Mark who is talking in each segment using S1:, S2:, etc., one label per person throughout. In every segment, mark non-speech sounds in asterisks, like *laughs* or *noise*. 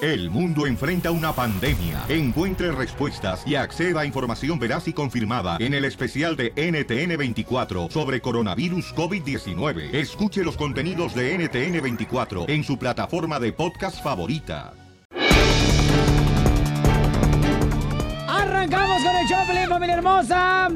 S1: El mundo enfrenta una pandemia. Encuentre respuestas y acceda a información veraz y confirmada en el especial de NTN24 sobre coronavirus COVID-19. Escuche los contenidos de NTN24 en su plataforma de podcast favorita.
S2: Arrancamos con el Choplin, familia hermosa.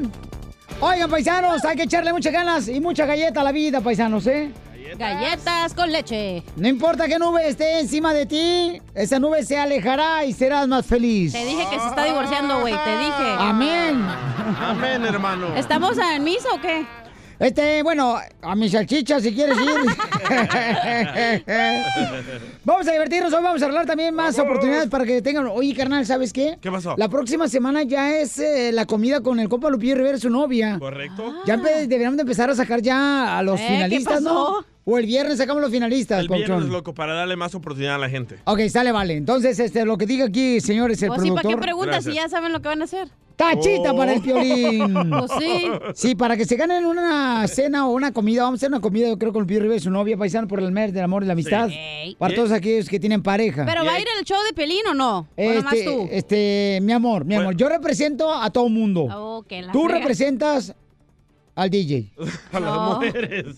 S2: Oigan, paisanos, hay que echarle muchas ganas y mucha galleta a la vida, paisanos, ¿eh?
S3: Galletas con leche.
S2: No importa qué nube esté encima de ti, esa nube se alejará y serás más feliz.
S3: Te dije que se está divorciando, güey, te dije.
S2: Amén.
S4: Ah. Amén, hermano.
S3: ¿Estamos en misa o qué?
S2: Este, bueno, a mi salchicha si quieres
S3: *laughs*
S2: ir. vamos a divertirnos, hoy vamos a hablar también más oportunidades para que tengan. Oye, carnal, ¿sabes qué?
S4: ¿Qué pasó?
S2: La próxima semana ya es eh, la comida con el Copa Lupillo Rivera, su novia.
S4: *laughs* ¿Correcto?
S2: Ya empe- deberíamos de empezar a sacar ya a los
S3: Eh, ¿qué
S2: finalistas, ¿no?
S3: pasó?
S2: O el viernes sacamos los finalistas,
S4: El viernes,
S2: Pauchón.
S4: loco, para darle más oportunidad a la gente.
S2: Ok, sale, vale. Entonces, este, lo que diga aquí, señores, el
S3: Pues sí, ¿para qué
S2: productor.
S3: preguntas si ya
S4: Gracias. Oh.
S3: saben lo que van a hacer?
S2: Tachita para el piolín.
S3: Oh.
S4: *laughs*
S3: *laughs* Pues sí.
S2: Sí, para que se ganen una cena o una comida, vamos a hacer una comida, yo creo, con Pío Rivera y su novia, paisano, por el mes del amor y la amistad.
S3: Ey.
S2: Para todos aquellos que tienen pareja.
S3: ¿Pero va a ir el show de Pelín o no? ¿O nomás
S2: este,
S3: tú?
S2: este, mi amor, mi amor, yo represento a todo mundo.
S3: Oh, que la
S2: Tú
S3: frega.
S2: representas al DJ.
S4: *laughs* A las
S3: No.
S5: *laughs*
S2: *laughs*
S4: mujeres.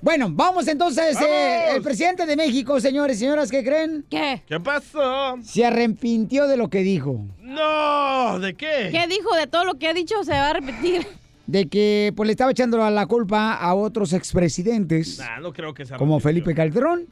S2: Bueno, vamos entonces. eh,
S4: ¡Vamos!
S2: el presidente de México, señores y señoras, ¿qué creen?
S3: ¿Qué?
S4: ¿Qué pasó?
S2: Se arrepintió de lo que dijo.
S4: No, ¿de qué?
S3: ¿Qué dijo de todo lo que ha dicho? Se va a repetir.
S2: De que pues, le estaba echando la- la culpa a otros expresidentes.
S4: Nah, no creo que sea.
S2: como Felipe Calderón,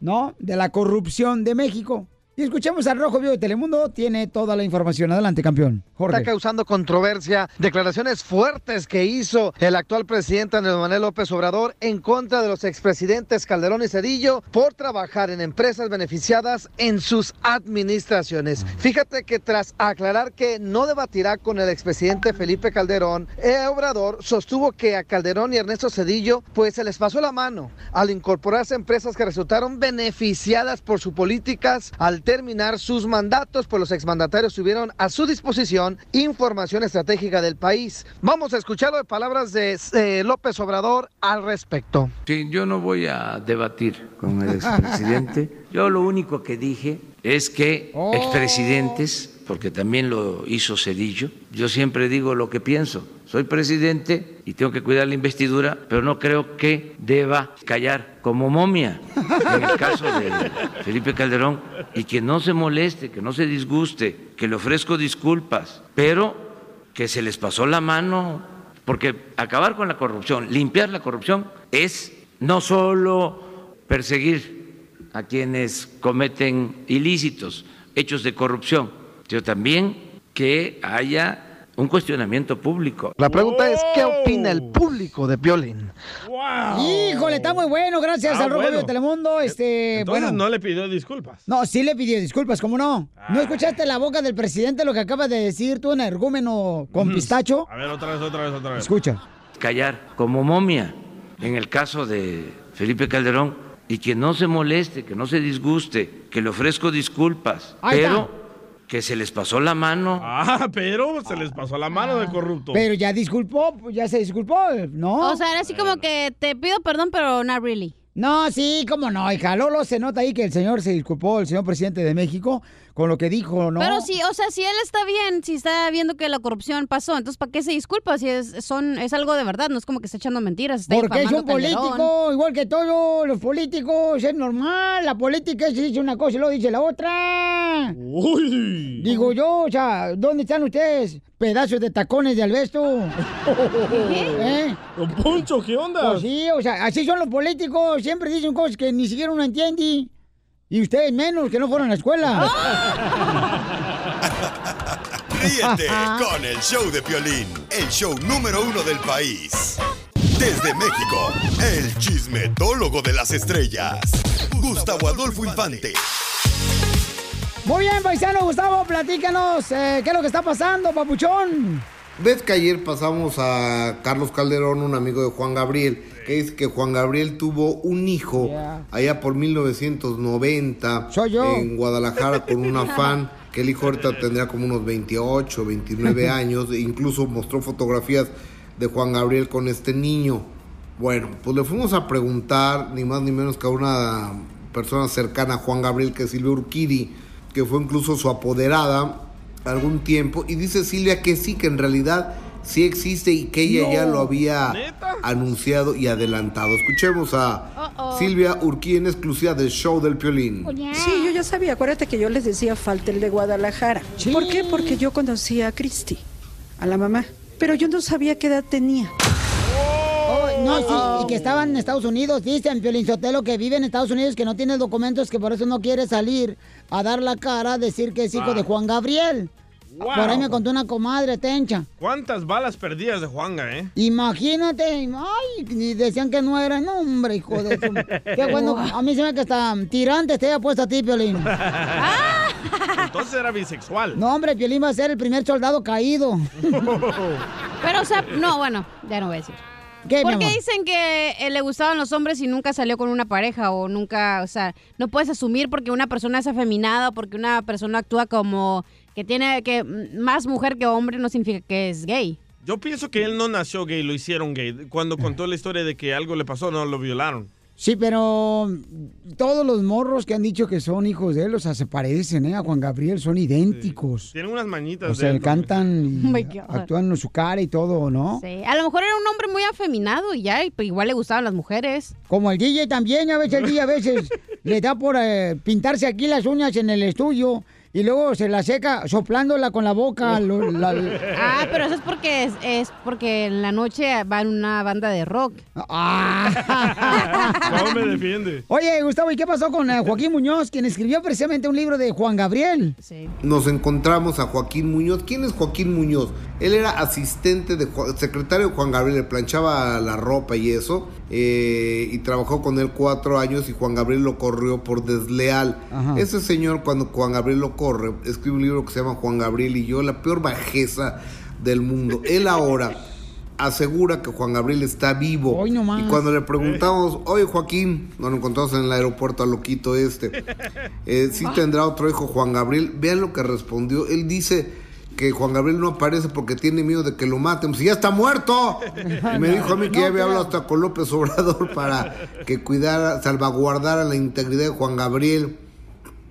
S2: ¿no? De la corrupción de México. Y escuchemos al Rojo Vivo de Telemundo, tiene toda la información. Adelante, campeón. Jorge.
S6: Está causando controversia declaraciones fuertes que hizo el actual presidente Andrés Manuel López Obrador en contra de los expresidentes Calderón y Cedillo por trabajar en empresas beneficiadas en sus administraciones. Fíjate que tras aclarar que no debatirá con el expresidente Felipe Calderón, eh, Obrador sostuvo que a Calderón y Ernesto Cedillo pues se les pasó la mano al incorporarse a empresas que resultaron beneficiadas por sus políticas al terminar sus mandatos, pues los exmandatarios tuvieron a su disposición información estratégica del país. Vamos a escucharlo de palabras de eh, López Obrador al respecto.
S7: Sí, yo no voy a debatir con el expresidente. *laughs* Yo lo único que dije es que
S2: Oh.
S7: expresidentes, porque también lo hizo Cedillo, yo siempre digo lo que pienso. Soy presidente y tengo que cuidar la investidura, pero no creo que deba callar como momia en el caso de Felipe Calderón y que no se moleste, que no se disguste, que le ofrezco disculpas, pero que se les pasó la mano, porque acabar con la corrupción, limpiar la corrupción, es no solo perseguir a quienes cometen ilícitos, hechos de corrupción, sino también que haya un cuestionamiento público.
S6: La pregunta es, ¿qué
S4: Wow.
S6: opina el público de Piolín?
S4: ¡Wow!
S2: Híjole, está muy bueno, gracias
S4: Ah,
S2: al Rojo
S4: bueno.
S2: Vivo de Telemundo. Este,
S4: Entonces
S2: bueno.
S4: no le pidió disculpas.
S2: No, sí le pidió disculpas, ¿cómo no? ¿No
S4: Ah.
S2: escuchaste la boca del presidente lo que acaba de decir tú en argúmeno con pistacho?
S4: A ver, otra vez, otra vez, otra vez.
S2: Escucha.
S7: callar como momia en el caso de Felipe Calderón y que no se moleste, que no se disguste, que le ofrezco disculpas,
S2: Ahí está.
S7: pero que se les pasó la mano.
S4: Ah, pero se les pasó la mano de corrupto.
S2: Pero ya disculpó, pues, ya se disculpó, ¿no?
S3: O sea, era así como que te pido perdón, pero not really.
S2: No, sí, cómo no, hija. Lolo se nota ahí que el señor se disculpó, el señor presidente de México, con lo que dijo, ¿no?
S3: Pero sí, o sea, si él está bien, si está viendo que la corrupción pasó, entonces ¿para qué se disculpa si es, son, es algo de verdad? No es como que está echando mentiras. Está
S2: Porque es
S3: difamando
S2: un
S3: a Calderón.
S2: político, igual que todos los políticos, es normal. La política es dice una cosa y luego dice la otra.
S4: Uy.
S2: Digo yo, o sea, ¿dónde están ustedes? Pedazos de tacones de Albesto.
S4: *laughs*
S2: ¿Eh?
S4: Don Poncho, ¿qué onda?
S2: Pues sí, o sea, así son los políticos. Siempre dicen cosas que ni siquiera uno entiende. Y ustedes menos, que no fueron a la escuela.
S4: *laughs*
S8: Ríete con el show de Piolín, el show número uno del país. Desde México, el chismetólogo de las estrellas, Gustavo Adolfo Infante.
S2: Muy bien, paisano Gustavo, platícanos eh, qué es lo que está pasando, papuchón.
S9: ¿Ves que ayer pasamos a Carlos Calderón, un amigo de Juan Gabriel, que dice que Juan Gabriel tuvo un hijo
S2: Yeah.
S9: allá por 1990
S2: Soy yo.
S9: en Guadalajara con una fan que el hijo ahorita tendría como unos
S2: *laughs*
S9: 28, 29 años, e incluso mostró fotografías de Juan Gabriel con este niño. Bueno, pues le fuimos a preguntar, ni más ni menos que a una persona cercana a Juan Gabriel, que es Silvia Urquidi, que fue incluso su apoderada algún tiempo. Y dice Silvia que sí, que en realidad sí existe y que ella
S10: No.
S9: ya lo había anunciado y adelantado. Escuchemos a
S10: Uh-oh.
S9: Silvia Urquidi en exclusiva del show del Piolín.
S10: Sí, yo ya sabía. Acuérdate que yo les decía falta el de Guadalajara. ¿Por qué? Porque yo conocía a Cristi, a la mamá. Pero yo no sabía qué edad tenía.
S2: Oh, no, sí, y que estaban en Estados Unidos. Dicen, Piolín Sotelo, que vive en Estados Unidos, que no tiene documentos, que por eso no quiere salir a dar la cara a decir que es hijo
S4: Ah.
S2: de Juan Gabriel.
S4: Wow.
S2: Por ahí me contó una comadre, Tencha.
S4: ¿Cuántas balas perdidas de Juanga, eh?
S2: Imagínate, ay, y decían que no era, no, hombre, hijo
S4: *laughs*
S2: de su... Qué bueno, a mí se me hace que hasta tirante te haya puesto a ti, Piolín.
S4: *laughs* Entonces era bisexual.
S2: No, hombre, Piolín va a ser el primer soldado
S4: *laughs*
S2: caído. *laughs*
S3: Pero, o sea, no, bueno, ya no voy a decir.
S2: ¿Qué, mi
S3: Porque
S2: amor?
S3: dicen que eh, le gustaban los hombres y nunca salió con una pareja o nunca, o sea, no puedes asumir porque una persona es afeminada o porque una persona actúa como que tiene que mm, más mujer que hombre no significa que es gay.
S4: Yo pienso que él no nació gay, lo hicieron gay. Cuando contó la historia de que algo le pasó, no lo violaron.
S2: Sí, pero todos los morros que han dicho que son hijos de él, o sea, se parecen, ¿eh? A Juan Gabriel, son idénticos.
S4: Tienen unas mañitas
S2: O sea,
S4: de
S2: le
S4: él.
S2: cantan
S3: Oh my
S2: y
S3: God.
S2: actúan en su cara y todo, ¿no?
S3: Sí. A lo mejor era un hombre muy afeminado y ya, y- pero igual le gustaban las mujeres.
S2: Como el DJ también, a veces el DJ a
S3: *laughs*
S2: veces le da por eh, pintarse aquí las uñas en el estudio y luego se la seca soplándola con la
S3: Oh.
S2: boca. lo- la-
S3: *laughs* Ah, pero eso es porque es, es porque en la noche va en una banda de rock.
S4: No me defiende.
S2: ah. Oye, Gustavo, ¿y qué pasó con eh, Joaquín Muñoz, quien escribió precisamente un libro de Juan Gabriel?
S3: Sí.
S9: Nos encontramos a Joaquín Muñoz. ¿Quién es Joaquín Muñoz? Él era asistente de Ju- secretario de Juan Gabriel, le planchaba la ropa y eso. eh, y trabajó con él cuatro años y Juan Gabriel lo corrió por desleal.
S11: Ajá.
S9: Ese señor, cuando Juan Gabriel lo corre, escribe un libro que se llama Juan Gabriel y yo, la peor bajeza del mundo. Él ahora asegura que Juan Gabriel está vivo.
S2: Hoy nomás.
S9: y cuando le preguntamos, oye Joaquín, nos lo encontramos en el aeropuerto al loquito este. Eh, sí tendrá otro hijo Juan Gabriel. Vean lo que respondió. Él dice que Juan Gabriel no aparece porque tiene miedo de que lo maten. Si ya está muerto. Y
S10: *laughs*
S9: me dijo a mí que ya había hablado hasta con López Obrador *laughs* para que cuidara, salvaguardara la integridad de Juan Gabriel.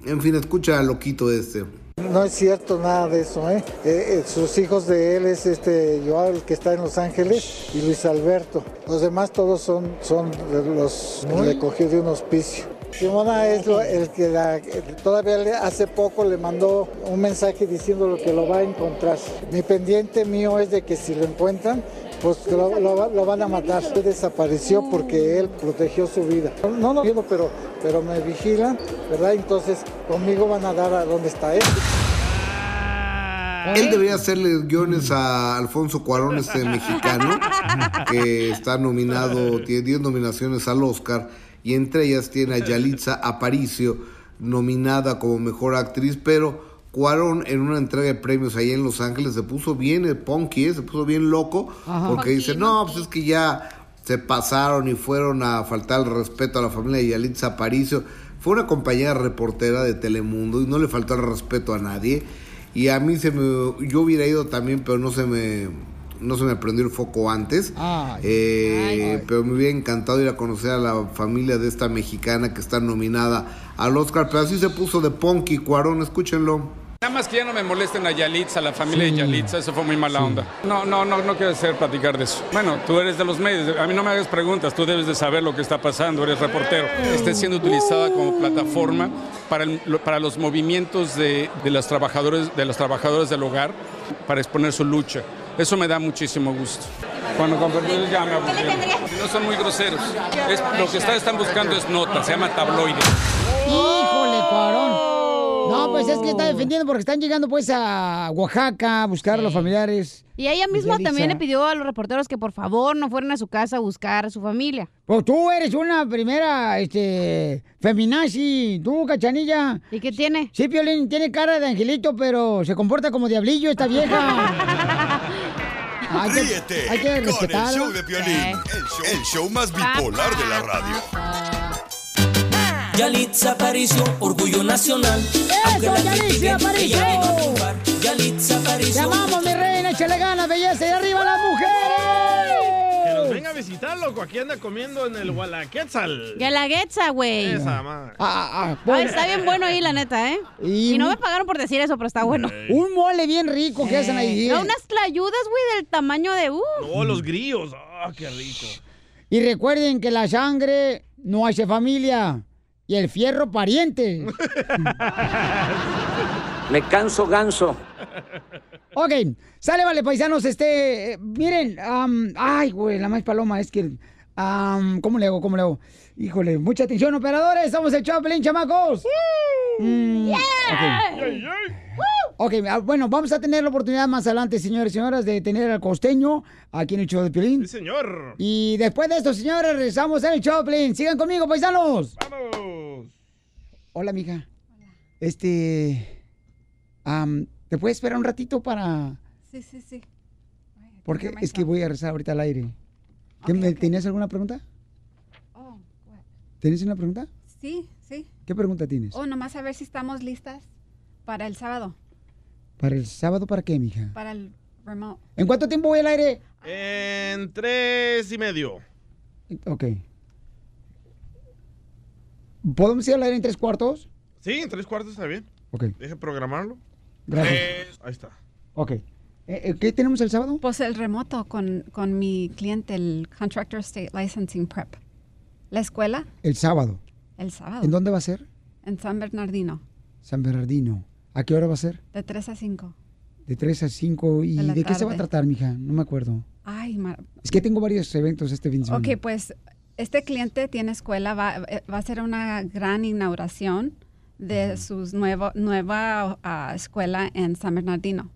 S9: En fin, escucha al loquito este.
S12: No es cierto nada de eso, ¿eh? Eh, eh, Sus hijos de él es este Joao, el que está en Los Ángeles, y Luis Alberto. Los demás todos son, son de los que le cogió de un hospicio. Simona es lo- el que la- todavía le- hace poco le mandó un mensaje diciendo lo que lo va a encontrar. Mi pendiente mío es de que si lo encuentran, pues que lo, lo va- lo van a matar. Él desapareció porque él protegió su vida. No lo quiero, pero, pero me vigilan, ¿verdad? Entonces conmigo van a dar a dónde está él.
S9: Él debería hacerle guiones a Alfonso Cuarón, este mexicano, que está nominado, tiene 10 nominaciones al Oscar, y entre ellas tiene a Yalitza Aparicio, nominada como mejor actriz, pero Cuarón en una entrega de premios ahí en Los Ángeles se puso bien el punky, ¿eh? se puso bien loco,
S11: Ajá.
S9: porque dice, no, pues es que ya se pasaron y fueron a faltar el respeto a la familia de Yalitza Aparicio. Fue una compañera reportera de Telemundo y no le faltó el respeto a nadie. Y a mí se me. Yo hubiera ido también, pero no se me. No se me prendió el foco antes.
S12: Ah,
S9: Eh, Pero me hubiera encantado ir a conocer a la familia de esta mexicana que está nominada al Oscar. Pero así se puso de Ponky Cuarón, escúchenlo.
S13: Nada más que ya no me molesten a Yalitza, a la familia de Yalitza, eso fue muy mala onda. No, no, no, no quiero hacer platicar de eso. Bueno, tú eres de los medios, a mí no me hagas preguntas, tú debes de saber lo que está pasando, eres reportero. Está siendo utilizada como plataforma para, el- lo- para los movimientos de, de las trabajadores, de los trabajadores del hogar para exponer su lucha. Eso me da muchísimo gusto. Cuando compré- ya me aburrieron. No son muy groseros. Es- lo que ustedes están buscando es nota, se llama tabloide.
S2: ¡Híjole,
S3: Oh.
S2: Cuarón! No, pues es que está defendiendo porque están llegando pues a Oaxaca a buscar a los familiares.
S3: Y ella misma
S2: Yalitza.
S3: también le pidió a los reporteros que por favor no fueran a su casa a buscar a su familia.
S2: Pues tú eres una primera, este, feminazi, tú, cachanilla.
S3: ¿Y qué tiene?
S2: Sí, Piolín, tiene cara de angelito, pero se comporta como diablillo esta
S3: *laughs*
S2: vieja. Hay que-
S8: Ríete
S2: hay que
S8: con el
S2: respetarla.
S8: show de Piolín, el show, el show más bipolar de la radio.
S14: Yalitza Aparicio, orgullo nacional. Aunque la
S2: Yalitza
S14: critiquen,
S2: Aparicio!
S14: ella no va a triunfar. Yalitza
S2: ¡Te
S14: Aparicio.
S2: amamos, mi reina! ¡Échale ganas, belleza! ¡Y arriba las mujeres!
S4: Que nos venga a visitar. Está loco, aquí anda comiendo en el Gualaquetzal.
S3: Guelaguetza, güey.
S4: Esa, madre.
S2: Ah,
S3: Ah, está bien bueno ahí, la neta, ¿eh?
S2: Y-
S3: Y, no me pagaron por decir eso, pero está bueno.
S2: Un mole bien rico que hacen ahí.
S3: No, unas tlayudas, güey, del tamaño de... Uh.
S4: Oh, los grillos. Ah, qué rico.
S2: Y recuerden que la sangre no hace familia y el fierro pariente.
S7: Me
S4: *laughs*
S7: canso ganso.
S2: Ok, sale, vale, paisanos, este, eh, miren, am, ay, güey, la más paloma, es que, am, ¿cómo le hago, cómo le hago? Híjole, mucha atención, operadores, somos el Choplin, chamacos. Mm, ok. Ok, ah, bueno, vamos a tener la oportunidad más adelante, señores y señoras, de tener al costeño aquí en el show de Piolín. Sí,
S4: señor.
S2: Y después de esto, señores, regresamos en el Choplin. Sigan conmigo, paisanos.
S4: ¡Vamos!
S2: Hola, mija. Este, am, ¿te puedes esperar un ratito para...?
S15: Sí, sí, sí.
S2: Porque es que voy a rezar ahorita al aire. ¿Qué, me- ¿Tenías alguna pregunta?
S15: Oh, what?
S2: ¿Tenías una pregunta?
S15: Sí, sí.
S2: ¿Qué pregunta tienes?
S15: Oh, nomás a ver si estamos listas para el sábado,
S2: ¿Para el sábado para qué, mija?
S15: para el remote.
S2: ¿En cuánto tiempo voy al aire?
S4: En tres y medio.
S2: Ok. ¿Podemos ir al aire en tres cuartos?
S4: Sí, en tres cuartos está bien.
S2: Ok.
S4: Deje programarlo.
S2: Gracias.
S4: Tres- Ahí está.
S2: Ok. Eh, ¿Qué tenemos el sábado?
S15: Pues el remoto con, con mi cliente, el Contractor State Licensing Prep. La escuela,
S2: El sábado.
S15: el sábado.
S2: ¿En dónde va a ser?
S15: En San Bernardino,
S2: San Bernardino. ¿A qué hora va a ser?
S15: de 3 a 5.
S2: De 3 a 5. ¿Y
S15: De la
S2: de qué se va a
S15: tarde.
S2: tratar, mija? No me acuerdo.
S15: Ay, mar-
S2: Es que tengo varios eventos este fin de semana.
S15: Ok, pues este cliente tiene escuela, va, eh, va a ser una gran inauguración de su nueva ah, escuela en San Bernardino.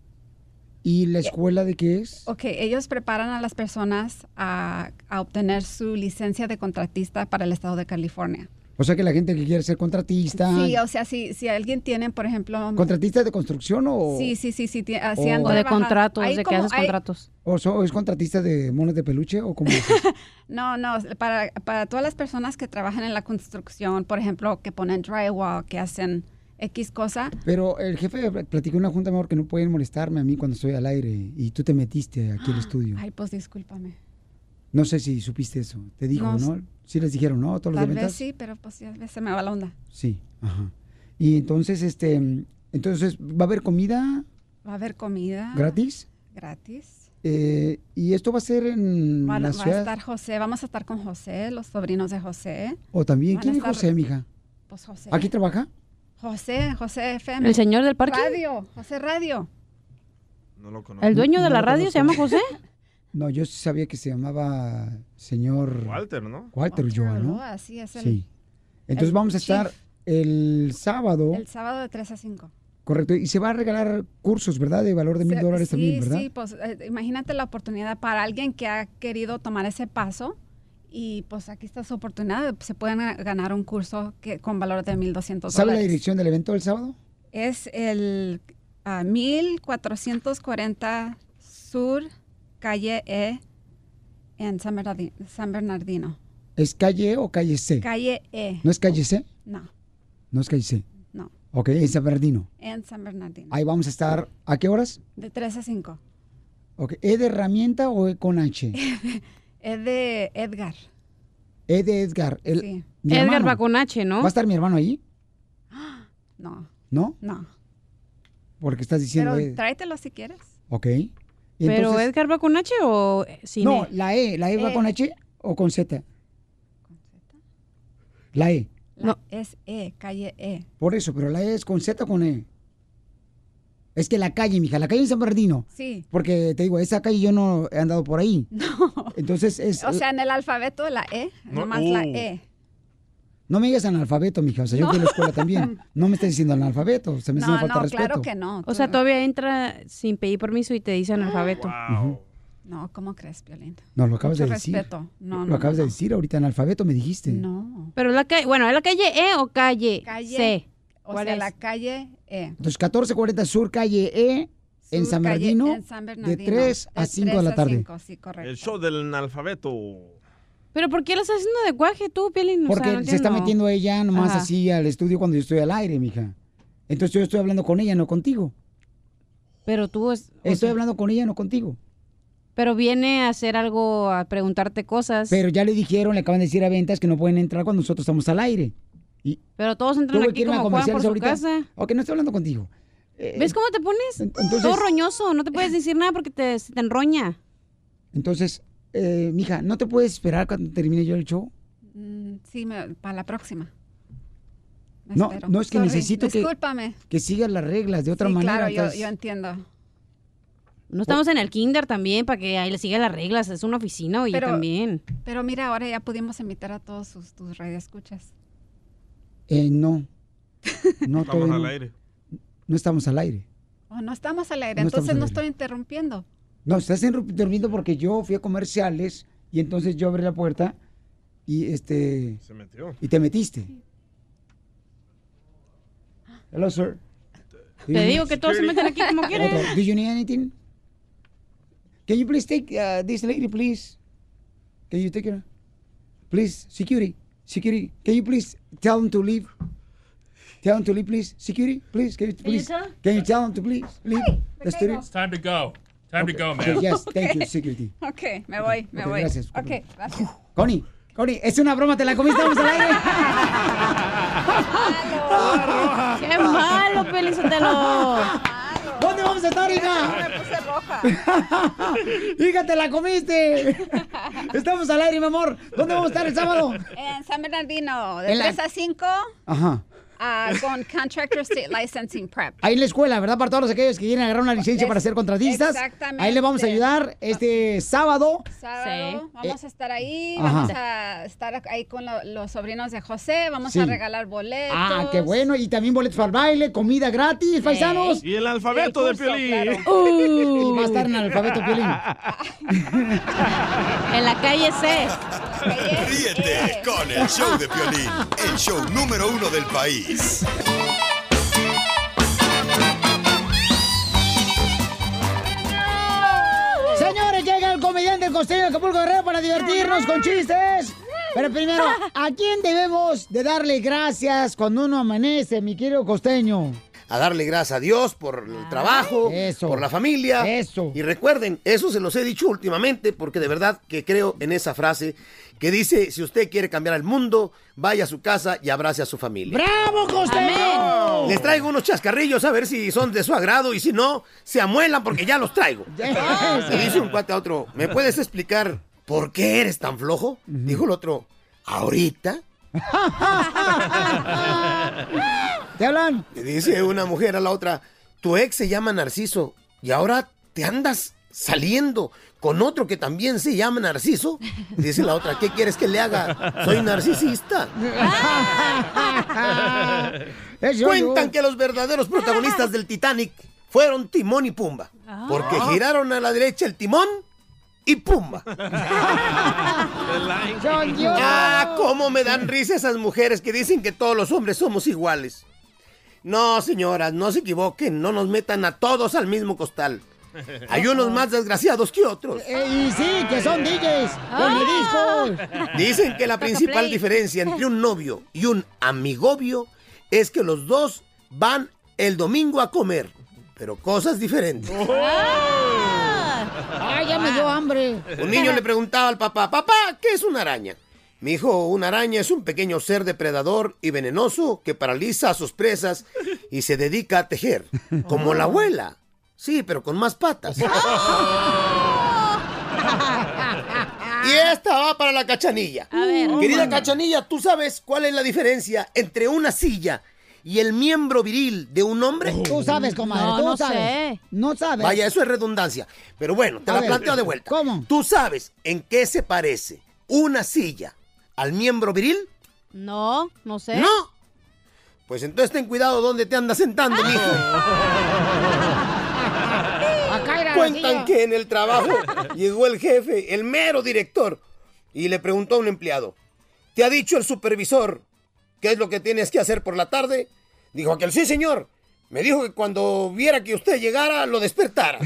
S2: ¿Y la escuela de qué es?
S15: Ok, ellos preparan a las personas a, a obtener su licencia de contratista para el estado de California.
S2: O sea que la gente que quiere ser contratista.
S15: Sí, o sea, si, si alguien tiene, por ejemplo...
S2: ¿Contratista de construcción o.?
S15: Sí, sí, sí, sí. ti- ah,
S2: O-
S15: sí han
S2: Oh. O de
S15: trabajado.
S3: contratos,
S15: Hay
S3: de que
S15: como-
S3: haces
S15: hay-
S3: contratos.
S2: ¿O so- es contratista de monos de peluche o como
S15: No, no, para, para todas las personas que trabajan en la construcción, por ejemplo, que ponen drywall, que hacen X cosa,
S2: Pero el jefe pl- platicó en una junta mejor que no pueden molestarme a mí cuando estoy al aire y tú te metiste aquí al estudio.
S15: Ay, pues discúlpame.
S2: No sé si supiste eso. Te dijo,
S15: No,
S2: ¿no? Sí les dijeron, ¿no? Todos los
S15: Tal
S2: de
S15: vez
S2: ventas.
S15: sí, pero pues ya se me va la onda.
S2: Sí, ajá. Y entonces este mm, entonces va a haber comida
S15: Va a haber comida.
S2: gratis
S15: Gratis.
S2: eh, y esto va a ser en
S15: Va,
S2: la
S15: va a
S2: ciudad
S15: estar José, vamos a estar con José, los sobrinos de José.
S2: o también
S15: van a
S2: quién es
S15: estar-
S2: José, mija?
S15: Pues José.
S2: ¿Aquí trabaja?
S15: José, José FM.
S3: ¿El señor del parque?
S15: Radio, José Radio.
S4: No lo conozco.
S3: ¿El dueño de
S2: No
S3: la
S2: lo
S3: radio se llama
S2: conozco.
S3: José?
S2: No, yo sabía que se llamaba señor
S4: Walter, ¿no?
S2: Walter Ulloa, ¿no?
S15: Ulloa, sí, es el-
S2: Sí. Entonces
S15: el
S2: vamos a estar
S15: chief.
S2: el sábado,
S15: El sábado de 3 a 5.
S2: correcto, y se va a regalar cursos, ¿verdad? De valor de mil dólares
S15: sí,
S2: también, ¿verdad?
S15: Sí, pues eh, imagínate la oportunidad para alguien que ha querido tomar ese paso y pues aquí está su oportunidad. Se pueden eh, ganar un curso que, con valor de 1.200 dólares.
S2: ¿Sabe la dirección del evento del sábado?
S15: Es el ah, 1440 Sur, calle E, en San Bernardi- San Bernardino.
S2: ¿Es calle o calle C?
S15: Calle E.
S2: ¿No es calle C?
S15: No,
S2: No es calle C.
S15: no,
S2: Ok, en San Bernardino.
S15: en San Bernardino.
S2: Ahí vamos a estar, ¿a qué horas?
S15: De 3 a 5.
S2: Ok, ¿E de herramienta o E con H?
S15: *laughs* Es de Edgar.
S2: E de Edgar. El,
S15: Sí.
S2: mi
S3: Edgar
S2: hermano.
S3: va con H, ¿no?
S2: ¿Va a estar mi hermano ahí?
S15: *gasps* No,
S2: ¿No?
S15: no.
S2: Porque estás diciendo...
S15: Pero
S2: E.
S15: tráetelo si quieres.
S2: Ok. Y
S3: ¿Pero
S2: entonces-
S3: Edgar va con H o sin
S2: No,
S3: E?
S2: la E. ¿La E va
S15: E.
S2: con H o con Z? ¿Con Z? La E.
S15: La- Es E, calle E.
S2: Por eso, pero la E es con Z o con E. Es que la calle, mija, la calle en San Bernardino.
S15: Sí.
S2: Porque te digo, esa calle yo no he andado por
S15: *laughs*
S2: ahí. Entonces es.
S15: O sea, en el alfabeto la E,
S2: No,
S15: nomás la
S2: oh.
S15: E.
S2: no me digas analfabeto, mija. O sea, yo
S15: No.
S2: fui a la escuela
S15: *laughs*
S2: también. No me estás diciendo analfabeto. Se me hace una falta de respeto.
S15: no.
S3: O sea, todavía entra sin pedir permiso y te dice analfabeto.
S2: Ujú.
S15: No, ¿cómo crees, Violín?
S2: No, lo acabas de
S15: Mucho
S2: decir.
S15: respeto. No,
S2: lo
S15: no,
S2: acabas
S15: no.
S2: de decir ahorita, analfabeto me dijiste.
S15: No.
S3: Pero la calle, bueno, ¿es la calle E o calle,
S15: Calle,
S3: C?
S15: O
S3: ¿Cuál
S15: sea,
S3: es?
S15: la calle
S11: eh,
S15: E.
S2: Entonces, 1440 Sur, calle E, en,
S15: Sur,
S2: San
S15: calle- E,
S2: Bernardino,
S15: en San
S2: de
S15: Bernardino,
S2: 3 a
S15: de
S2: 5 de la
S15: 3 a
S2: tarde.
S15: 5, sí, correcto.
S4: El show del analfabeto.
S3: ¿Pero por qué lo estás haciendo de guaje tú, Pielín? O sea,
S2: Porque
S3: no
S2: se está
S3: entiendo.
S2: metiendo ella Ah, nomás
S3: Ajá.
S2: así al estudio cuando yo estoy al aire, mija. Entonces yo estoy hablando con ella, no contigo.
S3: Pero tú... Es,
S2: estoy hablando con ella, no contigo.
S3: pero viene a hacer algo, a preguntarte cosas.
S2: Pero ya le dijeron, le acaban de decir a ventas que no pueden entrar cuando nosotros estamos al aire. Y
S3: Pero todos entran
S2: tuve que
S3: aquí
S2: irme a
S3: como Juan
S2: comerciales
S3: por su
S2: ahorita.
S3: casa.
S2: Ok, no estoy hablando contigo. Eh,
S3: ¿Ves cómo te pones? Todo roñoso, no te puedes decir nada porque te, se te enroña.
S2: Entonces, eh, mija, ¿no te puedes esperar cuando termine yo el show?
S11: Mm, sí, me- para la próxima. Me
S2: No,
S11: espero.
S2: no, es que
S11: Sorry,
S2: necesito que-
S11: Discúlpame.
S2: Que sigas las reglas de otra
S11: Sí,
S2: manera.
S11: claro, yo,
S2: estás-
S11: yo entiendo.
S3: No estamos en el kinder también para que ahí le sigan las reglas, es una oficina y
S11: Pero-
S3: también.
S11: Pero mira, ahora ya pudimos invitar a todos sus, tus radioescuchas.
S2: Eh,
S3: *laughs*
S2: no. No, todavía no.
S4: aire.
S2: No estamos al aire.
S11: Oh, no estamos al aire,
S2: No estamos
S11: entonces
S2: al
S11: no
S2: aire.
S11: estoy interrumpiendo.
S2: No, estás enru- durmiendo porque yo fui a comerciales y entonces yo abrí la puerta y este.
S4: Se metió.
S2: Y te metiste. Hello, sir. Do
S3: Te
S2: you-
S3: digo que todos se meten aquí
S2: *laughs*
S3: como quieren.
S2: Hold on. Do you need anything? Can you please take uh, this lady, please? Can you take her? Please, security, security. Can you please tell them to leave? Tell them to leave, please. Security, please. Can you
S16: Can you
S2: please?
S16: tell 'em?
S2: Can you tell them to please leave the studio?
S16: It's time to go. Time to go,
S2: Okay,
S16: man.
S2: yes, thank you, security.
S11: *laughs* Ok, me voy, me
S2: ok,
S11: voy.
S2: gracias,
S11: ok, gracias.
S2: Connie, Connie, es una broma, te la comiste, vamos al aire.
S3: *laughs* ¡Qué malo, Pelizotelo!
S2: ¿Dónde vamos a estar, hija?
S11: Me puse roja.
S2: *laughs* hija, te la comiste. Estamos al aire, mi amor. *laughs* ¿Dónde vamos a estar el sábado?
S11: En San Bernardino, de
S2: En la-
S11: 3 a 5,
S2: Ajá.
S11: ah, con Contractor State Licensing Prep.
S2: Ahí en la escuela, ¿verdad? Para todos aquellos que quieren agarrar una licencia para ser contratistas.
S11: Exactamente.
S2: Ahí les vamos a ayudar este sábado.
S11: Sábado, vamos a estar ahí,
S2: Eh, Ajá.
S11: vamos a estar ahí con lo- los sobrinos de José, vamos
S2: Sí.
S11: a regalar boletos.
S2: Ah, qué bueno. Y también boletos para el baile, comida gratis, paisanos.
S4: Y el alfabeto de Piolín.
S2: *laughs* Y va a estar en el alfabeto
S4: *laughs*
S2: Piolín.
S3: En la calle C.
S8: Ríete con el show de Piolín, el show número uno del país.
S2: Señores, llega el comediante costeño de Acapulco Guerrero para divertirnos con chistes. Pero primero, ¿a quién debemos de darle gracias cuando uno amanece, mi querido costeño?
S5: a darle gracias a Dios por el trabajo, por la familia. Eso. Y recuerden, eso se los he dicho últimamente porque de verdad que creo en esa frase que dice, si usted quiere cambiar el mundo, vaya a su casa y abrace a su familia.
S2: ¡Bravo, costeño!
S5: Les traigo unos chascarrillos a ver si son de su agrado y si no, se amuelan porque ya los traigo. Le dice un cuate a otro, ¿me puedes explicar por qué eres tan flojo? Dijo el otro, ¿ahorita?
S2: ¿Te hablan?
S5: Le dice una mujer a la otra, tu ex se llama Narciso y ahora te andas saliendo con otro que también se llama Narciso. Dice la otra, ¿qué quieres que le haga? Soy narcisista.
S2: Eso
S5: Cuentan que los verdaderos protagonistas del Titanic fueron Timón y Pumba, porque giraron a la derecha el timón y Pumba. Ah, cómo me dan risa esas mujeres que dicen que todos los hombres somos iguales. No, señoras, no se equivoquen, no nos metan a todos al mismo costal. Hay unos más desgraciados que otros.
S2: Eh, Y sí, que son DJs, discos.
S5: Dicen que la principal diferencia entre un novio y un amigobio es que los dos van el domingo a comer, pero cosas diferentes.
S2: Oh. ¡Ay, ya me dio hambre!
S5: Un niño le preguntaba al papá, papá, ¿qué es una araña? Mi hijo, una araña es un pequeño ser depredador y venenoso que paraliza a sus presas y se dedica a tejer, como
S2: Oh.
S5: la abuela. Sí, pero con más
S2: *laughs*
S5: patas. Y
S3: Ah.
S5: esta va para la cachanilla. Querida cachanilla, ¿tú sabes cuál es la diferencia entre una silla y el miembro viril de un hombre?
S2: Tú sabes, comadre, tú sabes. No sabes.
S5: Vaya, eso es redundancia. Pero bueno, te
S2: A
S5: la
S2: ver,
S5: planteo de vuelta. ¿Cómo? ¿Tú sabes en qué se parece una silla al miembro viril?
S3: No, no sé.
S5: No. Pues entonces ten cuidado dónde te andas sentando,
S3: Ah.
S5: mijo. Cuentan que en el trabajo llegó el jefe, el mero director, y le preguntó a un empleado: ¿Te ha dicho el supervisor qué es lo que tienes que hacer por la tarde? Dijo aquel: Sí, señor. Me dijo que cuando viera que usted llegara, lo despertara.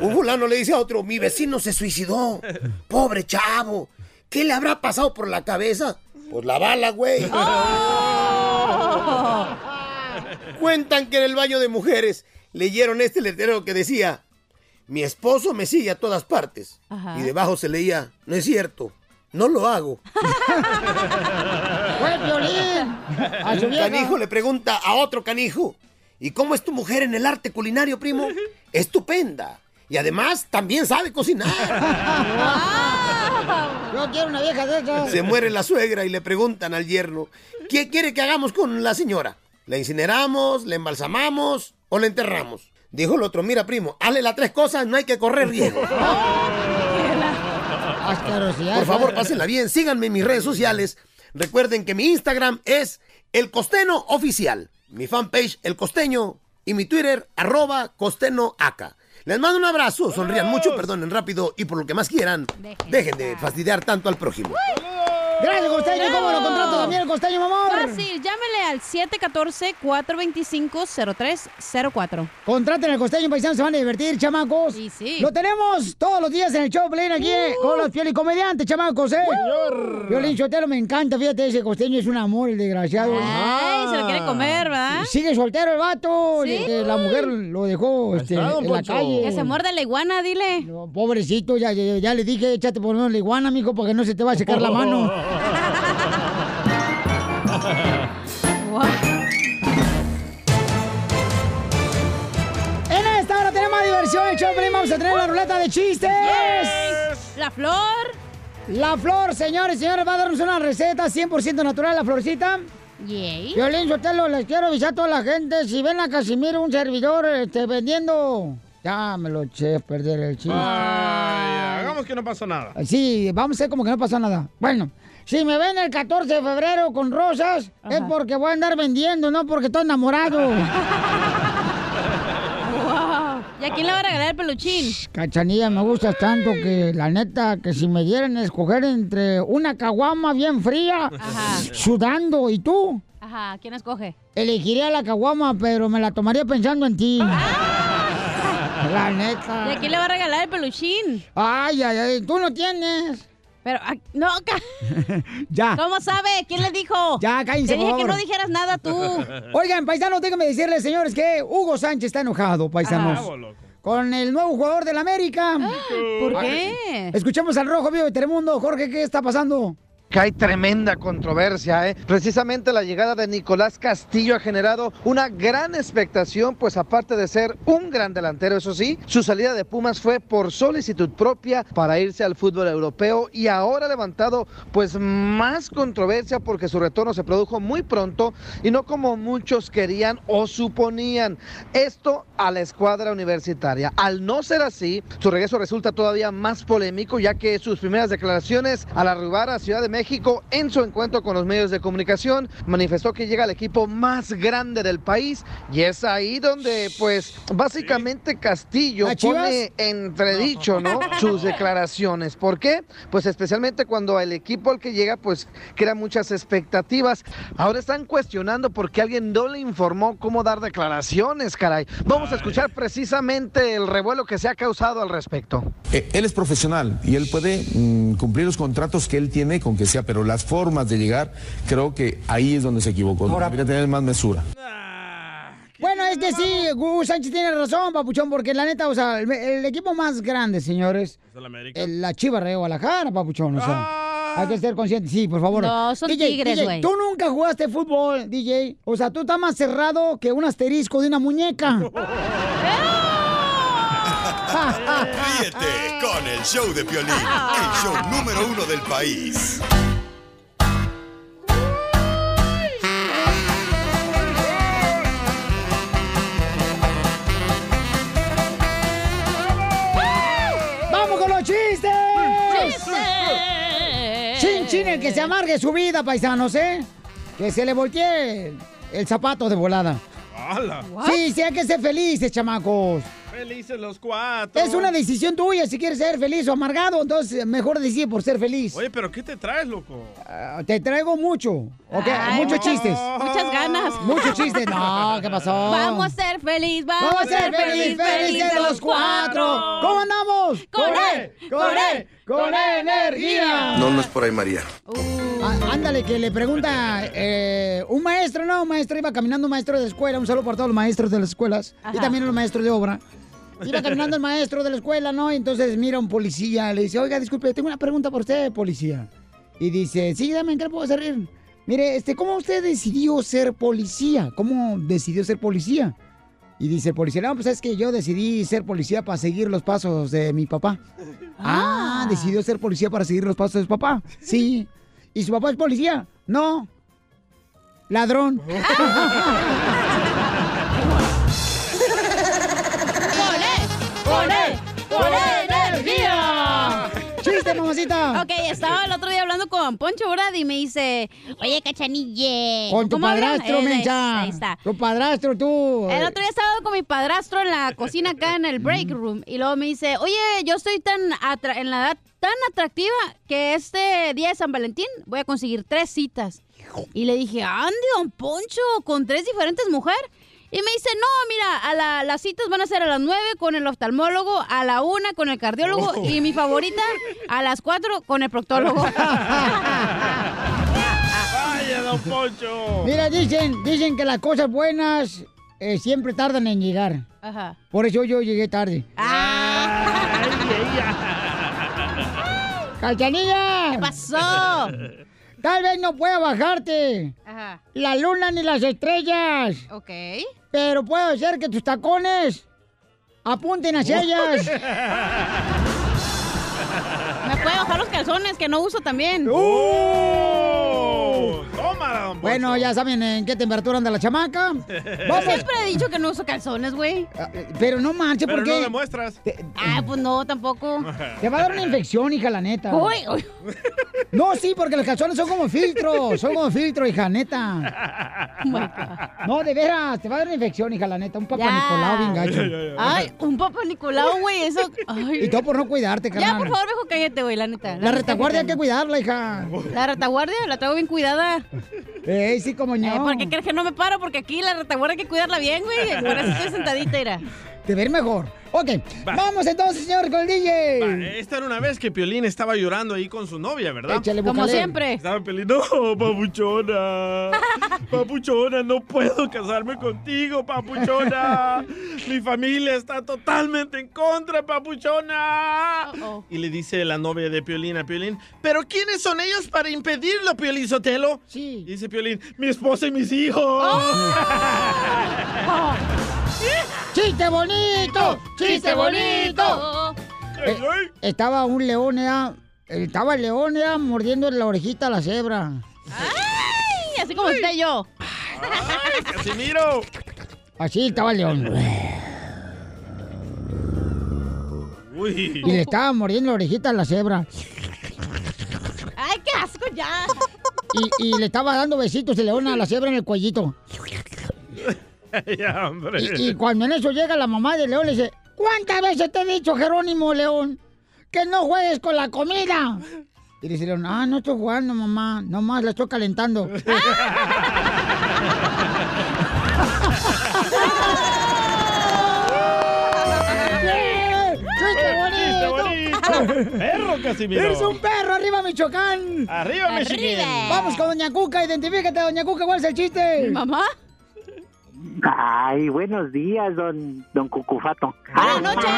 S5: Un fulano le dice a otro, mi vecino se suicidó. Pobre chavo. ¿Qué le habrá pasado por la cabeza? Pues la bala, güey. Cuentan que en el baño de mujeres leyeron este letrero que decía, mi esposo me sigue a todas partes.
S17: Ah.
S3: Ajá.
S5: Y debajo se leía, no es cierto, no lo
S2: *laughs*
S5: hago.
S2: ¡Fue violín! A su
S5: Ah, Un
S2: vieja.
S5: canijo le pregunta a otro canijo, ¿y cómo es tu mujer en el arte culinario,
S2: *laughs*
S5: primo? Estupenda. Y además también sabe cocinar.
S2: Yo quiero una vieja de esas.
S5: Se muere la suegra y le preguntan al yerno, ¿qué quiere que hagamos con la señora? ¿La incineramos, la embalsamamos o la enterramos? Dijo el otro, mira primo, hazle las tres cosas, no hay que correr riesgo. Por favor, pásenla bien, síganme en mis redes sociales. Recuerden que mi Instagram es El Costeno Oficial, mi fanpage El Costeño y mi Twitter arroba Costeno Aca. Les mando un abrazo, sonrían mucho, perdonen rápido y por lo que más quieran, dejen de fastidiar tanto al prójimo.
S2: Gracias, Costeño. ¿Cómo lo
S3: ¡Bravo!
S2: contrato también el Costeño, mamón?
S3: Fácil, llámele al 714-425-0304.
S2: Contraten al costeño paisano, se van a divertir, chamacos. Sí,
S3: sí. Uh.
S2: Lo tenemos todos los días en el show, Pelín, aquí eh, con los pioli comediantes, chamacos, ¿eh? Señor. Piolín Sotelo me encanta, fíjate, ese costeño es un amor, el desgraciado.
S3: Ay, se lo quiere comer, ¿verdad?
S2: Sigue soltero el vato,
S3: Sí.
S2: le- eh, la mujer lo dejó este,
S3: está, don
S2: en la
S3: Poncho.
S2: calle.
S3: Que se muerda la iguana, dile.
S2: Pobrecito, ya, ya, ya le dije, échate por menos la iguana, mijo, porque no se te va a secar la mano. En esta hora tenemos más diversión, el show, Pelín, vamos a tener la ruleta de chistes.
S3: La flor.
S2: La flor, señores, señores, va a darnos una receta 100% natural, la florcita.
S3: Yay.
S2: Violín Sotelo, les quiero avisar a toda la gente, si ven a Casimiro un servidor este, vendiendo... Ya me lo eché a perder el chiste.
S4: Vaya, hagamos que no pasó nada.
S2: Sí, vamos a hacer como que no pasó nada. Bueno, si me ven el 14 de febrero con rosas, es porque voy a andar vendiendo, no porque estoy
S3: *laughs*
S2: enamorado.
S3: Wow. ¿Y a quién le va a regalar el peluchín?
S2: Cachanilla, me gustas tanto que la neta, que si me dieran a escoger entre una caguama bien fría, sudando, y tú,
S3: Ajá, ¿quién escoge?
S2: elegiría la caguama, pero me la tomaría pensando en ti.
S3: Ah.
S2: La neta.
S3: ¿Y a quién le va a regalar el peluchín?
S2: Ay, ay, ay, tú no tienes.
S3: Pero, ah, no, *laughs* ca-
S2: Ya.
S3: ¿cómo sabe? Eh, ¿Quién le dijo?
S2: Ya, cállense,
S3: Te dije
S2: por
S3: que
S2: favor.
S3: no dijeras nada tú.
S2: Oigan, paisanos, déjenme decirles, señores, que Hugo Sánchez está enojado, paisanos.
S3: Bravo,
S2: con el nuevo jugador del América.
S3: Ah, ¿Por qué?
S2: Escuchemos al Rojo Vivo de Telemundo. Jorge, ¿qué está pasando?
S6: que hay tremenda controversia. ¿eh? Precisamente la llegada de Nicolás Castillo ha generado una gran expectación, pues aparte de ser un gran delantero, eso sí, su salida de Pumas fue por solicitud propia para irse al fútbol europeo y ahora ha levantado pues más controversia porque su retorno se produjo muy pronto y no como muchos querían o suponían. Esto a la escuadra universitaria. Al no ser así, su regreso resulta todavía más polémico ya que sus primeras declaraciones al arribar a Ciudad de México en su encuentro con los medios de comunicación manifestó que llega al equipo más grande del país y es ahí donde pues básicamente Castillo
S2: ¿Las Chivas?
S6: pone entredicho, ¿no? Sus declaraciones. ¿Por qué? Pues especialmente cuando el equipo al que llega, pues crea muchas expectativas. Ahora están cuestionando porque alguien no le informó cómo dar declaraciones, caray. Vamos a escuchar precisamente el revuelo que se ha causado al respecto.
S18: Eh, Él es profesional y él puede mm, cumplir los contratos que él tiene con que sea, pero las formas de llegar, creo que ahí es donde se equivocó.
S2: Ahora-
S18: Debería tener más mesura.
S2: Bueno, es que sí, Hugo Sánchez tiene razón, papuchón, porque la neta, o sea, el, el equipo más grande, señores,
S4: ¿Es el América?
S2: el- la Chiva de Guadalajara, papuchón, o sea, hay que ser conscientes. Sí, por favor.
S3: Ah. No, son
S2: DJ,
S3: tigres,
S2: DJ,
S3: güey.
S2: Tú nunca jugaste fútbol, DJ. O sea, tú estás más cerrado que un asterisco de una
S3: *laughs*
S2: muñeca. *laughs*
S8: Ríete con el show de Piolín, el show número uno del país.
S2: ¡Vamos con los chistes! Chin, chin, el que se amargue su vida, paisanos, ¿eh? Que se le voltee el, el zapato de volada.
S4: ¡Hala!
S2: Sí, sí, hay que ser felices, chamacos.
S4: Felices los cuatro.
S2: Es una decisión tuya si quieres ser feliz o amargado, entonces mejor decide por ser feliz.
S4: Oye, pero ¿qué te traes, loco?
S2: Ah, Te traigo mucho, ¿ok?
S4: Ay,
S2: Muchos
S4: no.
S2: chistes.
S3: Muchas ganas.
S2: Muchos chistes. No, ¿qué pasó?
S3: Vamos a ser feliz, vamos,
S2: Vamos a Oh. ser feliz, felices los cuatro. ¿Cómo andamos?
S3: Con él,
S2: con él, con él, energía.
S9: No, no es por ahí, María.
S2: Á- Ah, ándale, que le pregunta eh, un maestro, no, un maestro iba caminando, un maestro de escuela, un saludo para todos los maestros de las escuelas y
S19: Ajá.
S2: también los maestros de obra. Iba caminando el maestro de la escuela, ¿no? Y entonces mira a un policía, le dice, oiga, disculpe, tengo una pregunta para usted, policía. Y dice, sí, dame, ¿en qué le puedo servir? Mire, este, ¿cómo usted decidió ser policía? ¿Cómo decidió ser policía? Y dice el policía, no, pues es que yo decidí ser policía para seguir los pasos de mi papá. Ah, decidió ser policía para seguir los pasos de su papá. Sí. ¿Y su papá es policía? No.
S3: *laughs*
S2: Ladrón.
S3: ¡Con él!
S2: ¡Con energía! ¡Chiste, mamacita!
S3: Ok, estaba el otro día hablando con Poncho, ¿verdad? Y me dice, oye, cachanille.
S2: Con tu
S3: ¿cómo hablan?
S2: padrastro,
S3: Eh,
S2: mencha.
S3: Ahí está.
S2: Tu padrastro, tú.
S3: El otro día estaba con mi padrastro en la cocina acá en el break room y luego me dice, oye, yo estoy tan atra- en la edad tan atractiva que este día de San Valentín voy a conseguir tres citas. Y le dije, Andy, don Poncho, con tres diferentes mujeres. Y me dice, no, mira, a la- las citas van a ser a las nueve con el oftalmólogo, a la una con el cardiólogo
S19: Oh.
S3: y mi favorita a las cuatro con el proctólogo.
S4: ¡Vaya, don Poncho!
S2: Mira, dicen, dicen que las cosas buenas eh, siempre tardan en llegar.
S3: Ajá.
S2: Por eso yo llegué tarde. ¡Cachanilla! ¿Qué
S3: pasó?
S2: *laughs* Tal vez no pueda bajarte
S3: Ajá.
S2: la luna ni las estrellas,
S3: Ok.
S2: pero puedo hacer que tus tacones apunten hacia ellas.
S3: *laughs* Me puede bajar los calzones que no uso también.
S2: ¡Uh! ¡Oh! Bueno, ya saben en qué temperatura anda la chamaca.
S3: *laughs*
S2: Vamos,
S3: Siempre he dicho que no uso calzones, güey.
S2: Ah, pero no manches,
S3: Pero
S2: eh, ¿por
S3: no
S2: qué?
S4: demuestras.
S3: Ah, pues no,
S4: *laughs*
S3: tampoco.
S2: Te va a dar una infección, hija, la neta.
S3: Uy, uy.
S2: No, sí, porque los calzones son como filtro, son como filtro, hija,
S3: *laughs*
S2: neta. No, de veras, te va a dar una infección, hija, la neta. Un papá
S3: Ya.
S2: Nicolau bien gacho.
S3: Ay, un papá Nicolau,
S2: *laughs*
S3: güey, eso. ay.
S2: Y todo por no cuidarte, carnal.
S3: Ya, por favor, mejor cállate, güey, la neta.
S2: La retaguardia hay que
S3: neta.
S2: cuidarla, hija.
S3: La retaguardia la traigo bien cuidada.
S2: Ey, sí, como
S3: Eh,
S2: no.
S3: ¿Por qué crees que no me paro? Porque aquí la retaguardia hay que cuidarla bien, güey. Por eso estoy sentadita, era.
S2: Te ver mejor. Ok, vamos entonces, señor, con el DJ.
S4: Eh, Esta era una vez que Piolín estaba llorando ahí con su novia, ¿verdad?
S2: Échale, Como búscale. siempre.
S4: Estaba Piolín, no,
S2: *laughs*
S4: papuchona, papuchona, no puedo casarme contigo, papuchona. Mi familia está totalmente en contra, papuchona. Y le dice la novia de Piolín a Piolín, ¿pero quiénes son ellos para impedirlo, Piolín Sotelo?
S2: Sí.
S4: Dice Piolín, mi esposa y mis hijos.
S2: Oh. *laughs* ¡Chiste bonito! ¡Chiste
S4: Ay,
S2: bonito! Eh, estaba un león, era- Estaba el león, era mordiendo la orejita a la cebra.
S3: Ay, así como usted y yo.
S4: *laughs*
S2: *laughs*
S4: ¡Casimiro!
S2: Así estaba el león.
S4: Uy.
S2: Y le estaba mordiendo la orejita a la cebra.
S3: Ay, qué asco ya.
S2: Y, y le estaba dando besitos el león a la cebra en el cuellito.
S4: *laughs* Ya, hombre.
S3: *laughs*
S2: Y *laughs* cuando en eso llega la mamá de León, le dice, ¿cuántas veces te he dicho, Jerónimo León, que no juegues con la comida? Y dice León, ah, no estoy jugando, mamá, nomás la estoy calentando.
S19: ¡Chiste
S4: bonito! ¡Perro, Casimiro!
S2: ¡Eres un perro! ¡Arriba, Michoacán!
S4: ¡Arriba, Michigan! ¡Arriba!
S2: Vamos con Doña Cuca, identifícate, Doña Cuca, ¿cuál es el chiste?
S3: ¿Mamá?
S20: Ay, buenos días, don, don Cucufato.
S2: Buenas noches.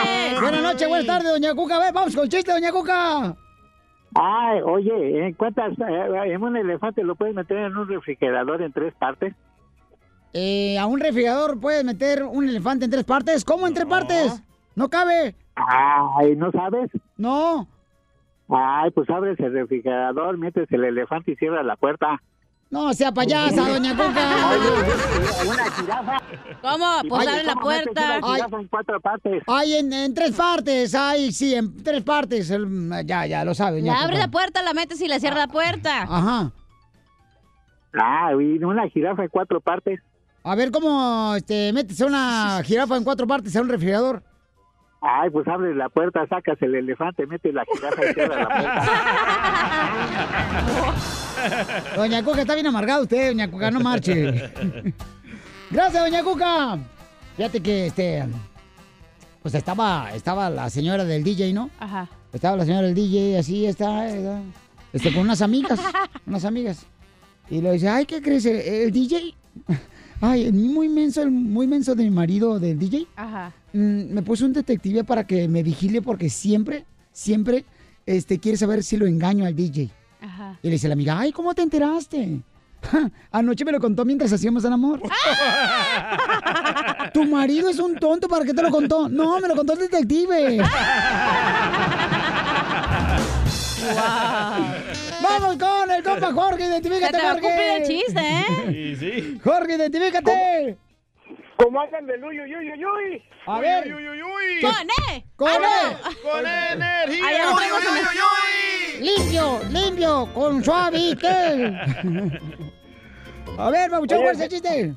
S2: Buenas noches, Ah, buenas tardes, Doña Cuca. A ver, vamos con el chiste, Doña Cuca.
S20: Ay, oye, ¿en cuántas, eh, en un elefante lo puedes meter en un refrigerador en tres partes?
S2: Eh, a un refrigerador puedes meter un elefante en tres partes. ¿Cómo en tres partes? No cabe.
S20: Ay, ¿no sabes?
S2: No.
S20: Ay, pues abres el refrigerador, metes el elefante y cierras la puerta.
S2: No sea payasa, Doña Cuca.
S20: Una jirafa.
S3: ¿Cómo?
S20: Y
S3: Pues
S20: vaya,
S3: abre la
S20: ¿cómo metes
S3: puerta.
S20: Una jirafa en cuatro partes.
S2: Ay, en, en tres partes. Ay, sí, en tres partes. El- Ya, ya, lo sabe, Doña
S3: La abre
S2: Cuca.
S3: la puerta, la metes y le cierra la puerta.
S2: Ajá.
S20: Ah, y una jirafa en cuatro partes.
S2: A ver, ¿cómo este, metes a una jirafa en cuatro partes a un refrigerador?
S20: Ay, pues abres la puerta, sacas el elefante, metes la jirafa y cierras la puerta.
S19: *laughs*
S2: Doña Cuca, está bien amargado usted, Doña Cuca, no marche. Gracias, Doña Cuca. Fíjate que, este, pues estaba, estaba la señora del DJ, ¿no?
S3: Ajá.
S2: Estaba la señora del DJ, así está. este, con unas
S3: *laughs*
S2: amigas, unas amigas. Y le dice, ay, ¿qué crees? El, el DJ, ay, el muy menso, el muy menso de mi marido, del DJ,
S3: Ajá.
S2: mm, me puso un detective para que me vigile porque siempre, siempre, este, quiere saber si lo engaño al DJ.
S3: Ajá.
S2: Y le dice la amiga, ay, ¿cómo te enteraste? *laughs* "Ja, Anoche me lo contó mientras hacíamos el
S3: *laughs*
S2: amor. tu marido es un tonto, ¿para qué te lo contó? No, me lo contó el detective.
S3: *laughs*
S2: Vamos con el compa Jorge, identifícate,
S3: Se te va a
S2: Jorge.
S3: cumplir el chiste,
S2: ¿eh? Jorge, identifícate.
S19: ¿Cómo andan de luyo, yuyo, yuy?
S2: A ver.
S19: ¡Con
S3: E!
S2: ¡Con
S19: ¡Ah,
S2: E!
S19: no!
S4: ¡Con energía!
S2: Ay, ay, ay, ay, ay, Limpio, limpio, con suavitel.
S3: *laughs*
S2: A ver, Babuchón,
S19: Oye,
S2: ¿cuál es el chiste?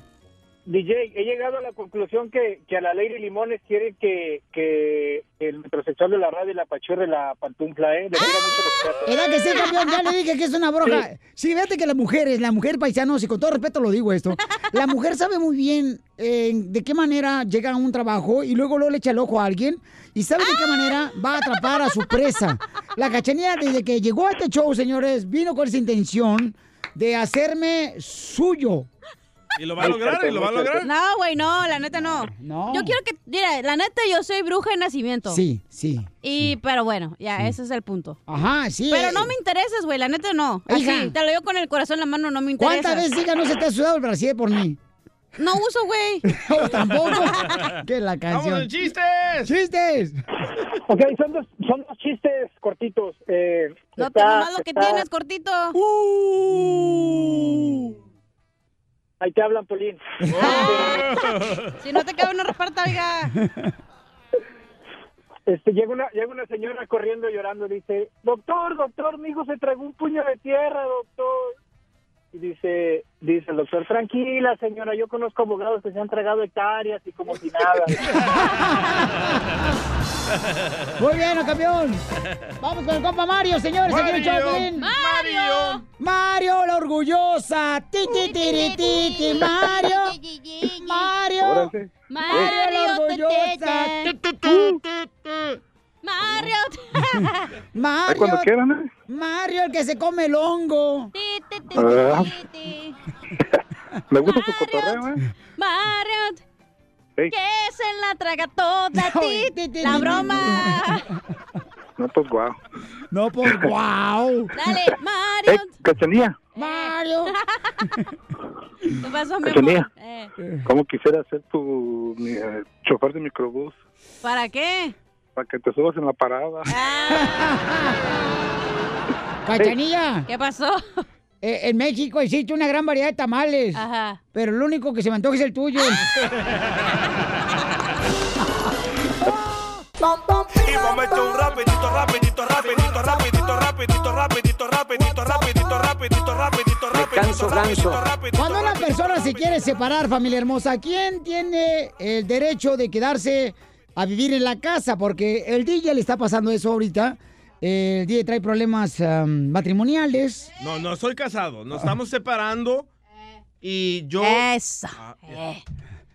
S19: DJ, he llegado a la conclusión que, que a la Lady Limones quiere que, que el metrosexual de la radio y la pachurre la pantufla, ¿eh? Le tenga mucho respeto.
S2: Era que sí, campeón, ya le dije que es una broja. Sí, fíjate que las mujeres, la mujer paisanos, y con todo respeto lo digo esto, la mujer sabe muy bien eh, de qué manera llega a un trabajo y luego luego le echa el ojo a alguien y sabe de qué manera va a atrapar a su presa. La cachanilla, desde que llegó a este show, señores, vino con esa intención de hacerme suyo.
S4: Y lo va a lograr, y lo va a lograr.
S3: No, güey, no, la neta no.
S2: No.
S3: Yo quiero que, mira, la neta yo soy bruja de nacimiento.
S2: Sí, sí.
S3: Y, pero bueno, ya, ese es el punto.
S2: Ajá, sí.
S3: Pero
S2: eh,
S3: no me intereses, güey, la neta no.
S2: Hija.
S3: Así, te lo digo con el corazón en la mano, no me interesa.
S2: ¿Cuántas veces diga no se te ha sudado el brasier por mí?
S3: No
S2: *laughs*
S3: uso, güey.
S2: No, tampoco.
S3: *laughs*
S2: que la canción.
S19: chistes!
S2: ¡Chistes!
S19: Ok, son dos, son dos chistes cortitos. Eh,
S3: No
S19: está-
S3: te nomás lo que
S19: está-
S3: tienes,
S19: *laughs*
S3: cortito.
S19: Uh. Ahí te hablan, Polín.
S3: Ah. Si no te cabe, no reparta, oiga.
S19: Este, llega una, llega una señora corriendo llorando, dice, doctor, doctor, mi hijo se tragó un puño de tierra, doctor. Y dice, dice el doctor, tranquila señora, yo conozco abogados que se han tragado hectáreas y como
S2: *laughs*
S19: si nada.
S2: Muy bien, ¿no, campeón. Vamos con el compa Mario, señores. aquí en el
S19: Mario,
S2: Choplin.
S19: Mario.
S2: Mario, la orgullosa. Ti, ti, ti, ti, ti, ti, Mario. Mario. Mario, la orgullosa. Tu, tu, tu, tu, tu.
S3: Mario.
S2: *laughs* Mario.
S17: cuando quieran, ¿eh?
S2: Mario, el que se come el hongo.
S17: Ah. Me gusta su cotorreo, ¿eh?
S3: Mario.
S17: Ey.
S3: Que se la traga
S2: *laughs*
S3: toda a ti. La broma.
S17: No, pues guau.
S2: No, pues guau.
S3: Dale, Mario.
S17: Eh, Cachanilla,
S2: *laughs* Mario.
S3: *laughs* ¿Qué pasó, mi amor?
S17: Cachanilla.
S3: Eh,
S17: ¿cómo quisiera ser tu mi, eh, chofer de microbús?
S2: *laughs*
S3: ¿Para qué?
S17: Para que te subas en la parada.
S2: Cachanilla. E,
S3: ¿Qué pasó?
S2: en México existe una gran variedad de tamales.
S3: Ajá.
S2: Pero el único que se me antoja es el
S3: *laughs*
S2: tuyo. Ah, *laughs*
S14: Y vamos a meter un rapidito, rapidito, rapidito, rapidito, rapidito, rapidito, rapidito, rapidito, rapidito, rapidito, rapidito, rapidito, rapidito.
S2: Cuando una persona se quiere separar, familia hermosa, ¿quién tiene el derecho de quedarse a vivir en la casa? Porque el DJ le está pasando eso ahorita. El DJ trae problemas am, matrimoniales.
S4: No, no soy casado. Nos estamos separando y yo. Ah,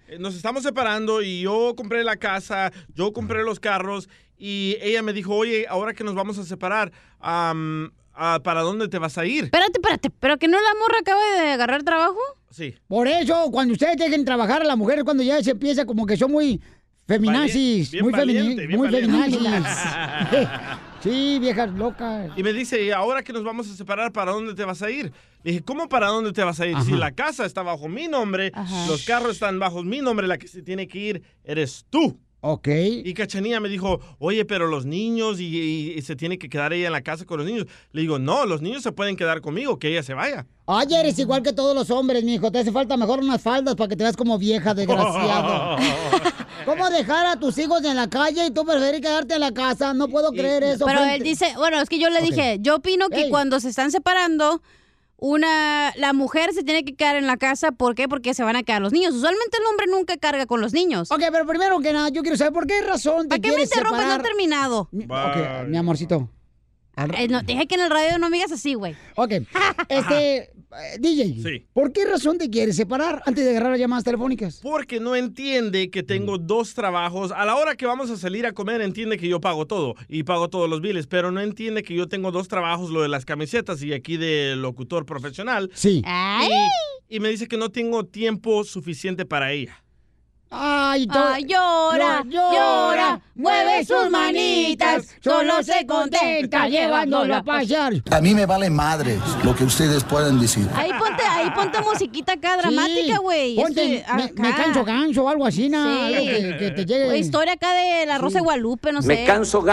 S4: eh, Nos estamos separando y yo compré la casa, yo compré los carros y ella me dijo, oye, ahora que nos vamos a separar, am, ah, ¿para dónde te vas a ir?
S3: Espérate, espérate, ¿pero que no la morra acaba de agarrar trabajo?
S4: Sí.
S2: Por eso, cuando ustedes dejen trabajar a la mujer, cuando ya se empieza como que son muy feminazis,
S4: Bien
S2: muy,
S4: valiente,
S2: femini-
S4: bien
S2: muy
S4: valiente. *laughs*
S2: feminazis. *laughs* sí, viejas locas.
S4: Y me dice, "Y ahora que nos vamos a separar, ¿para dónde te vas a ir? Le dije, ¿cómo para dónde te vas a ir? Si la casa está bajo mi nombre, los carros están bajo mi nombre, la que se tiene que ir eres tú.
S2: Ok.
S4: Y Cachanía me dijo, oye, pero los niños y, y- y se tiene que quedar ella en la casa con los niños. Le digo, no, los niños se pueden quedar conmigo, que ella se vaya.
S2: Oye, eres igual que todos los hombres, mijo. Te hace falta mejor unas faldas para que te veas como vieja,
S4: *laughs*
S3: *laughs*
S2: desgraciado. ¿Cómo dejar a tus hijos en la calle y tú preferir quedarte en la casa? No puedo creer eso.
S3: Pero
S2: frente-
S3: él dice, bueno, es que yo le
S2: Ok.
S3: dije, yo opino que
S2: Ey.
S3: cuando se están separando, una la mujer se tiene que quedar en la casa, ¿por qué? Porque se van a quedar los niños. Usualmente el hombre nunca carga con los niños.
S2: Ok, pero primero que nada, yo quiero saber por qué razón te
S3: ¿Para qué me
S2: quieres
S3: interrumpes? No he
S2: separar?
S3: terminado.
S2: Ok, mi amorcito.
S3: *laughs* Eh, no, dije que en el radio no me digas así, güey.
S2: Ok. Este, eh, DJ,
S4: Sí.
S2: ¿por qué razón te quieres separar antes de agarrar las llamadas telefónicas?
S4: Porque no entiende que tengo dos trabajos. A la hora que vamos a salir a comer, entiende que yo pago todo y pago todos los biles, pero no entiende que yo tengo dos trabajos, lo de las camisetas y aquí de locutor profesional.
S2: Sí.
S4: Y, y me dice que no tengo tiempo suficiente para ella.
S2: Ay,
S4: to-
S3: Ay, llora,
S2: llora,
S3: llora, mueve sus manitas, solo se contenta llevándolo a pasear.
S21: A mí me vale madre lo que ustedes puedan decir.
S3: Ahí ponte, ahí
S2: *laughs*
S3: ponte musiquita acá dramática, güey.
S2: Sí, ponte
S3: Este,
S2: me,
S3: acá.
S2: me canso ganso o algo así, na,
S3: Sí. Pues,
S2: algo que, que te llegue.
S3: O historia acá de la Rosa de Guadalupe, no sé.
S2: ganso.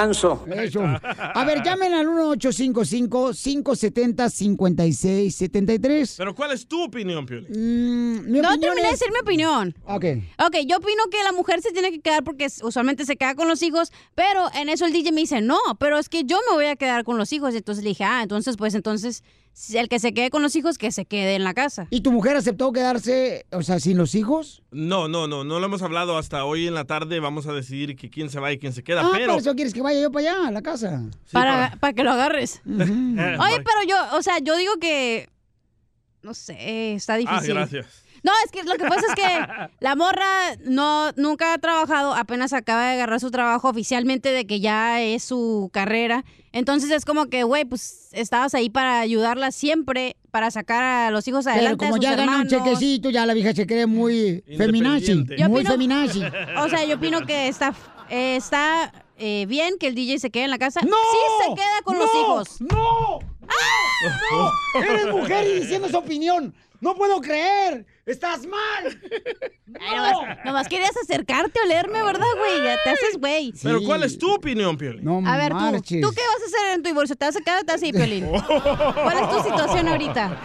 S2: Eso. A ver, llamen al 1-855-570-5673.
S4: Pero ¿cuál es tu opinión, Pioli?
S3: No terminé de decir mi opinión.
S2: Ok.
S3: Ok, yo opino que la mujer se tiene que quedar porque s- usualmente se queda con los hijos, pero en eso el DJ me dice, no, pero es que yo me voy a quedar con los hijos. Y entonces le dije, ah, entonces pues entonces si el que se quede con los hijos, que se quede en la casa.
S2: ¿Y tu mujer aceptó quedarse, o sea, sin los hijos?
S4: No, no, no, no lo hemos hablado hasta hoy en la tarde. Vamos a decidir que quién se va y quién se queda,
S2: ah,
S4: pero...
S2: por eso quieres que vaya yo para allá, a la casa.
S3: para, para que lo *laughs* agarres.
S4: Eh,
S3: Oye, pero yo, o sea, yo digo que, no sé, está
S4: ah,
S3: difícil.
S4: gracias.
S3: No, es que lo que pasa es
S4: *laughs*
S3: que la morra no, nunca ha trabajado, apenas acaba de agarrar su trabajo oficialmente de que ya es su carrera. Entonces es como que, güey, pues estabas ahí para ayudarla siempre, para sacar a los hijos adelante.
S2: Pero como
S3: a sus
S2: ya gana un
S3: hermanos.
S2: chequecito, ya la vieja se cree muy feminazi.
S3: Yo
S2: Muy
S3: opino-
S2: feminazi.
S3: *laughs* O sea, yo opino que está, eh, está eh, bien que el DJ se quede en la casa. ¡No! Sí se queda con los
S2: ¡No!
S3: hijos. ¡Ah!
S2: ¡No! ¡No! Eres mujer y diciendo su opinión. No puedo creer. Estás mal.
S3: Nomás, nomás querías acercarte a olerme, ¿verdad, güey? Ya te haces, güey.
S4: Pero ¿cuál es tu opinión, Pioli?
S3: A ver, tú, ¿tú qué vas a hacer en tu divorcio? ¿Te vas a quedar o te vas a ir, Piolín? ¿Cuál es tu situación ahorita?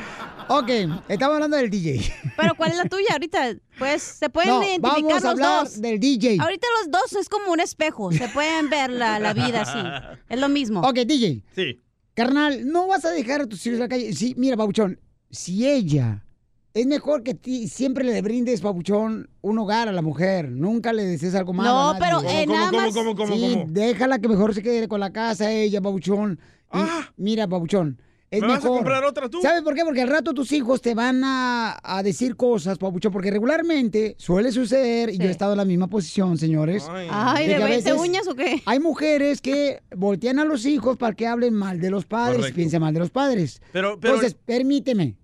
S2: Ok, estamos hablando del DJ.
S3: Pero ¿cuál es la tuya ahorita? Pues se pueden
S2: No,
S3: identificar
S2: vamos a
S3: los
S2: hablar
S3: dos.
S2: del DJ.
S3: Ahorita los dos es como un espejo, se pueden ver la, la
S2: *laughs*
S3: vida así. Es lo mismo.
S2: Ok, DJ.
S4: Sí.
S2: Carnal, no vas a dejar a tus hijos en la calle. Sí, mira, Babuchón, si ella es mejor que ti, siempre le brindes, Babuchón, un hogar a la mujer. Nunca le desees algo malo.
S3: No,
S2: a nadie.
S3: pero, eh, ¿Cómo, nada cómo, más- cómo, cómo,
S2: Sí,
S3: cómo?
S2: déjala que mejor se quede con la casa ella, Babuchón. Y Mira, Babuchón. Es
S4: ¿Me vas a
S2: mejor.
S4: comprar otra tú?
S2: ¿Sabes por qué? Porque al rato tus hijos te van a, a decir cosas, Papuchón, porque regularmente suele suceder, y yo he estado en la misma posición, señores.
S3: Ay, ¿de
S2: que a
S3: 20
S2: veces
S3: uñas o qué?
S2: Hay mujeres que voltean a los hijos para que hablen mal de los padres,
S4: Correcto.
S2: piensen mal de los padres.
S4: Pero- pero-
S2: Entonces, permíteme.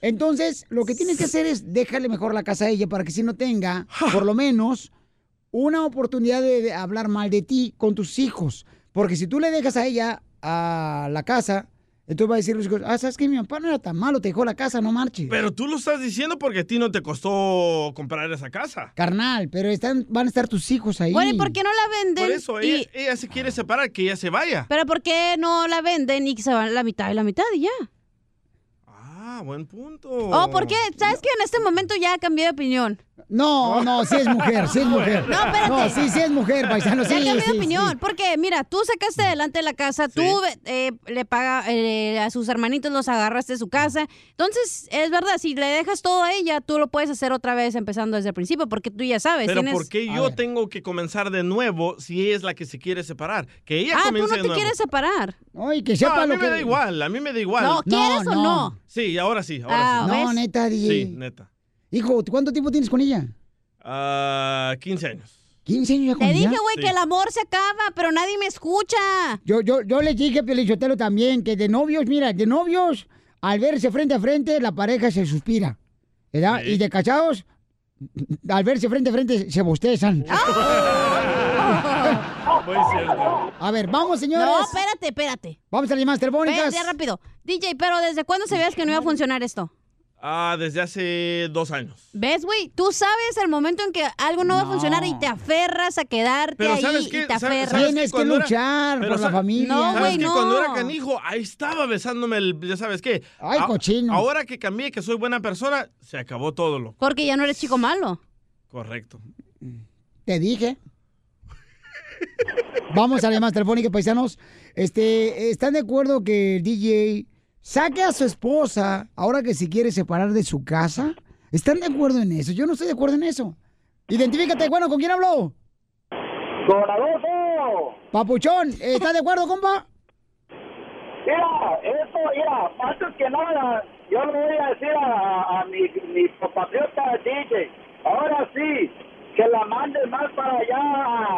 S2: Entonces, lo que tienes que hacer es dejarle mejor la casa a ella para que si
S4: *laughs*
S2: no tenga, por lo menos, una oportunidad de, de hablar mal de ti con tus hijos. Porque si tú le dejas a ella a la casa, entonces va a decir los hijos, ah, ¿sabes qué? Mi papá no era tan malo, te dejó la casa, no marches.
S4: Pero tú lo estás diciendo porque a ti no te costó comprar esa casa.
S2: Carnal, pero están, van a estar tus hijos ahí.
S3: Bueno, ¿y por qué no la venden?
S4: Por eso,
S3: y-
S4: ella, ella se quiere separar, que ella se vaya.
S3: ¿Pero por qué no la venden y que se van la mitad y la mitad y ya?
S4: Ah, buen punto.
S3: Oh, ¿por qué? ¿Sabes que en este momento ya cambié de opinión?
S2: No, no, sí es mujer,
S3: *laughs*
S2: sí es mujer.
S3: No, espérate.
S2: No, sí, sí es mujer, paisano, sí,
S3: ya cambié
S2: sí,
S3: de
S2: sí.
S3: opinión, porque mira, tú sacaste adelante la casa, tú eh, le paga eh, a sus hermanitos, los agarraste de su casa. Entonces, es verdad, si le dejas todo a ella, tú lo puedes hacer otra vez empezando desde el principio, porque tú ya sabes.
S4: Pero
S3: tienes- Ah,
S4: ¿por qué yo tengo que comenzar de nuevo si es la que se quiere separar? Que ella
S3: Ah, tú
S4: comience
S3: no
S4: de
S3: te
S4: nuevo.
S3: quieres separar.
S2: Ay, que
S4: No, a mí me da
S2: *laughs*
S4: igual, a mí me da igual.
S3: No, ¿quieres No, o no? no?
S4: Sí, ahora sí, ahora
S2: Ah,
S4: sí.
S2: No, ¿ves? neta, DJ.
S4: Sí, neta.
S2: Hijo, ¿cuánto tiempo tienes con ella?
S4: Ah, 15 años.
S2: 15 años ya con
S3: Te
S2: ella?
S3: dije, güey, que el amor se acaba, pero nadie me escucha.
S2: Yo, yo, yo les dije, Pelichotelo, también, que de novios, mira, de novios, al verse frente a frente, la pareja se suspira. ¿Verdad? Y de cachados, al verse frente a frente, se bostezan.
S17: Ah.
S4: Muy cierto.
S2: A ver, vamos, señores.
S3: No, espérate, espérate.
S2: Vamos a las llamadas telefónicas.
S3: Espérate, ya rápido. DJ, pero ¿desde cuándo sabías que no iba a funcionar esto?
S4: Ah, desde hace dos años.
S3: ¿Ves, güey? Tú sabes el momento en que algo no, va a funcionar y te aferras a quedarte
S4: Pero
S3: ahí
S4: ¿sabes qué?
S3: y te
S4: ¿Sabes- sabes
S3: aferras.
S4: cuando era- pero sa-
S3: No,
S4: ¿sabes
S3: güey,
S4: que
S3: no.
S4: cuando era canijo, ahí estaba besándome el, ya sabes qué.
S2: Ay,
S4: A-
S2: cochino.
S4: Ahora que cambié, que soy buena persona, se acabó todo lo
S3: Porque ya no eres chico malo.
S4: correcto.
S2: Te dije. Vamos a las llamadas telefónicas, paisanos. Este, ¿están de acuerdo que el DJ saque a su esposa ahora que se quiere separar de su casa? ¿Están de acuerdo en eso? Yo no estoy de acuerdo en eso. Identifícate, bueno, ¿con quién habló?
S19: ¡Coradoso!
S2: Papuchón, ¿estás de acuerdo, compa?
S19: Mira, esto
S17: mira, antes que nada, yo le voy a decir a, a mi, mi compatriota DJ, ahora sí, que la mande más para allá a,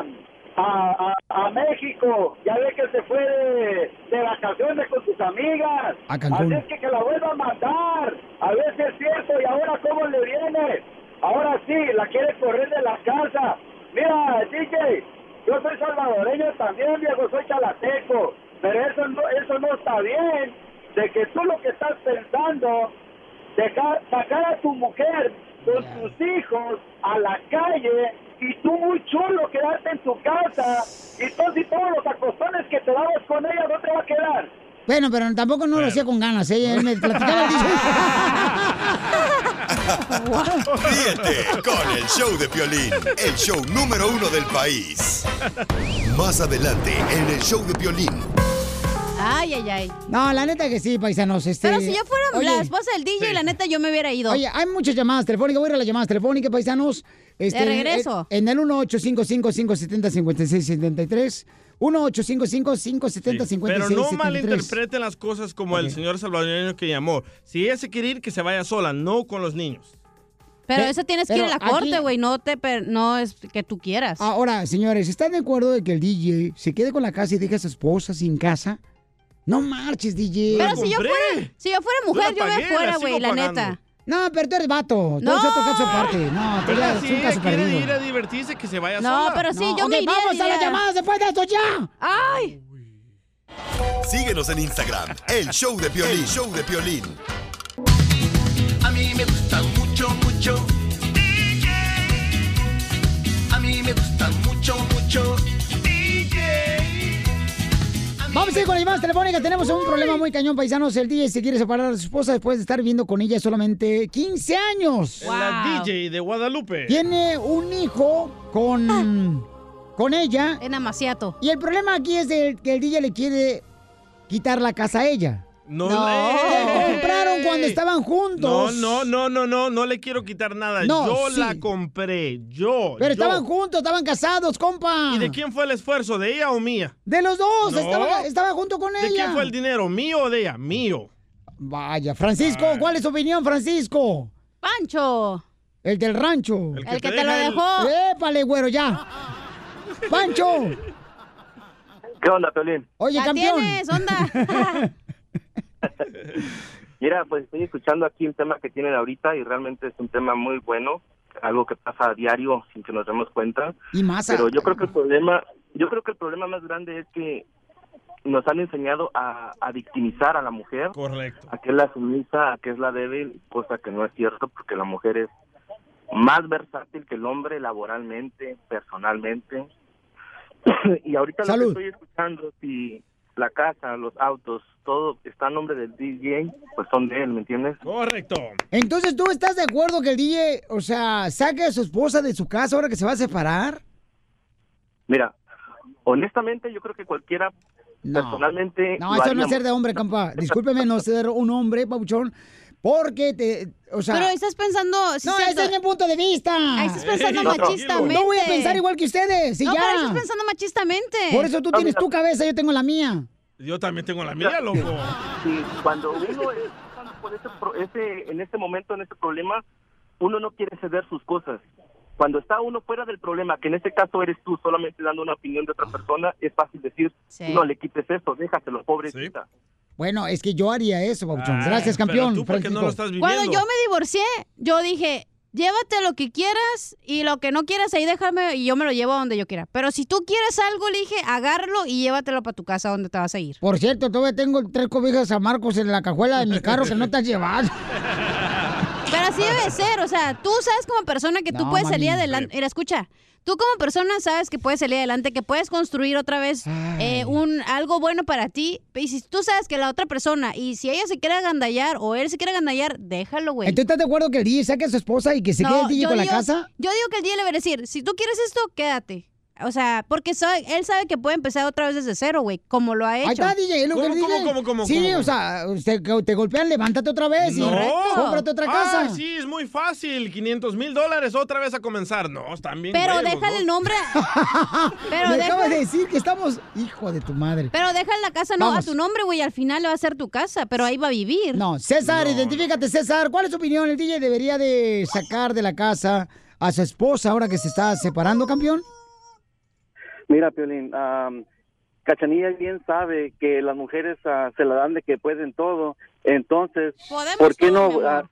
S17: a, a México. Ya ve que se fue de, de vacaciones con sus amigas.
S2: A Cancún.
S17: Así es que, que la vuelva a mandar. A ver si es cierto. Y ahora, ¿cómo le viene? Ahora sí, la quiere correr de la casa. Mira, DJ, yo soy salvadoreño también, viejo, soy chalateco. Pero eso no, eso no está bien. De que tú lo que estás pensando, de ca- sacar a tu mujer con tus hijos a la calle y tú muy chulo quedarte en tu casa y todos y todos los acostones que te dabas con ella no te va a quedar.
S2: Bueno, pero tampoco no lo hacía con ganas, ¿eh? Él me platicaba
S17: *laughs*
S2: el DJ.
S8: Ríete con el show de Piolín, el show número uno del país. Más adelante en el show de Piolín.
S3: Ay, ay, ay.
S2: No, la neta que sí, paisanos. Este...
S3: Pero si yo fuera la
S2: Oye,
S3: esposa del DJ, la neta, yo me hubiera ido.
S2: Oye, hay muchas llamadas telefónicas. Voy a ir a las llamadas telefónicas, paisanos. Este,
S3: regreso.
S2: En en el 1-855-570-5673. 1-855-570-5673.
S4: Pero no malinterpreten las cosas como el señor salvadoreño que llamó. Si ella se quiere ir, que se vaya sola, no con los niños.
S3: Pero
S2: Pe-
S3: eso tienes
S2: pero
S3: que ir a la
S2: aquí- Ah,
S3: corte, güey. No te, per- no es que tú quieras.
S2: Ahora, señores, ¿están de acuerdo de que el DJ se quede con la casa y deje a su esposa sin casa? No marches, DJ.
S3: Pero si yo fuera, si yo fuera mujer, yo me fuera, güey, la neta.
S2: No, pero tú eres vato.
S3: No.
S2: No. es otro caso aparte. No, tú ya
S4: ¿Verdad?
S2: es
S4: Si
S2: un
S4: ella
S2: caso
S4: quiere
S2: perdido.
S4: ir a divertirse, que se vaya
S3: No,
S4: sola.
S3: pero sí, yo
S2: ok,
S3: me iría.
S2: vamos a las
S3: diría.
S2: llamadas después de esto ya.
S3: ¡Ay!
S8: Síguenos en Instagram, el show de Piolín, El show de Piolín.
S5: A mí me gusta mucho, mucho DJ. A mí me gusta mucho, mucho DJ.
S2: Vamos a ir con las llamadas telefónicas. Tenemos un problema muy cañón, paisanos. El DJ se quiere separar de su esposa después de estar viviendo con ella solamente 15 años.
S4: La DJ de Guadalupe.
S2: Tiene un hijo con, con ella. En Amaciato. Y el problema aquí es el- que el DJ le quiere quitar la casa a ella.
S4: No,
S2: No.
S4: le-
S2: Le compraron cuando estaban
S4: No,
S2: juntos.
S4: no, no, no, no, no le quiero quitar nada.
S2: No,
S4: yo
S2: sí.
S4: la compré, yo.
S2: Pero
S4: yo.
S2: estaban juntos, estaban casados, compa.
S4: ¿Y de quién fue el esfuerzo? ¿De ella o mía?
S2: De los dos,
S4: No.
S2: estaba, estaba junto con ella.
S4: ¿De quién fue el dinero? ¿Mío o de ella? Mío.
S2: Vaya, Francisco, ¿cuál es tu opinión, Francisco? Pancho. El del rancho.
S4: que El que te te lo deja el- dejó.
S2: Épale, güero, ya. *laughs* Pancho.
S13: ¿Qué onda, Piolín? *laughs*
S2: Oye,
S13: La
S2: campeón.
S13: tienes,
S2: *laughs* onda?
S13: Mira, pues estoy escuchando aquí un tema que tienen ahorita y realmente es un tema muy bueno, algo que pasa a diario sin que nos demos cuenta.
S2: y más.
S13: Pero yo creo que el problema, yo creo que el problema más grande es que nos han enseñado a, a victimizar a la mujer,
S4: Correcto.
S13: a que es la sumisa, a que es la débil, cosa que no es cierto porque la mujer es más versátil que el hombre laboralmente, personalmente. *clears throat* y ahorita lo que estoy escuchando, si la casa, los autos, todo está a nombre del DJ, pues son de él, ¿me entiendes?
S4: Correcto.
S2: Entonces, ¿tú estás de acuerdo que el DJ, o sea, saque a su esposa de su casa ahora que se va a separar?
S13: Mira, honestamente yo creo que cualquiera personalmente...
S2: No,
S13: Eh, lo
S2: eso no
S13: haríamos.
S2: es ser de hombre,
S13: *laughs*
S2: compa. Discúlpeme, no es ser un hombre, pabuchón. Porque te. O sea.
S3: Pero estás pensando. sí,
S2: no,
S3: cierto.
S2: ese es mi punto de vista.
S3: Ahí estás pensando
S13: No, tranquilo.
S3: machistamente.
S2: No voy a pensar igual que ustedes. Y
S3: No,
S2: ya.
S3: pero estás pensando machistamente.
S2: Por eso tú tienes tu cabeza, yo tengo la mía.
S4: Yo también tengo la mía, loco.
S13: Sí, cuando uno está pasando por ese, pro- ese- en este momento, en este problema, uno no quiere ceder sus cosas. Cuando está uno fuera del problema, que en este caso eres tú solamente dando una opinión de otra persona, es fácil decir,
S2: Sí.
S13: no le quites esto, déjaselo, pobrecita.
S2: Bueno, es que yo haría eso, Pabuchón.
S13: Ay,
S2: Gracias, campeón.
S13: Ah, pero tú, ¿por qué no lo
S2: Francisco.
S13: estás
S3: Cuando yo me divorcié, yo dije, llévate lo que quieras y lo que no quieras ahí déjame y yo me lo llevo a donde yo quiera. Pero si tú quieres algo, le dije, agárralo y llévatelo para tu casa donde te vas a ir.
S2: Por cierto, todavía tengo tres cobijas a Marcos en la cajuela de mi carro que no te has llevado.
S3: Pero así debe ser, o sea, tú sabes como persona que tú
S2: No,
S3: puedes
S2: mami.
S3: salir adelante. Mira, escucha, tú como persona sabes que puedes salir adelante, que puedes construir otra vez eh, un algo bueno para ti. Y si tú sabes que la otra persona, y si ella se quiere agandallar o él se quiere agandallar, déjalo, güey.
S2: ¿Entonces estás de acuerdo que el DJ saque a su esposa y que se
S3: No,
S2: quede el DJ
S3: yo
S2: con la
S3: digo-
S2: casa?
S3: Yo digo que el DJ le va a decir, si tú quieres esto, quédate. O sea, porque sabe- él sabe que puede empezar otra vez desde cero, güey, como lo ha hecho.
S2: Ahí está, DJ, es lo que le dije. Sí, o sea, te, te golpean, levántate otra vez y cómprate otra casa.
S4: Ah, sí, es muy fácil. 500 mil dólares otra vez a comenzar. No, están bien.
S3: Pero
S4: huevos,
S3: déjale
S4: ¿no?
S2: *laughs*
S3: el nombre. Pero
S2: Me
S3: deja-
S2: acabas de decir que estamos... Hijo de tu madre.
S3: Pero deja la casa no a
S2: Vamos.
S3: tu nombre, güey, al final va a ser tu casa, pero ahí va a vivir.
S2: No, César, identifícate, César. ¿Cuál es tu opinión? ¿El DJ debería de sacar de la casa a su esposa ahora que se está separando, campeón?
S1: Mira, Piolín, am, Cachanilla bien sabe que las mujeres ah, se la dan de que pueden todo. Entonces, ¿por qué no? ah,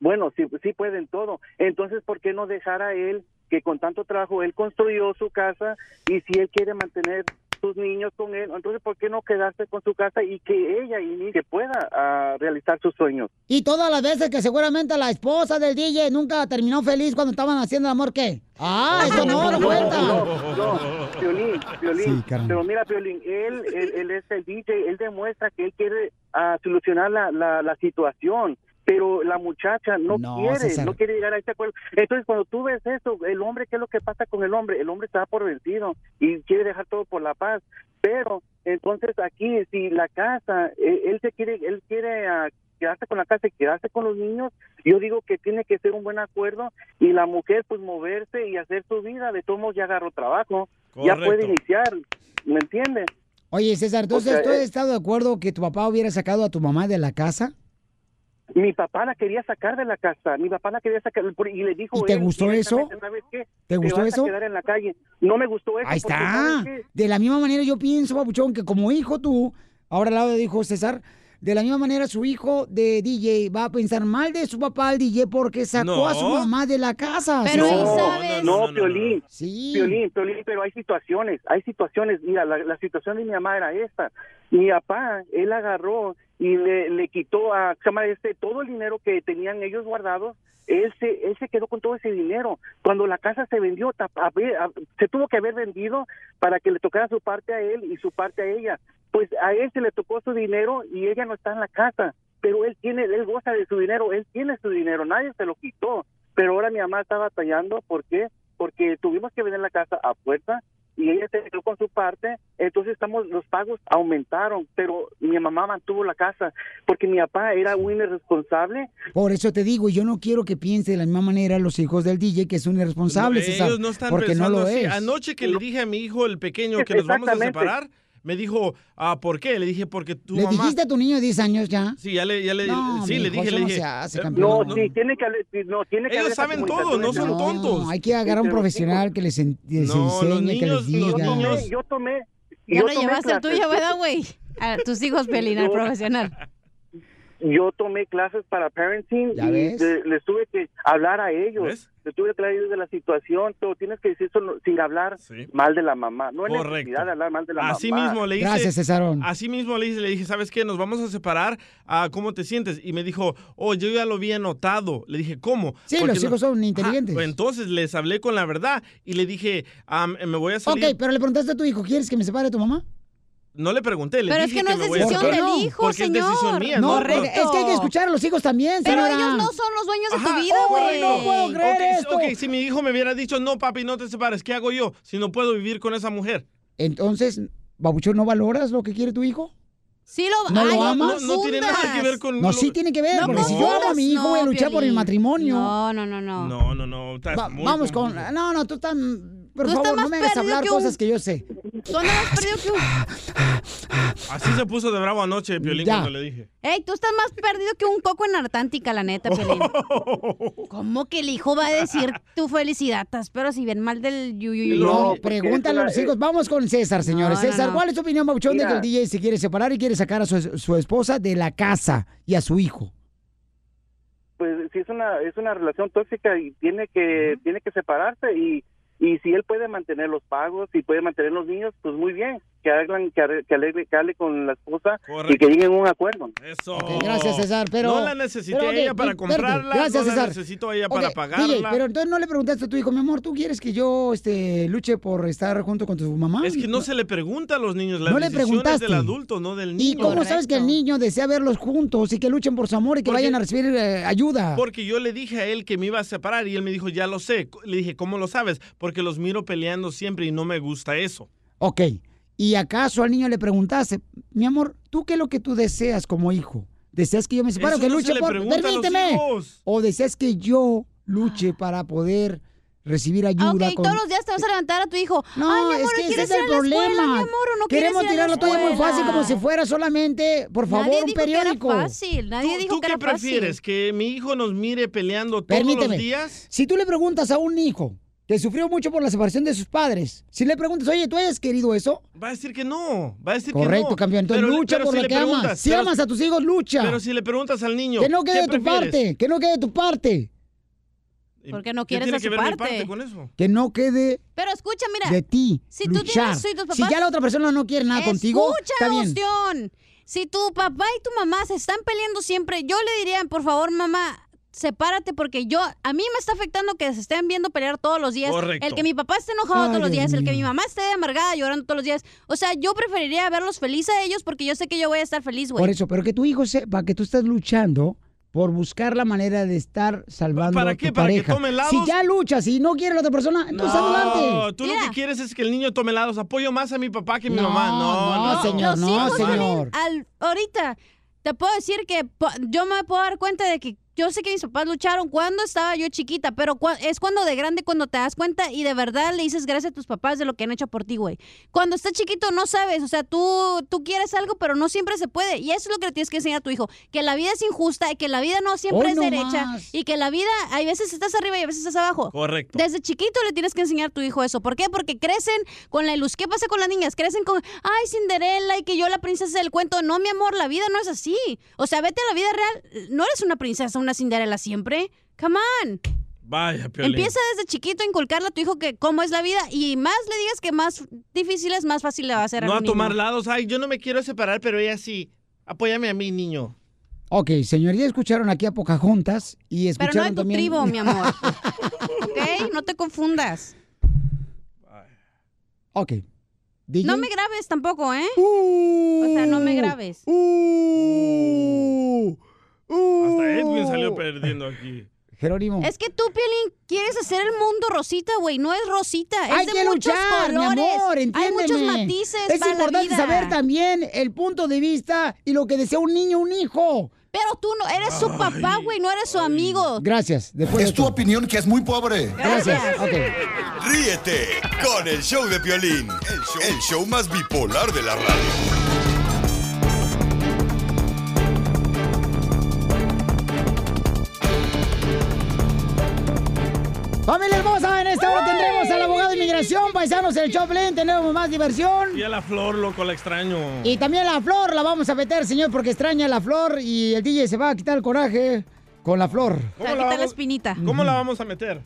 S1: bueno, sí, sí pueden todo. Entonces, ¿por qué no dejar a él que con tanto trabajo él construyó su casa y si él quiere mantener sus niños con él, entonces, ¿por qué no quedarse con su casa y que ella y que pueda ah, realizar sus sueños?
S2: Y todas las veces que seguramente la esposa del DJ nunca terminó feliz cuando estaban haciendo el amor, ¿qué? Ah, eso no, no cuenta.
S1: No, no, Piolín, Piolín. pero mira, Piolín, él, él, él es el DJ, él demuestra que él quiere ah, solucionar la, la, la situación, pero la muchacha no,
S22: No,
S1: quiere,
S22: César.
S1: no quiere llegar a ese acuerdo. Entonces, cuando tú ves eso, el hombre, ¿qué es lo que pasa con el hombre? El hombre está por vencido y quiere dejar todo por la paz, pero entonces aquí, si la casa, eh, él se quiere, él quiere ah, quedarse con la casa y quedarse con los niños, yo digo que tiene que ser un buen acuerdo y la mujer pues moverse y hacer su vida, de todos modos ya agarró trabajo, ya puede
S2: Correcto.
S1: iniciar, ¿me entiendes?
S2: Oye, César, entonces
S1: O sea,
S2: tú has
S1: eh,
S2: estado de acuerdo que tu papá hubiera sacado a tu mamá de la casa.
S1: Mi papá la quería sacar de la casa, mi papá la quería sacar por- y le dijo...
S2: ¿Y te
S1: él
S2: gustó eso?
S1: directamente, ¿Sabes qué?
S2: ¿Te gustó
S1: vas a
S2: eso?
S1: quedar en la calle. No me gustó eso.
S2: Ahí
S1: porque,
S2: está.
S1: ¿sabes qué?
S2: De la misma manera yo pienso, Papuchón, que como hijo tú, ahora al lado dijo César, de la misma manera su hijo de DJ va a pensar mal de su papá al DJ porque sacó a su
S1: No.
S2: mamá de la casa.
S1: no,
S2: Sí, sí.
S1: No, Piolín. Piolín, Piolín, pero hay situaciones, hay situaciones. Mira, la, la situación de mi mamá era esta. Mi papá, él agarró y le, le quitó a Chama este todo el dinero que tenían ellos guardados. Él se, él se quedó con todo ese dinero. Cuando la casa se vendió, tap- a ver, a- se tuvo que haber vendido para que le tocara su parte a él y su parte a ella. Pues a él se le tocó su dinero y ella no está en la casa. Pero él tiene, él goza de su dinero, él tiene su dinero, nadie se lo quitó. Pero ahora mi mamá está batallando, ¿por qué? Porque tuvimos que vender la casa a fuerza y ella se quedó con su parte, entonces estamos, los pagos aumentaron, pero mi mamá mantuvo la casa, porque mi papá era un irresponsable.
S2: Por eso te digo, yo no quiero que piense de la misma manera los hijos del DJ que es un irresponsable, César,
S4: Ellos no están
S2: porque no
S4: pensando
S2: lo
S4: así. Ah,
S2: es.
S4: Anoche que le dije a mi hijo, el pequeño, que nos vamos a
S2: Exactamente.
S4: separar, me dijo, ah, ¿por qué? Le dije, porque tu
S2: ¿Le
S4: mamá...
S2: dijiste a tu niño de 10 años ya?
S4: Sí, ya le, ya le,
S2: No,
S4: sí, le
S2: mijo,
S4: dije,
S2: eso
S4: le
S2: no ah,
S4: dije.
S2: se hace,
S4: eh,
S2: campeón.
S4: no,
S1: Sí, tiene que haber, sí, no, tiene que
S4: Ellos
S1: haber esa
S4: saben todo,
S1: comunicación
S4: no son
S1: entre-
S4: tontos.
S2: No, hay que agarrar a un profesional que les, en- les
S4: No, los
S2: enseñe, que les
S4: niños- los
S2: diga.
S4: niños-
S1: Yo tomé...
S3: Ya
S1: yo
S3: lo
S1: tomé
S3: llevaste al
S1: clases.
S3: tuyo, ¿verdad, güey? A tus
S1: *laughs*
S3: hijos, Pelín, al
S1: No.
S3: profesional.
S1: Yo tomé clases para parenting
S3: ¿Ya
S1: y
S3: ves?
S1: le- les tuve que hablar a ellos. Les tuve que hablar a ellos de la situación. Todo tienes que decir eso no- sin hablar mal de la mamá. No hay
S4: Correcto.
S1: necesidad de hablar mal de la
S4: Así
S1: mamá.
S4: mismo le hice.
S2: Gracias, Cesarón.
S4: Así mismo le hice, le dije, ¿sabes qué? Nos vamos a separar. ah, ¿Cómo te sientes? Y me dijo, oh, yo ya lo había notado. Le dije, ¿cómo?
S2: Sí,
S4: Porque
S2: los
S4: no-
S2: hijos son inteligentes.
S4: Pues Entonces les hablé con la verdad y le dije, am, eh, me voy a
S2: ok,
S4: salir.
S2: pero le preguntaste a tu hijo, ¿quieres que me separe de tu mamá?
S4: No le pregunté, le
S3: Pero es
S4: dije
S3: que no es
S4: me voy a
S3: decisión
S4: separar.
S3: del hijo,
S4: porque es decisión
S3: señor.
S4: mía.
S2: No,
S4: ¿no?
S2: porque es que hay que escuchar a los hijos también,
S3: Pero
S2: señora.
S3: ellos no son los dueños de
S4: Ajá,
S3: tu vida, güey.
S4: correcto. Ok, ok, si mi hijo me hubiera dicho, no, papi, no te separes, ¿qué hago yo si no puedo vivir con esa mujer?
S2: Entonces, Babuchón, ¿no valoras lo que quiere tu hijo?
S3: Sí lo
S2: ¿No
S3: ay,
S2: lo
S3: no
S2: amas?
S3: No, no tiene nada que ver
S4: con...
S2: No, sí tiene que ver,
S3: No
S2: porque si yo amo a mi hijo,
S3: confundas,
S2: voy a
S3: no,
S2: luchar por mi
S3: Piolín.
S2: matrimonio.
S3: No, no, no, no.
S4: No, no, no, estás
S2: Va-
S4: muy
S2: vamos con...
S4: confuso.
S2: No, no, tú tan... Por
S3: Tú estás
S2: favor, no
S3: más
S2: me hagas
S3: perdido
S2: hablar
S3: que un-
S2: cosas que yo sé.
S3: Tú no has perdido que un...
S4: Así se puso de bravo anoche, Piolín,
S2: Ya.
S4: cuando le dije.
S3: Ey, tú estás más perdido que un coco en Artántica, la neta, *laughs* Pelín. ¿Cómo que el hijo va a decir tu felicidad? Estás pero si bien mal del yuyuyu.
S2: No, pregúntale a
S4: *laughs*
S2: los hijos. Vamos con César, señores.
S3: No, no,
S2: César,
S3: no.
S2: ¿cuál es tu opinión, Babuchón, de que
S3: Mira.
S2: el DJ se quiere separar y quiere sacar a su, su esposa de la casa y a su hijo?
S1: Pues si es una es una relación tóxica y tiene que tiene que separarse y y si él puede mantener los pagos y puede mantener los niños, pues muy bien. que arreglan, que arregle, que arregle- que hable con la esposa y que lleguen a un acuerdo.
S4: Eso.
S2: Gracias, César, pero...
S4: No la necesité
S2: pero,
S4: a
S2: ok,
S4: ella para
S2: espérate,
S4: comprarla,
S2: Gracias,
S4: no la
S2: César.
S4: necesito a ella
S2: Ok,
S4: para
S2: DJ,
S4: pagarla.
S2: pero entonces no le preguntaste a tu hijo, mi amor, ¿tú quieres que yo este, luche por estar junto con tu mamá?
S4: Es que no se le pregunta a los niños las
S2: No le
S4: decisiones
S2: preguntaste.
S4: del adulto, no del
S2: ¿Y
S4: niño.
S2: cómo sabes que el niño desea verlos juntos y que luchen por su amor y que vayan a recibir eh, ayuda?
S4: Porque yo le dije a él que me iba a separar y él me dijo, ya lo sé. Le dije, ¿cómo lo sabes? Porque los miro peleando siempre y no me gusta eso.
S2: Ok. ¿Y acaso al niño le preguntaste, mi amor, ¿tú qué es lo que tú deseas como hijo? ¿Deseas que yo me separe o
S4: Eso
S2: que
S4: no se
S2: luche
S4: le
S2: por...
S4: pregunta a los
S2: ¡Permíteme! ¿O deseas que yo luche para poder recibir ayuda?
S3: Ok,
S2: con-
S3: todos los días te vas a levantar a tu hijo.
S2: No,
S3: Ay, mi amor,
S2: es que ese
S3: ¿quieres
S2: es el
S3: ir a la escuela,
S2: problema.
S3: mi amor, o no quieres
S2: Queremos
S3: ir a
S2: tirar
S3: la
S2: la toalla muy
S3: escuela?
S2: fácil como si fuera solamente, por favor,
S3: Nadie
S2: un
S3: dijo que era
S2: periódico.
S3: fácil, nadie dijo
S4: ¿Tú
S3: que
S4: qué
S3: era fácil.
S4: prefieres? ¿Que mi hijo nos mire peleando todos
S2: Permíteme.
S4: los días?
S2: Si tú le preguntas a un hijo que sufrió mucho por la separación de sus padres, si le preguntas, oye, ¿tú hayas querido eso?
S4: Va a decir que no, va a decir que no.
S2: Correcto, campeón. Entonces
S4: Pero le-
S2: lucha
S4: pero
S2: por
S4: si
S2: lo
S4: le
S2: que
S4: preguntas,
S2: amas. Si
S4: pero-
S2: amas a tus hijos, lucha.
S4: Pero si le preguntas al niño,
S2: que no quede
S4: ¿qué
S2: de tu
S4: prefieres?
S2: parte, que no quede de tu parte.
S3: Porque no
S4: ¿Qué
S3: quieres
S4: tiene
S3: a
S4: que
S3: su
S4: ver mi parte
S3: parte.
S4: con eso?
S2: Que no quede
S3: Pero escucha, mira.
S2: de ti.
S3: Si tú
S2: luchar.
S3: tienes soy tus papás.
S2: si ya la otra persona no quiere nada contigo, está
S3: Escucha
S2: bien.
S3: opción. Si tu papá y tu mamá se están peleando siempre, yo le diría, por favor, mamá, sepárate porque yo a mí me está afectando que se estén viendo pelear todos los días,
S7: Correcto.
S3: el que mi papá esté enojado
S7: Ay,
S3: todos los
S7: Dios
S3: días, el que
S7: mío.
S3: mi mamá esté amargada llorando todos los días. O sea, yo preferiría verlos felices a ellos porque yo sé que yo voy a estar feliz, güey.
S2: Por eso, pero que tu hijo sepa que tú estás luchando por buscar la manera de estar salvando
S4: ¿Para
S2: a tu
S4: qué? ¿Para que
S2: pareja.
S4: tome lados?
S2: si ya luchas y no quiere la otra persona, entonces adelante.
S4: No, tú lo que quieres es que el niño tome helados. Apoyo más a mi papá que a mi mamá. No,
S2: no,
S4: no,
S2: señor,
S3: Los
S2: no,
S3: hijos,
S2: señor.
S3: Piolín, al- ahorita te puedo decir que po- yo me puedo dar cuenta de que yo sé que mis papás lucharon cuando estaba yo chiquita, pero cua- es cuando de grande cuando te das cuenta y de verdad le dices gracias a tus papás de lo que han hecho por ti, güey. Cuando estás chiquito no sabes, o sea, tú, tú quieres algo, pero no siempre se puede. Y eso es lo que le tienes que enseñar a tu hijo, que la vida es injusta y que la vida no siempre
S7: Hoy
S3: es
S7: no
S3: derecha
S7: más.
S3: y que la vida, hay veces estás arriba y a veces estás abajo.
S7: Correcto.
S3: Desde chiquito le tienes que enseñar a tu hijo eso. ¿Por qué? Porque crecen con la luz. ¿Qué pasa con las niñas? Crecen con, ay, Cinderella y que yo la princesa del cuento. No, mi amor, la vida no es así. O sea, vete a la vida real. No eres una princesa, una Cinderella siempre. Come on.
S4: Vaya, Piolín.
S3: Empieza desde chiquito a inculcarle a tu hijo que cómo es la vida y más le digas que más difícil es, más fácil le va a hacer
S4: No
S3: a
S4: a
S3: un
S4: tomar
S3: niño.
S4: lados. Ay, yo no me quiero separar, pero ella sí. Apóyame a mí, niño.
S2: Ok, señor, ya escucharon aquí a Pocahontas y
S3: Pero
S2: escucharon
S3: no en tu
S2: también...
S3: tribu, mi amor. ¿Ok? No te confundas.
S2: *laughs* ok. DJ.
S3: No me grabes tampoco, ¿eh?
S2: "Uh,
S3: o sea, no me grabes.
S2: uh,
S4: Hasta Edwin salió perdiendo aquí.
S2: Jerónimo.
S3: Es que tú, Piolín, quieres hacer el mundo rosita, güey. No es rosita. Es
S2: Hay
S3: de
S2: que
S3: muchos
S2: luchar,
S3: colores.
S2: mi amor,
S3: Hay
S2: entiéndeme.
S3: muchos matices.
S2: Es
S3: para la
S2: importante
S3: vida.
S2: saber también el punto de vista y lo que desea un niño, un hijo.
S3: Pero tú no eres su papá, güey. No eres su amigo.
S2: Gracias. Después
S21: es tu opinión que es muy pobre.
S2: Gracias.
S8: Ríete con el show de Piolín, el show, el show más bipolar de la radio.
S2: Familia hermosa, en esta hora tendremos al abogado de inmigración, paisanos, el Choplin, tenemos más diversión.
S4: Y a la flor, loco, la extraño.
S2: Y también la flor la vamos a meter, señor, porque extraña la flor y el DJ se va a quitar el coraje con la flor.
S4: ¿Cómo la, vamos,
S3: espinita.
S4: ¿Cómo la vamos a meter?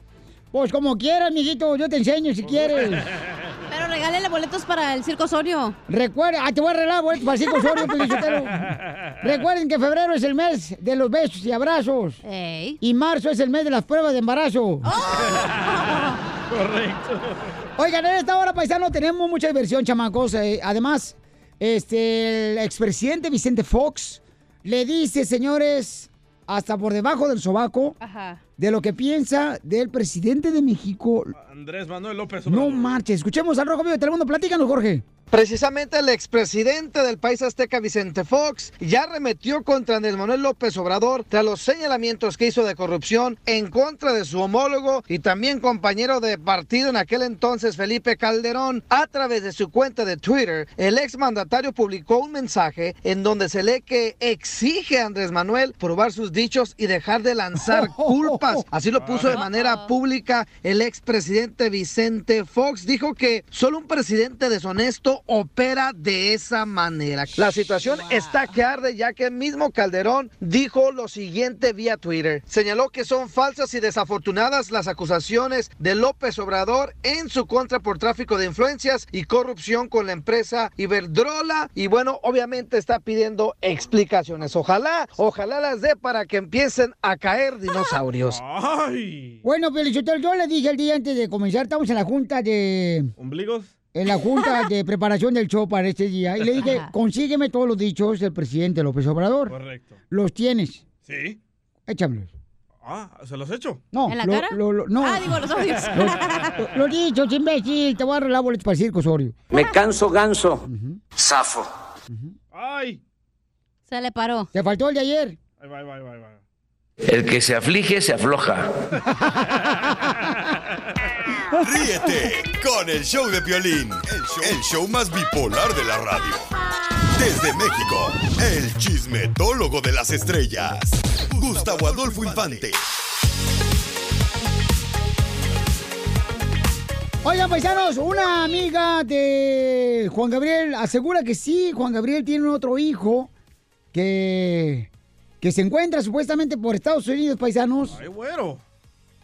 S2: Pues como quieras, mijito, yo te enseño si quieres.
S3: *laughs* Pero regálele boletos para el Circo Osorio.
S2: Recuerda, ah, te voy a arreglar, güey, para el Circo *laughs* Osorio, Piolín
S3: *laughs*
S2: Sotelo. Recuerden que febrero es el mes de los besos y abrazos.
S3: Ey. ¡Oh!
S2: Y marzo es el mes de las pruebas de embarazo.
S4: Correcto.
S2: Oigan, en esta hora, paisano, tenemos mucha diversión, chamacos. Eh, además, este, el expresidente Vicente Fox le dice, señores, hasta por debajo del sobaco,
S3: Ajá.
S2: de lo que piensa del presidente de México.
S4: Andrés Manuel López
S2: No
S4: Obrador.
S2: marches. Escuchemos al Rojo Vivo de Telemundo. Platícanos, Jorge.
S6: Precisamente el expresidente del país azteca Vicente Fox ya remetió contra Andrés Manuel López Obrador tras los señalamientos que hizo de corrupción en contra de su homólogo y también compañero de partido en aquel entonces Felipe Calderón. A través de su cuenta de Twitter, el exmandatario publicó un mensaje en donde se lee que exige a Andrés Manuel probar sus dichos y dejar de lanzar culpas. Así lo puso de manera pública el expresidente Vicente Fox. Dijo que solo un presidente deshonesto opera de esa manera. La situación está que arde ya que el mismo Calderón dijo lo siguiente vía Twitter. Señaló que son falsas y desafortunadas las acusaciones de López Obrador en su contra por tráfico de influencias y corrupción con la empresa Iberdrola y bueno, obviamente está pidiendo explicaciones. Ojalá, ojalá las dé para que empiecen a caer dinosaurios.
S2: Bueno, Pelichotero, yo le dije el día antes de comenzar, estamos en la junta de...
S4: ¿Ombligos?
S2: En la junta de preparación del show para este día. Y le dije,
S4: Ajá.
S2: consígueme todos los dichos del presidente López Obrador.
S4: Correcto.
S2: Los tienes,
S4: ¿Sí?
S2: échamelos.
S4: Ah, ¿se los echo?
S2: No, lo- lo- lo-
S4: Ah,
S3: Ah,
S2: no. *laughs* Los, los dichos, imbécil, te voy a arreglar boletos para el circo, Osorio.
S7: Me canso ganso. Zafo.
S4: ¡Ay!
S3: Se le paró.
S2: Te faltó el de ayer.
S4: Ahí va, ahí va, ahí va, ahí va.
S7: El que se aflige, se afloja.
S8: Ríete con el show de Piolín, el show, el show más bipolar de la radio. Desde México, el chismetólogo de las estrellas, Gustavo Adolfo Infante.
S2: Oigan, paisanos, una amiga de Juan Gabriel asegura que sí, Juan Gabriel tiene otro hijo que, que se encuentra supuestamente por Estados Unidos, paisanos.
S4: ¡Ay, güero!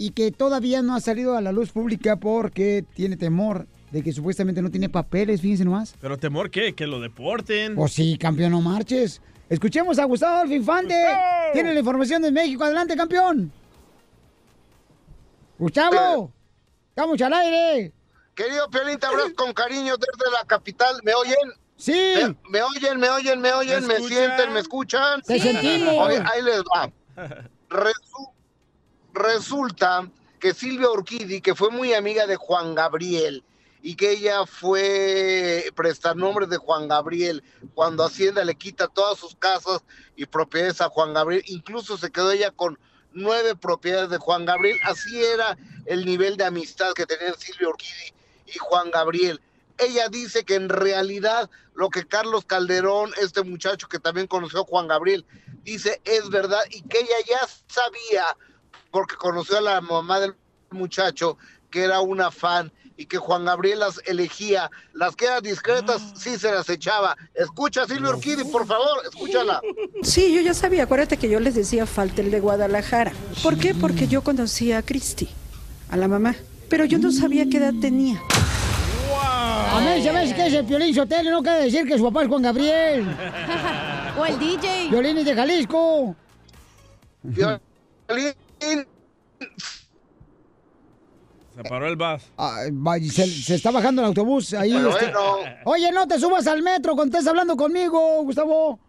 S2: Y que todavía no ha salido a la luz pública porque tiene temor de que supuestamente no tiene papeles, fíjense nomás.
S4: ¿Pero temor qué? ¿Que lo deporten?
S2: Pues sí, campeón, no marches. Escuchemos a Gustavo Adolfo Infante. Tiene la información de México. Adelante, campeón. Gustavo, estamos al aire.
S22: Querido Piolín, te abrazo con cariño desde la capital. ¿Me oyen?
S2: Sí.
S22: ¿Me, me oyen, me oyen, me oyen, me,
S2: escuchan?
S22: sienten, me escuchan?
S2: Te sentimos.
S22: Oye, ahí les va. Resu- resulta que Silvia Urquidi, que fue muy amiga de Juan Gabriel y que ella fue prestanombre de Juan Gabriel cuando Hacienda le quita todas sus casas y propiedades a Juan Gabriel, incluso se quedó ella con nueve propiedades de Juan Gabriel, así era el nivel de amistad que tenían Silvia Urquidi y Juan Gabriel. Ella dice que en realidad lo que Carlos Calderón, este muchacho que también conoció a Juan Gabriel, dice es verdad y que ella ya sabía, porque conoció a la mamá del muchacho, que era una fan y que Juan Gabriel las elegía. Las que eran discretas sí se las echaba. Escucha, Silvia Urquidi, por favor, escúchala.
S10: Sí, yo ya sabía, acuérdate que yo les decía falta el de Guadalajara. ¿Por qué? Porque yo conocía a Cristi, a la mamá, pero yo no sabía qué edad tenía.
S2: A ver, ¿sabes qué es el Piolín Sotelo? No quiere decir que su papá es Juan Gabriel.
S3: o el DJ.
S2: Piolín es de Jalisco.
S22: Piolín.
S4: Se paró el bus.
S2: Ah, va- se, se está bajando el autobús ahí.
S4: Pero
S2: este-
S4: bueno.
S2: Oye, no te subas al metro cuando estés hablando conmigo, Gustavo. *laughs*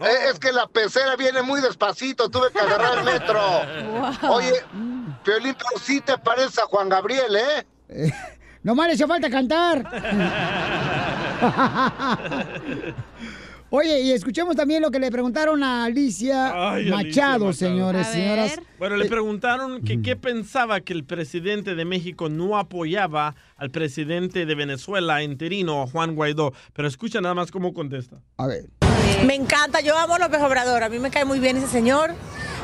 S22: Eh, es que la pecera viene muy despacito, tuve que agarrar el metro.
S2: Wow.
S22: Oye, Piolín, pero sí te parece a Juan Gabriel, ¿eh?
S2: No más le hace
S4: *laughs*
S2: falta cantar.
S22: ¿eh?
S2: Oye, y escuchemos también lo que le preguntaron a Alicia
S4: Ay, Alicia
S2: Machado, señores,
S4: A
S2: señoras. Eh, Mm.
S4: Bueno, le preguntaron que qué pensaba que el presidente de México no apoyaba al presidente de Venezuela interino, Juan Guaidó. Pero escucha nada más cómo contesta.
S2: A
S4: *laughs*
S2: ver.
S23: Me encanta, yo amo a López Obrador, a mí me cae muy bien ese señor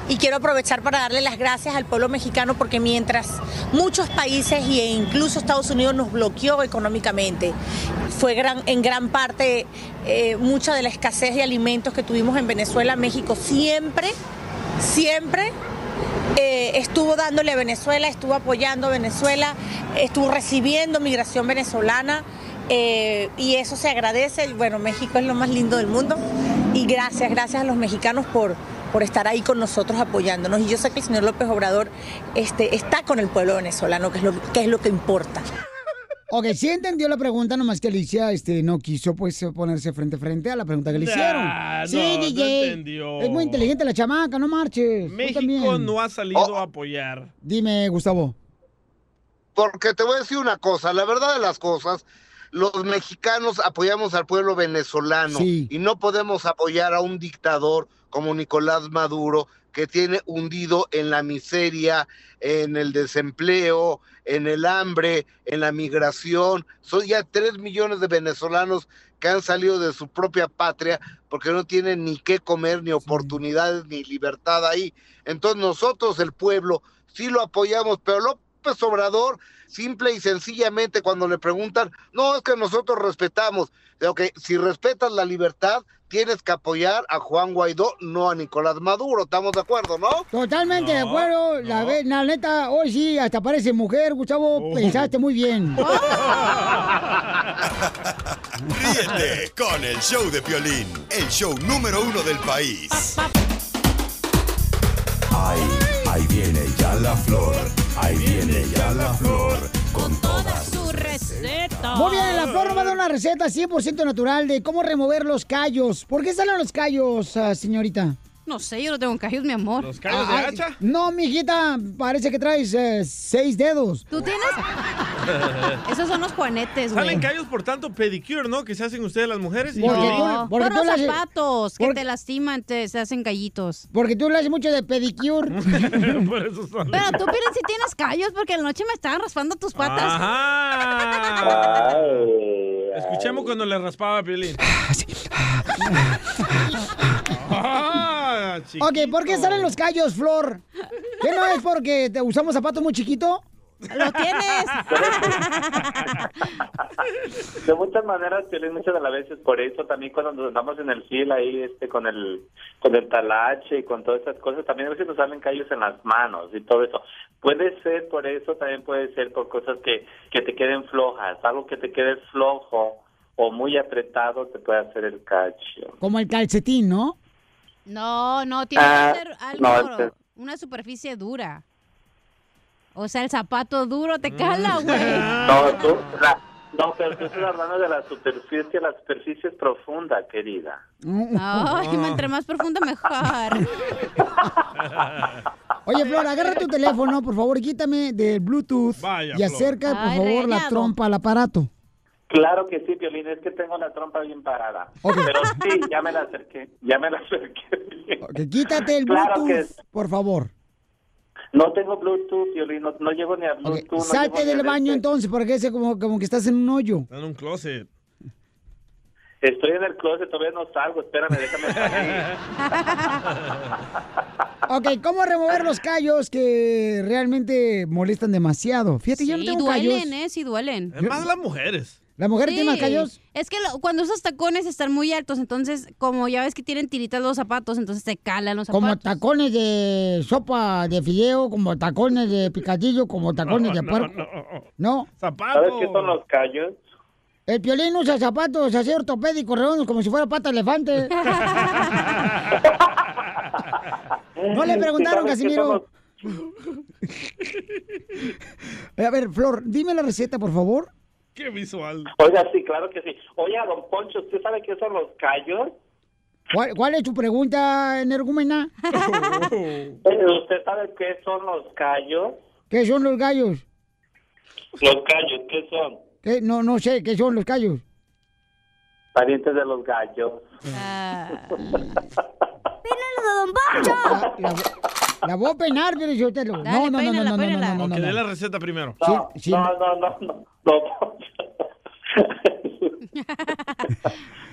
S23: y quiero aprovechar para darle las gracias al pueblo mexicano porque mientras muchos países e incluso Estados Unidos nos bloqueó económicamente, fue gran, en gran parte eh, mucha de la escasez de alimentos que tuvimos en Venezuela, México siempre, siempre eh, estuvo dándole a Venezuela, estuvo apoyando a Venezuela, estuvo recibiendo migración venezolana eh, y eso se agradece. Bueno, México es lo más lindo del mundo y gracias, gracias a los mexicanos por, por estar ahí con nosotros apoyándonos. Y yo sé que el señor López Obrador este, está con el pueblo venezolano, que es lo, que es lo que importa.
S2: Ok, sí entendió la pregunta, nomás que Alicia este, no quiso pues ponerse frente a frente a la pregunta que le
S4: Nah,
S2: hicieron.
S4: no,
S2: sí,
S4: no
S2: DJ.
S4: entendió.
S2: Es muy inteligente la chamaca, no marches. Tú
S4: México
S2: también. Oh,
S4: no ha salido
S22: Oh.
S4: a apoyar.
S2: Dime, Gustavo.
S22: Porque te voy a decir una cosa, la verdad de las cosas, los mexicanos apoyamos al pueblo venezolano
S2: Sí.
S22: y no podemos apoyar a un dictador como Nicolás Maduro que tiene hundido en la miseria, en el desempleo, en el hambre, en la migración. Son ya tres millones de venezolanos que han salido de su propia patria porque no tienen ni qué comer, ni oportunidades, ni libertad ahí. Entonces nosotros, el pueblo, sí lo apoyamos, pero lo López Obrador, simple y sencillamente, cuando le preguntan, no, es que nosotros respetamos. Ok, si respetas la libertad, tienes que apoyar a Juan Guaidó, no a Nicolás Maduro. ¿Estamos de acuerdo, no?
S2: Totalmente de acuerdo. La, ve- la neta, hoy sí, hasta parece mujer,
S4: Oh.
S2: Gustavo. Pensaste
S4: *laughs*
S2: muy bien.
S8: Ríete con el show de Piolín, el show número uno del país.
S12: Ay, ahí viene ya la flor, ahí viene ya la flor, con todas sus recetas.
S2: Muy bien, la flor nos va a dar una receta 100% natural de cómo remover los callos. ¿Por qué salen los callos, ah, señorita?
S3: No sé, yo no tengo callos, mi amor. ¿Los
S2: Ah, ah, No, mijita, parece que traes eh, seis dedos.
S3: ¿Tú tienes? Esos son los juanetes, güey.
S4: Salen callos por tanto pedicure, ¿no? Que se hacen ustedes las mujeres. y
S2: Porque
S4: yo
S2: tú-
S4: no.
S2: porque
S3: Por los
S2: tú le haces-
S3: zapatos que
S2: por-
S3: te lastiman, te se hacen callitos.
S2: Porque tú le haces mucho
S4: *laughs*
S2: de pedicure.
S4: Por eso
S13: *laughs*
S4: son-
S3: Pero tú, Piolín, sí tienes callos porque la noche me estaban raspando tus patas.
S4: Ajá. Escuchemos cuando le raspaba a Piolín. Ah, chiquito.
S2: ok, ¿por qué salen los callos, Flor? ¿Qué no es porque te usamos zapatos muy chiquito?
S3: ¡Lo tienes!
S13: *laughs* De muchas maneras, Piolín, muchas de las veces, por eso también cuando nos andamos en el fil ahí, este, con el, con el talache y con todas esas cosas, también a veces nos salen callos en las manos y todo eso. Puede ser por eso, también puede ser por cosas que, que te queden flojas, algo que te quede flojo o muy apretado te puede hacer el cacho.
S2: Como el calcetín, ¿no?
S3: *laughs* No, no, tiene
S13: Ah,
S3: que ser
S13: no,
S3: algo,
S13: este-
S3: una superficie dura. O sea, el zapato duro
S4: Mm.
S3: te cala,
S4: *laughs*
S3: güey.
S13: *laughs* No, tú, la- no, pero tú estás hablando de la superficie, la superficie es profunda, querida.
S3: Ay, entre más profundo, mejor.
S2: Oye, Flor, agarra tu teléfono, por favor, quítame del Bluetooth
S13: Vaya,
S2: y
S13: Flor.
S2: acerca, por
S13: Ay,
S2: favor, la
S13: regañado.
S2: trompa al aparato.
S13: Claro que sí, Violín, es que tengo la trompa bien parada. Pero sí, ya me la acerqué, ya me la acerqué.
S2: Que quítate el
S13: Claro
S2: Bluetooth,
S13: que
S2: por favor.
S13: No tengo Bluetooth, Violín, no, no llego ni a Bluetooth. no este.
S2: Salte
S13: llego ni
S2: del
S13: a-
S2: baño entonces, porque es como, como que estás en un hoyo.
S13: Está en un closet. Estoy en el closet, todavía no salgo, espérame, déjame salir.
S2: Ok, ¿cómo remover los callos que realmente molestan demasiado? Fíjate, yo no
S3: Sí,
S2: tengo
S3: duelen,
S2: callos.
S3: ¿eh? Sí, duelen.
S4: Es más las mujeres.
S2: ¿La mujer
S3: Sí.
S2: tiene más callos?
S3: Es que lo- cuando usas tacones están muy altos, entonces, como ya ves que tienen tiritas los zapatos, entonces te calan los zapatos.
S2: Como tacones de sopa de fideo, como tacones de picadillo, como tacones de puerco. No.
S13: ¿Sabes qué son los callos?
S2: El piolín usa zapatos así ortopédicos redondos como si fuera pata de *laughs* elefante. no le preguntaron,
S13: ¿Sabes qué son
S2: Casimiro. A ver, Flor, dime la receta, por favor.
S13: *laughs* Qué visual. Oiga, sí, claro que sí. Oiga, don Poncho, ¿usted sabe qué son los callos?
S2: ¿Cuál, cuál es tu pregunta, energúmena?
S13: Oiga, ¿Usted sabe qué son los callos?
S2: ¿Qué son los gallos?
S13: Los callos, ¿qué son?
S2: ¿Qué? No, no sé, ¿qué son los callos?
S13: Parientes de los gallos.
S2: ¡Don La, la vo- la voy a penar, pero yo te lo... No, no, no, no, no, no, no, no,
S4: Ok,
S2: no,
S4: dé
S2: no.
S4: la receta primero.
S13: No, no, no, no, no, no.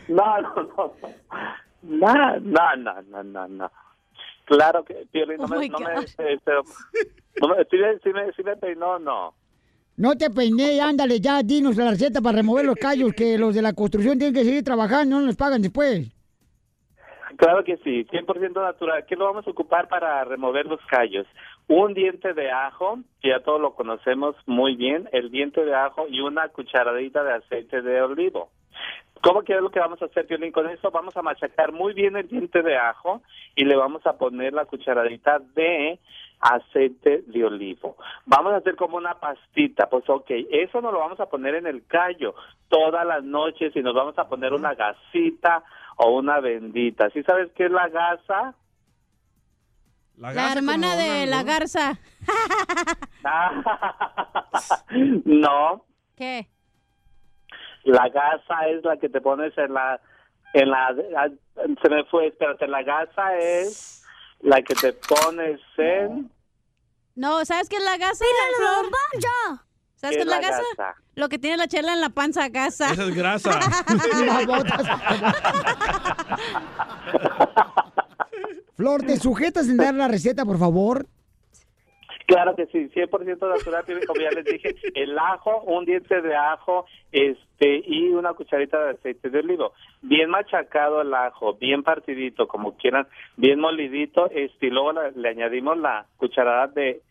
S13: No, no, no, no, no, no, no, no, no. Claro que, Piolín, no
S2: Oh
S13: me,
S2: my
S13: no me,
S2: God.
S13: este, no me, sí me, sí me, sí me peinó, no.
S2: No te peiné, ándale ya, dinos la receta para remover los callos, que los de la construcción tienen que seguir trabajando, no les pagan después.
S13: Claro que sí, 100% natural. ¿Qué lo vamos a ocupar para remover los callos? Un diente de ajo, que ya todos lo conocemos muy bien, el diente de ajo y una cucharadita de aceite de olivo. ¿Cómo que es lo que vamos a hacer, Piolín? Con eso vamos a machacar muy bien el diente de ajo y le vamos a poner la cucharadita de aceite de olivo. Vamos a hacer como una pastita, pues ok, eso nos lo vamos a poner en el callo todas las noches y nos vamos a poner una gasita o una bendita. ¿Sí sabes qué es la gasa?
S3: La hermana de la garza.
S13: *laughs* No,
S3: ¿Qué?
S13: La gasa es la que te pones en la, en la, ah, se me fue, espérate, la gasa es la que te pones en,
S3: No, ¿sabes qué es la gasa? Flor? ¿Sabes qué es la gasa? Lo que tiene la chela en la panza, gasa.
S13: Esa es grasa.
S3: *laughs*
S2: Las *laughs* Flor, ¿te sujetas en dar la receta, por favor?
S13: Claro que sí, 100% natural, Piolín, como ya les dije, el ajo, un diente de ajo este y una cucharita de aceite de olivo. Bien machacado el ajo, bien partidito, como quieran, bien molidito, este, y luego la- le añadimos la cucharada de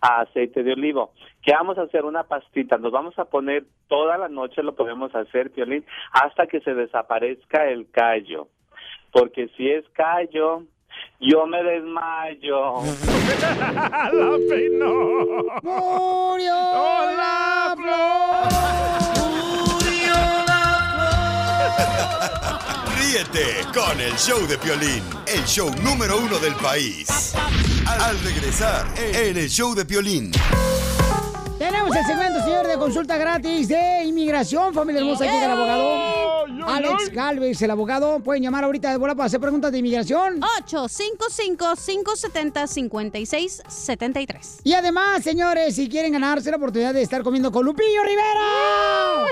S13: aceite de olivo. ¿Qué vamos a hacer? Una pastita. Nos vamos a poner toda la noche, lo podemos hacer, Piolín, hasta que se desaparezca el callo. Porque si es callo, yo me desmayo.
S4: ¡La peinó!
S2: ¡Murió la flor!
S8: ¡Murió Ríete con el show de Piolín, el show número uno del país. Al regresar en el show de Piolín.
S2: Tenemos el segmento, señor, de consulta gratis de inmigración, familia hermosa, aquí está el abogado. Alex Galvez, el abogado. Pueden llamar ahorita de bola para hacer preguntas de inmigración.
S3: 855-570-5673.
S2: Y además, señores, si quieren ganarse la oportunidad de estar comiendo con Lupillo Rivera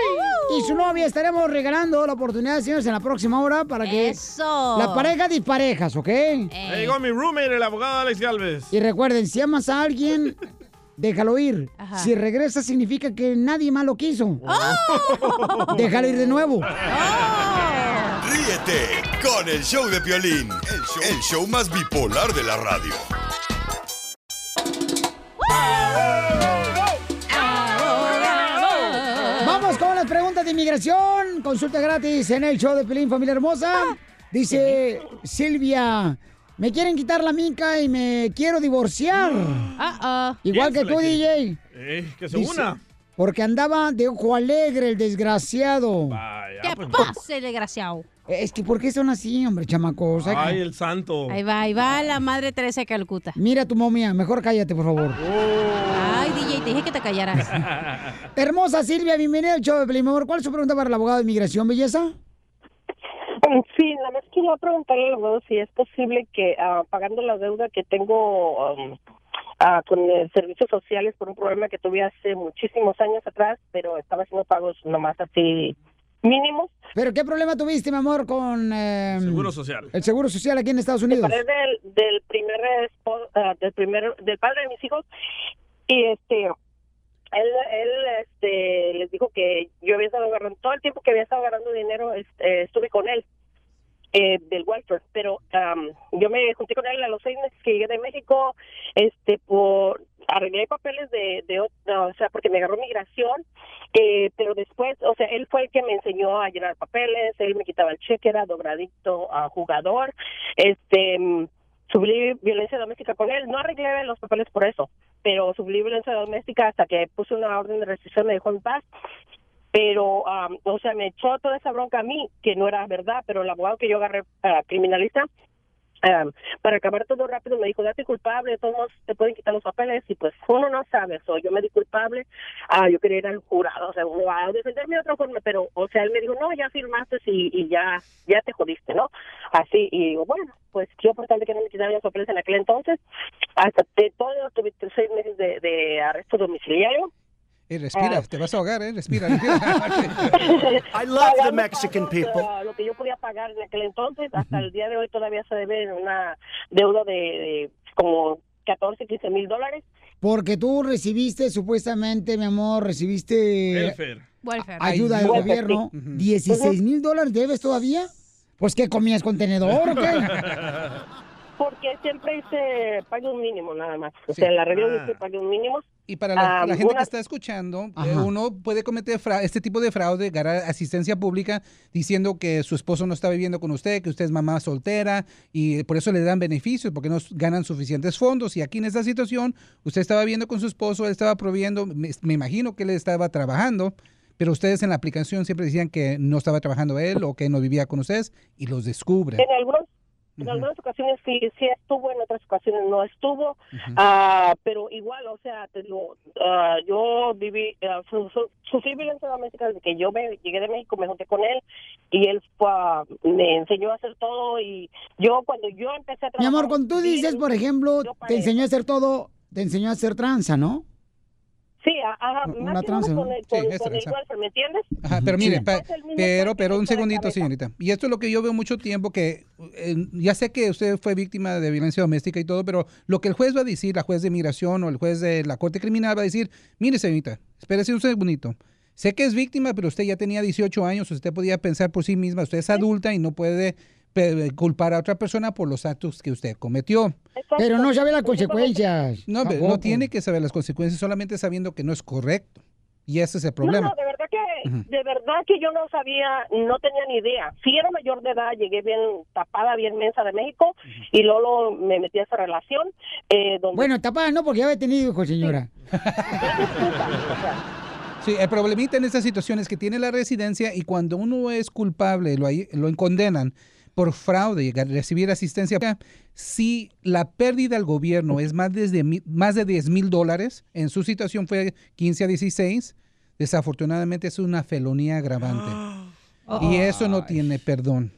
S2: y su novia, estaremos regalando la oportunidad, señores, en la próxima hora para que
S3: Eso.
S2: la pareja disparejas, ¿ok? Eh.
S4: Ahí llegó mi roommate, el abogado Alex Galvez.
S2: Y recuerden, si amas a alguien, déjalo ir.
S4: Ajá.
S2: Si regresa, significa que nadie más lo quiso. *laughs* Déjalo ir de nuevo.
S8: Ríete con el show de Piolín, el show, el show más bipolar de la radio.
S2: Vamos con las preguntas de inmigración. Consulta gratis en el show de Pelín Familia Hermosa. Dice Silvia, me quieren quitar la mica y me quiero divorciar. Igual que
S4: Piénsale
S2: tú,
S4: que-
S2: DJ.
S4: Eh, que se
S2: Dice,
S4: una.
S2: Porque andaba de ojo alegre el desgraciado.
S3: ¿Qué pase, desgraciado?
S2: Es que, ¿por qué son así, hombre, chamacos? Hay que-
S4: Ay, el santo.
S3: Ahí va, ahí va la madre Teresa de Calcuta.
S2: Mira tu momia, mejor cállate,
S4: *laughs*
S2: por favor.
S3: Ay, DJ, te dije que te callaras.
S2: Hermosa Silvia, bienvenida al show de Pelín. Mi amor, ¿Cuál es su pregunta para el abogado de inmigración, belleza?
S11: Sí, nada más quería preguntarle al abogado si es posible que ah, pagando la deuda que tengo um, ah, con eh, servicios sociales por un problema que tuve hace muchísimos años atrás, pero estaba haciendo pagos nomás así mínimos.
S2: ¿Pero qué problema tuviste, mi amor, con... eh,
S4: Seguro social.
S2: El Seguro Social aquí en Estados Unidos.
S11: Separé del, del primer esposo, ah, del primer, del padre de mis hijos y este, él, él este, les dijo que yo había estado agarrando, todo el tiempo que había estado agarrando dinero este, estuve con él. eh, del welfare, pero am, yo me junté con él a los seis meses que llegué de México, este, por arreglé papeles de, de ot- no, o sea, porque me agarró migración, eh, pero después, o sea, él fue el que me enseñó a llenar papeles, él me quitaba el cheque, era dobradicto, a jugador, este, mm, sufrí violencia doméstica con él, no arreglé los papeles por eso, pero sufrí violencia doméstica hasta que puse una orden de restricción, me dejó en paz, pero, am, o sea, me echó toda esa bronca a mí, que no era verdad, pero el abogado que yo agarré, ah, criminalista, am, para acabar todo rápido, me dijo, date culpable, de todos modos te pueden quitar los papeles, y pues uno no sabe eso, yo me di culpable, ah, yo quería ir al jurado, o sea, o a defenderme de otra forma, pero, o sea, él me dijo, no, ya firmaste y, y ya, ya te jodiste, ¿no? Así, y digo, bueno, pues yo por tal de que no me quitaran los papeles en aquel entonces, hasta de todo, tuve seis meses de, de arresto domiciliario,
S16: Eh, respira,
S11: Ah.
S16: te vas a ahogar, eh,
S11: *laughs*
S16: respira. respira.
S11: I
S16: love the Mexican people.
S11: Lo que yo podía pagar en aquel entonces, hasta el día de hoy todavía se debe una deuda de, de como 14, 15 mil dólares.
S2: Porque tú recibiste, supuestamente, mi amor, recibiste
S3: Welfare.
S2: ayuda del
S11: Welfare,
S2: gobierno.
S11: sí. Ujú.
S2: 16 mil dólares debes todavía. Pues que comías con tenedor o *laughs* qué?
S11: Porque siempre hice pago un mínimo nada más. O sea, la regla
S16: Ah.
S11: dice pago un mínimo.
S16: Y para la,
S11: Ah,
S16: la gente
S11: una-
S16: que está escuchando, eh,
S11: Ajá.
S16: uno puede cometer fra- este tipo de fraude, ganar asistencia pública diciendo que su esposo no está viviendo con usted, que usted es mamá soltera y por eso le dan beneficios, porque no s- ganan suficientes fondos. Y aquí en esta situación, usted estaba viviendo con su esposo, él estaba proviendo, me, me imagino que él estaba trabajando, pero ustedes en la aplicación siempre decían que no estaba trabajando él o que no vivía con ustedes y los descubre.
S11: En algunos en algunas ocasiones sí, sí estuvo, en otras ocasiones no estuvo, ah, pero igual, o sea, te digo, ah, yo viví, ah, su- su- sufrí violencia doméstica desde que yo me llegué de México, me junté con él y él fue a- me enseñó a hacer todo y yo cuando yo empecé a trabajar...
S2: Mi amor, cuando tú dices, por ejemplo, te enseñó a hacer todo, te enseñó a hacer tranza, ¿no?
S11: Sí, a- ajá,
S16: Una
S11: más que
S16: tranza,
S11: nada
S16: Ah, ¿no?
S11: con el,
S16: Sí, Ah,
S11: con,
S16: es
S11: con el
S16: tranza.
S11: golfer, ¿me entiendes?
S16: Ajá, pero mire,
S11: Sí.
S16: pa-
S11: Es el mismo
S16: pero, pero un segundito, señorita. Y esto es lo que yo veo mucho tiempo, que eh, ya sé que usted fue víctima de violencia doméstica y todo, pero lo que el juez va a decir, la juez de inmigración o el juez de la corte criminal va a decir, mire, señorita, espérese un segundito. Sé que es víctima, pero usted ya tenía 18 años, usted podía pensar por sí misma, usted es adulta y no puede pe- culpar a otra persona por los actos que usted cometió.
S2: Pero no sabe las consecuencias.
S16: No, pero no
S2: Tampoco.
S16: tiene que saber las consecuencias, solamente sabiendo que no es correcto. Y ese es el
S11: No,
S16: problema.
S11: no, de verdad que,
S16: Ujú.
S11: de verdad que yo no sabía, no tenía ni idea. Si era mayor de edad, llegué bien tapada, bien mensa de México, y luego me metí a esa relación, eh, donde
S2: Bueno, tapada no, porque ya había tenido hijos, señora.
S16: Sí, el problemita en estas situaciones es que tiene la residencia y cuando uno es culpable, lo, hay- lo condenan por fraude y gar- recibir asistencia, si la pérdida al gobierno es más, desde, mi- más de 10 mil dólares, en su situación fue 15 a 16, desafortunadamente es una felonía agravante. Y eso no tiene perdón.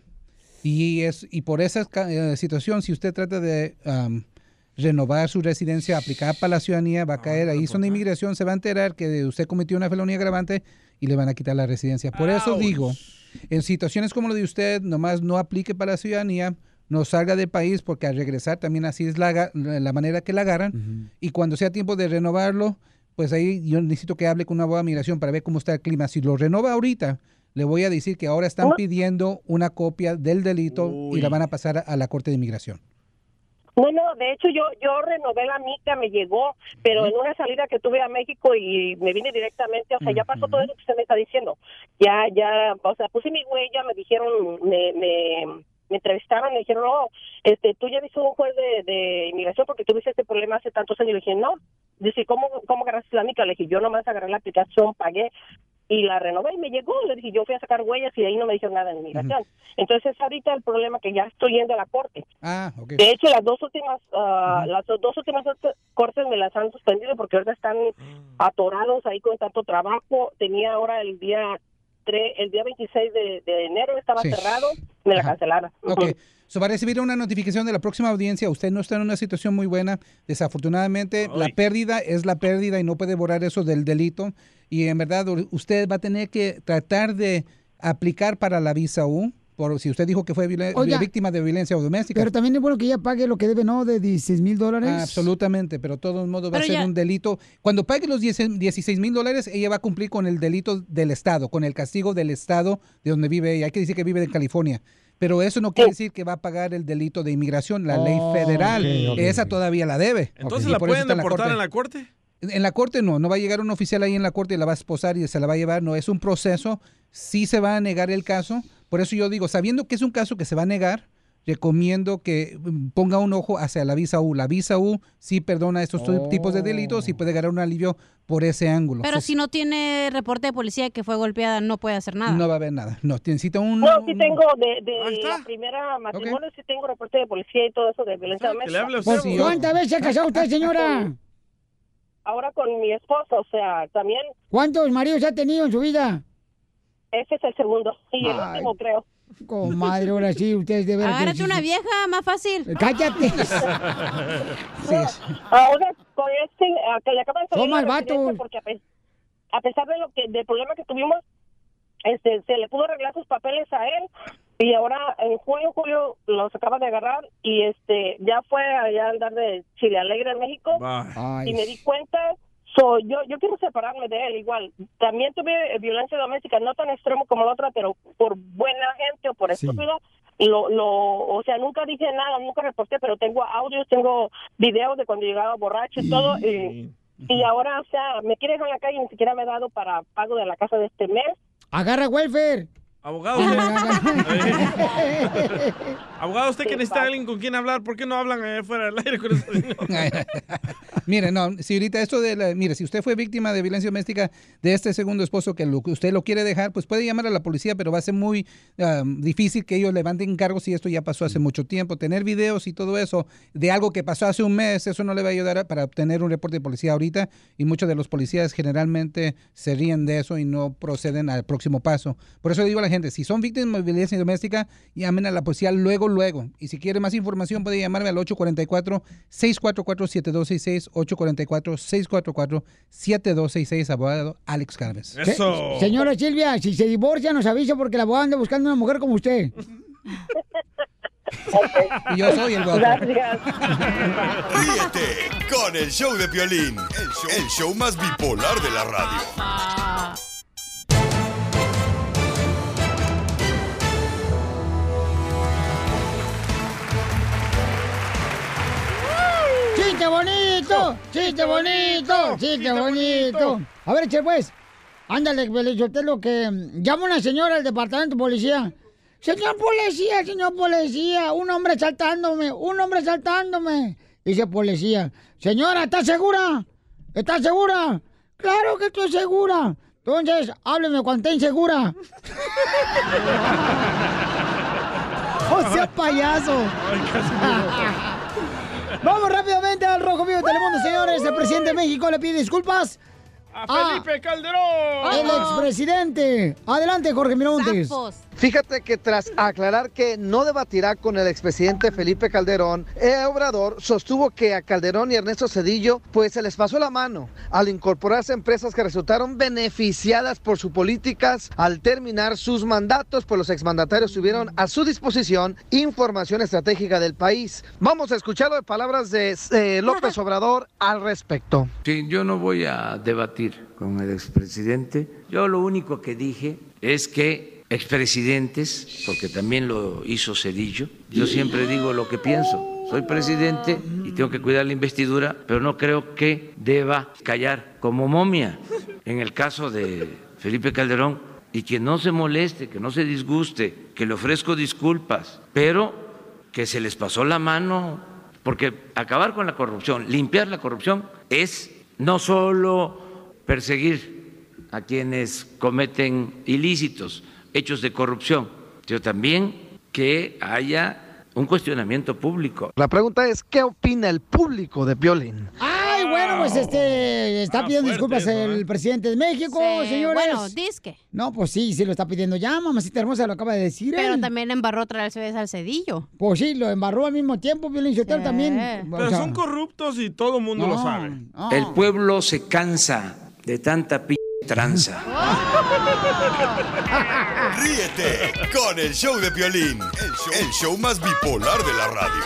S16: Y, es, y por esa ca- eh, situación, si usted trata de am, renovar su residencia, aplicar para la ciudadanía, va a caer ahí. Son de inmigración, se va a enterar que usted cometió una felonía agravante y le van a quitar la residencia. Por eso digo, en situaciones como la de usted, nomás no aplique para la ciudadanía, no salga del país, porque al regresar también así es la, aga- la la manera que la agarran. Y cuando sea tiempo de renovarlo, pues ahí yo necesito que hable con una abogada de migración para ver cómo está el clima. Si lo renova ahorita, le voy a decir que ahora están pidiendo una copia del delito y la van a pasar a- a la Corte de Inmigración.
S11: No, no, de hecho yo yo renové la mica, me llegó, pero en una salida que tuve a México y me vine directamente, o sea, ya pasó todo eso que usted me está diciendo. Ya, ya, o sea, puse mi huella, me dijeron, me, me, me entrevistaron, me dijeron, no, este, tú ya viste un juez de, de inmigración porque tuviste este problema hace tantos años. Y le dije, no. Dice, ¿cómo, cómo agarraste la mica? Le dije, yo nomás agarré la aplicación, pagué y la renové y me llegó. Le dije, yo fui a sacar huellas y de ahí no me dijeron nada de inmigración. Entonces, ahorita el problema que ya estoy yendo a la corte.
S16: Ah, ok.
S11: De hecho, las dos últimas, ah, las do- dos últimas ot- cortes me las han suspendido porque ahora están
S2: Ah.
S11: atorados ahí con tanto trabajo. Tenía ahora el día tre- el día 26 de, de enero estaba
S16: Sí.
S11: cerrado, me la
S16: Ajá.
S11: cancelaron.
S16: Ok. So, va a recibir una notificación de la próxima audiencia. Usted no está en una situación muy buena. Desafortunadamente, la pérdida es la pérdida y no puede borrar eso del delito. Y en verdad, u- usted va a tener que tratar de aplicar para la visa U, por si usted dijo que fue violen-
S2: Oiga.
S16: víctima de violencia doméstica.
S2: Pero también es bueno que ella pague lo que debe, ¿no? De 16 mil dólares.
S16: Absolutamente, pero de todos modos va a
S2: Pero
S16: ser
S2: ya-
S16: un delito. Cuando pague los 10 16 mil dólares, ella va a cumplir con el delito del Estado, con el castigo del Estado de donde vive ella. Hay que decir que vive en California. Pero eso no quiere decir que va a pagar el delito de inmigración, la ley
S4: Oh,
S16: federal.
S4: ok, ok,
S16: Esa todavía la debe.
S4: Entonces
S16: Y
S4: la
S16: por eso
S4: pueden
S16: está
S4: deportar en la corte.
S16: en la corte no, no va a llegar un oficial ahí en la corte y la va a esposar y se la va a llevar, no, es un proceso, sí se va a negar el caso, por eso yo digo, sabiendo que es un caso que se va a negar, recomiendo que mm, ponga un ojo hacia la visa U, la visa U sí perdona estos tu- tipos de delitos y puede ganar un alivio por ese ángulo.
S3: Pero
S16: O sea,
S3: si no tiene reporte de policía que fue golpeada, no puede hacer nada.
S16: No va a haber nada, no, necesita un...
S11: No, sí tengo de, de la primera matrimonio, sí tengo reporte de policía y todo eso de violencia doméstica.
S2: Pues, ¿Cuántas veces se ha casado usted,
S11: *laughs*
S2: señora?
S11: Ahora con mi esposo, o sea, también
S2: ¿Cuántos maridos ha tenido en su vida?
S11: ese es el segundo y el
S2: Ay.
S11: último, creo.
S2: Comadre, ahora sí, ustedes de verdad.
S3: Agárrate una vieja, más fácil.
S2: Eh,
S3: *laughs*
S11: *laughs*
S2: Cállate. *laughs*
S11: Ahora, con este, ah, que le acaban de salir
S2: Toma
S11: la
S2: el vato.
S11: residencia, Porque a, pe- a pesar de lo que, del problema que tuvimos, este, se le pudo arreglar sus papeles a él y ahora en junio, julio los acaban de agarrar y este, ya fue allá a andar de Chile Alegre en México y me di cuenta. So, yo, yo quiero separarme de él igual. También tuve eh, violencia doméstica, no tan extremo como la otra, pero por buena gente o por
S9: Sí.
S11: estúpido. Lo, lo, o sea, nunca dije nada, nunca reporté, pero tengo audios, tengo videos de cuando llegaba borracho y todo. Y, y ahora, o sea, me quiere ir a la calle, ni siquiera me ha dado para pago de la casa de este mes.
S2: Agarra welfare.
S4: Abogado, *laughs* abogado, usted que necesita alguien con quien hablar, ¿por qué no hablan allá afuera del aire con eso?
S2: *laughs*
S16: Mire, no, si ahorita esto de la, mire, si usted fue víctima de violencia doméstica de este segundo esposo que lo- que usted lo quiere dejar, pues puede llamar a la policía, pero va a ser muy um, difícil que ellos levanten cargos si esto ya pasó hace mucho tiempo. Tener videos y todo eso de algo que pasó hace un mes, eso no le va a ayudar a- para obtener un reporte de policía ahorita y muchos de los policías generalmente se ríen de eso y no proceden al próximo paso. Por eso le digo a la gente, si son víctimas de violencia doméstica, llamen a la policía luego, luego. Y si quiere más información puede llamarme al 844-644-7266, 844-644-7266, abogado Alex Carves.
S2: Se- señora Silvia, si se divorcia, nos avisa porque la abogada anda buscando una mujer como usted.
S16: Y yo soy el guapo.
S8: Ríete con el show de Piolín, el show, el show más bipolar de la radio.
S2: ¡Chiste bonito! ¡Chiste bonito! ¡Chiste bonito! A ver, che, pues. Ándale, pues, lo que mm, llama una señora al departamento de policía. Señor policía, señor policía, un hombre saltándome, un hombre saltándome. Dice policía, señora, ¿está segura? ¿Está segura? Claro que estoy segura. Entonces, hábleme cuando esté *laughs* insegura. ¡Oh, sea payaso! *laughs* Vamos rápidamente al Rojo Vivo de Telemundo, señores. El presidente de México le pide disculpas.
S4: ¡A Felipe Calderón!
S2: El expresidente. Adelante, Jorge Miramontes.
S6: Fíjate que tras aclarar que no debatirá con el expresidente Felipe Calderón, el Obrador sostuvo que a Calderón y Ernesto Cedillo pues se les pasó la mano al incorporarse empresas que resultaron beneficiadas por sus políticas al terminar sus mandatos, pues los exmandatarios tuvieron a su disposición información estratégica del país. Vamos a escucharlo de palabras de eh, López Obrador al respecto.
S7: Sí, yo no voy a debatir con el expresidente. Yo lo único que dije es que expresidentes, porque también lo hizo Cedillo, yo siempre digo lo que pienso. Soy presidente y tengo que cuidar la investidura, pero no creo que deba callar como momia. En el caso de Felipe Calderón, y que no se moleste, que no se disguste, que le ofrezco disculpas, pero que se les pasó la mano, porque acabar con la corrupción, limpiar la corrupción, es no solo perseguir a quienes cometen ilícitos, hechos de corrupción, sino también que haya un cuestionamiento público.
S6: La pregunta es, ¿qué opina el público de Piolín?
S2: Ay, bueno, pues este está pidiendo disculpas el presidente de México,
S3: Sí,
S2: señores.
S3: bueno, disque.
S2: No, pues sí, sí lo está pidiendo ya, mamacita hermosa, lo acaba de decir.
S3: Pero
S2: él.
S3: también embarró otra vez al cedillo.
S2: Pues sí, lo embarró al mismo tiempo, Violín Sotelo también. O
S4: Pero
S2: sea,
S4: son corruptos y todo el mundo lo
S2: No,
S4: sabe.
S7: El pueblo se cansa de tanta p tranza.
S8: Ríete con el show de Piolín, el show, el show más bipolar de la radio.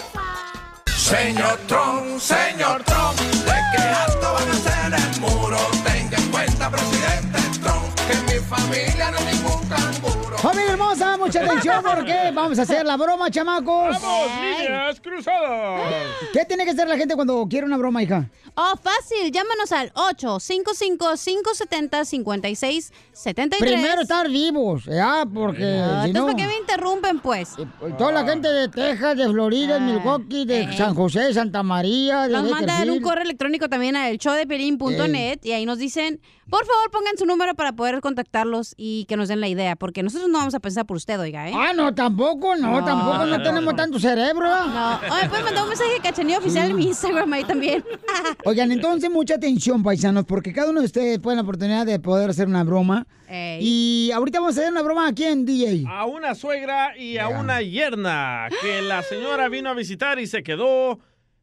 S12: Señor Trump, señor Trump, ¿de qué alto van a ser el muro? Tenga en cuenta, presidente Trump, que mi familia no es ningún canguro.
S2: Familia hermosa, mucha atención porque vamos a hacer la broma, chamacos.
S4: ¡Vamos, líneas cruzadas!
S2: ¿Qué tiene que hacer la gente cuando quiere una broma, hija?
S3: Oh, fácil. Llámanos al 855-570-5673.
S2: Primero estar vivos, ya, porque
S3: Ah,
S2: si
S3: entonces,
S2: no... Eh,
S3: ¿para qué me interrumpen, pues?
S2: Toda la gente de Texas, de Florida, de Milwaukee, de San José, de Santa María, de
S3: Nos mandan un
S2: Bakersfield.
S3: correo electrónico también al showdepelín.net y ahí nos dicen, por favor pongan su número para poder contactarlos y que nos den la idea, porque nosotros no vamos a pensar por usted, oiga, ¿eh?
S2: Ah, no, tampoco, no, tampoco, no tenemos tanto cerebro. Mm.
S3: No, oye, pues mandar un mensaje cachanillo oficial en mi Instagram ahí también.
S2: Oigan, entonces mucha atención, paisanos, porque cada uno de ustedes puede la oportunidad de poder hacer una broma.
S3: Ey.
S2: Y ahorita vamos a hacer una broma aquí en DJ.
S4: A una suegra y a una yerna que la señora vino a visitar y se quedó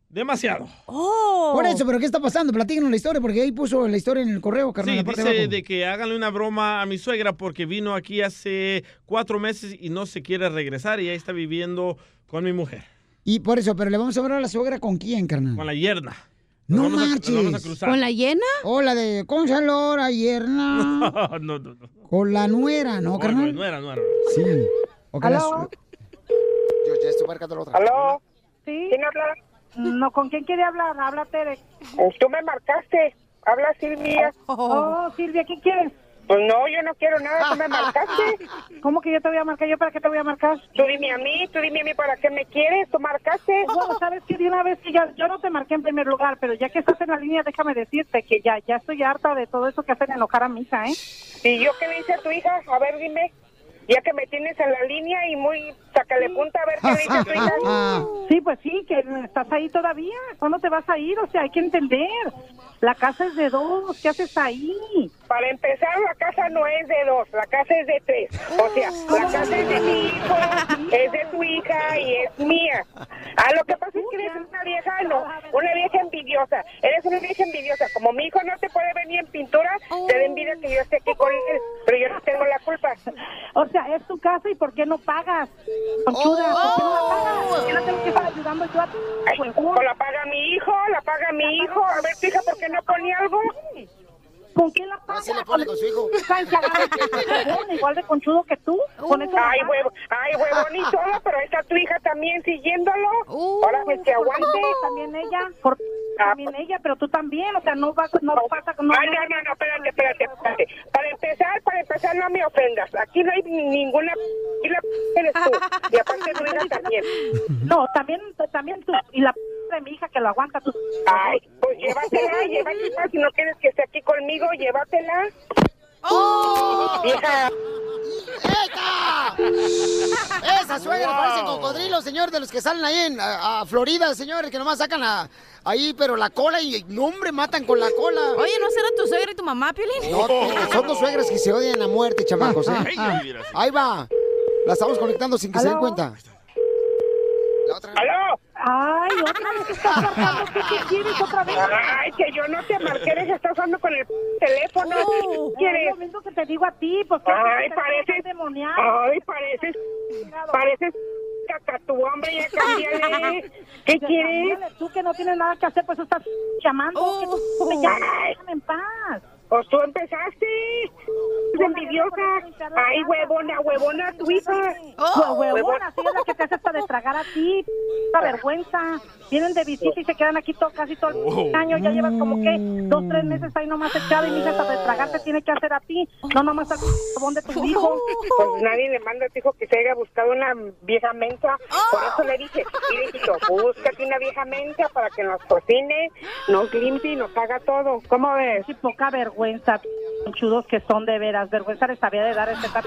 S4: demasiado.
S2: Por eso, pero ¿qué está pasando? Platíquenos la historia, porque ahí puso la historia en el correo, carnal,
S4: Sí,
S2: la parte
S4: dice
S2: de abajo.
S4: de que háganle una broma a mi suegra porque vino aquí hace cuatro meses y no se quiere regresar y ahí está viviendo con mi mujer,
S2: Y por eso, pero le vamos a hablar a la suegra con quién, carnal.
S4: con la yerna.
S2: No
S4: vamos a- nos
S2: marches.
S4: vamos a cruzar. ¿Con la
S3: llena?
S2: O la de Gonzalo, la yerna.
S4: no, no, no. no.
S2: Con la nuera, ¿no, carnal?
S4: No era, no era.
S2: Sí. O que la
S4: ¿Aló?
S2: su-
S9: ¿Aló? ¿Sí? ¿Quién habla? No, ¿con quién quiere hablar? Habla Tere. Tú me marcaste. Habla Silvia.
S23: Oh.
S9: Oh, Silvia, ¿quién quieres? Pues no, yo no quiero nada, tú me marcaste. *laughs* ¿Cómo que yo te voy a marcar? ¿Yo para qué te voy a marcar? Tú dime a mí, tú dime a mí para qué me quieres, tú marcaste. Pues Bueno, sabes que de una vez que ya, yo no te marqué en primer lugar, pero ya que estás en la línea, déjame decirte que ya, ya estoy harta de todo eso que hacen enojar a misa, ¿eh? ¿Y yo qué le hice a tu hija? A ver, dime. Ya que me tienes en la línea y muy sácale punta a ver qué le hice a
S17: *laughs*
S9: tu hija. Sí, pues sí, que estás ahí todavía. ¿Cuándo te vas a ir? O sea, hay que entender.
S17: La casa es de dos, ¿qué haces ahí?
S14: Para empezar, la casa no es de dos, la casa es de tres. O sea,
S17: *gasps*
S14: la casa es de mi hijo, es de tu hija y es mía. A Ah, lo que pasa es que eres una vieja, no, una vieja envidiosa. Eres una vieja envidiosa. Como mi hijo no te puede venir en pintura, te da envidia que yo esté aquí con él, pero yo no tengo la culpa.
S17: *laughs* O sea, es tu casa y ¿por qué no pagas? Conchuda, ¿por qué no la pagas? ¿Por qué no tengo que estar ayudando yo a ti?
S14: Oh. Ay, pues la paga mi hijo, la paga mi hijo. A ver, tu hija, ¿por qué no pone algo?
S17: ¿Con qué la pagas?
S14: Así Ah, le pone con su hijo.
S17: Ay, ya, huevón, Igual de conchudo que tú. Con eso la
S14: Ay,
S17: pagas.
S14: huevo, ay, huevón y todo, pero ahí está tu hija también siguiéndolo.
S17: Uh,
S14: Ahora pues que se aguante.
S17: También ella, por- también ella, pero tú también, o sea, no va, no pasa, no,
S14: Ay, Ah, no, no, no, espérate, espérate, espérate. Para empezar, para empezar, no me ofendas. Aquí no hay ni- ninguna... Aquí la eres tú. Y aparte tu hija también.
S17: *laughs* no, también, también tú y la de mi hija que lo aguanta tú.
S14: Ay, pues llévatela, llévatela. Si no quieres que esté aquí conmigo, llévatela. Vieja.
S22: ¡Eta! Esa suegra
S14: Wow.
S22: parece cocodrilo, señor, de los que salen ahí en, a, a Florida, señores, que nomás sacan a- ahí, pero la cola y, no, hombre, matan con la cola.
S3: Oye, ¿no será tu suegra y tu mamá, Piolín?
S22: No, eh, son dos suegras que se odian a muerte, chamacos, ¿eh?
S3: Oh. Ay, si
S22: Ahí va. La estamos conectando sin que se den cuenta.
S14: ¡Aló!
S17: Ay, otra vez estás marcando. ¿Tú qué quieres otra vez?
S14: Ay, que yo no te marqué, eres que estás usando con el teléfono. ¿Qué
S17: Es
S14: quieres?
S17: lo mismo que te digo a ti, pues.
S14: Ay, pareces...
S17: demoniado.
S14: Ay, pareces... Pareces... Caca, tu hombre, ya
S17: *laughs*
S14: cámbiale. ¿Qué
S17: Ya
S14: quieres?
S17: cámbiale, Tú que no tienes nada que hacer, pues estás llamando. que tú- tú me llamas,
S14: Ay.
S17: déjame en paz.
S14: Pues tú empezaste. Es envidiosa. Ay, huevona, huevona, tu hija.
S17: Oh, huevona, sí es la que te hace hasta de tragar a ti. La vergüenza. Vienen de visita y se quedan aquí todo, casi todo el
S14: Oh.
S17: año. Ya llevas como que dos, tres meses ahí nomás echada y mi hija hasta de tragar te tiene que hacer a ti. No nomás al jabón de tu hijo.
S14: *laughs* Pues nadie le manda a tu hijo que se haya buscado una vieja mensa. Por eso le dije, mire, hijito, búscate una vieja mensa para que nos cocine, nos limpie y nos haga todo. ¿Cómo ves?
S17: Qué poca vergüenza, chudos que son de veras. Vergüenza les había de dar este tap-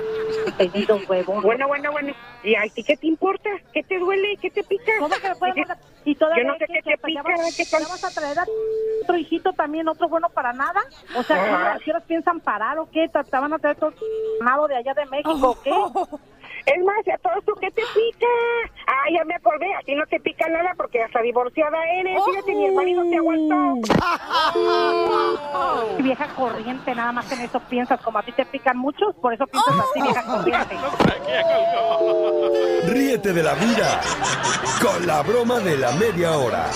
S17: pedido huevón.
S14: Bueno, bueno, bueno. ¿Y a ti qué te importa? ¿Qué te duele? ¿Qué te pica?
S17: ¿Cómo que me puede mandar?
S14: Y
S17: Y todavía
S14: Yo no sé
S17: que-
S14: qué
S17: que
S14: te
S17: hasta ya
S14: pica.
S17: vas-
S14: qué
S17: ya vas a traer a otro hijito también, otro bueno para nada. O sea, ¿qué
S14: Ah.
S17: las piensan parar o qué? ¿Te, te van a traer todo nado de allá de México o qué?
S14: *laughs* Es más, a todos tú, ¿qué te pica? Ah, ya me acordé, a ti no te pica nada porque hasta divorciada eres. Fíjate, mi marido te aguantó.
S17: Y Vieja corriente, nada más en eso piensas. Como a ti te pican muchos, por eso piensas así,
S14: *laughs*
S17: vieja corriente.
S8: Ríete de la vida con la broma de la media hora.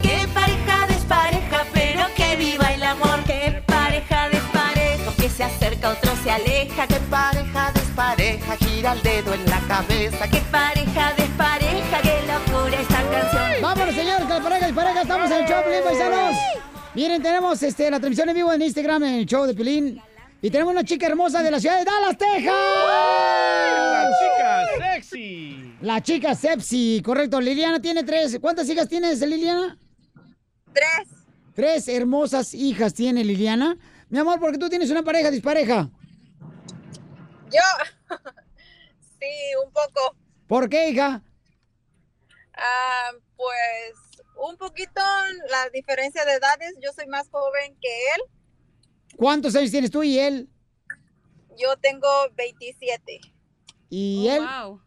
S23: Qué pareja despareja, pero que viva el amor. Qué pareja despareja, que se acerca, otro se aleja. Qué pareja despareja, gira el dedo en la cabeza. Qué pareja despareja, qué locura esta canción.
S2: Vámonos, señor, que la pareja y pareja estamos en el show, de Pelín, paisanos. Miren, tenemos este, la transmisión en vivo en Instagram, en el show de Pelín. Y tenemos una chica hermosa de la ciudad de Dallas, Texas.
S4: La chica sexy.
S2: La chica Sepsi, correcto. Liliana tiene tres. ¿Cuántas hijas tienes, Liliana? Tres. Tres hermosas hijas tiene Liliana. Mi amor, porque tú tienes una pareja dispareja.
S20: Yo, sí, un poco.
S2: ¿Por qué, hija?
S20: Ah, pues un poquito la diferencia de edades. Yo soy más joven que él.
S2: ¿Cuántos años tienes tú y él?
S20: Yo tengo 27
S2: Y
S3: Oh,
S2: él.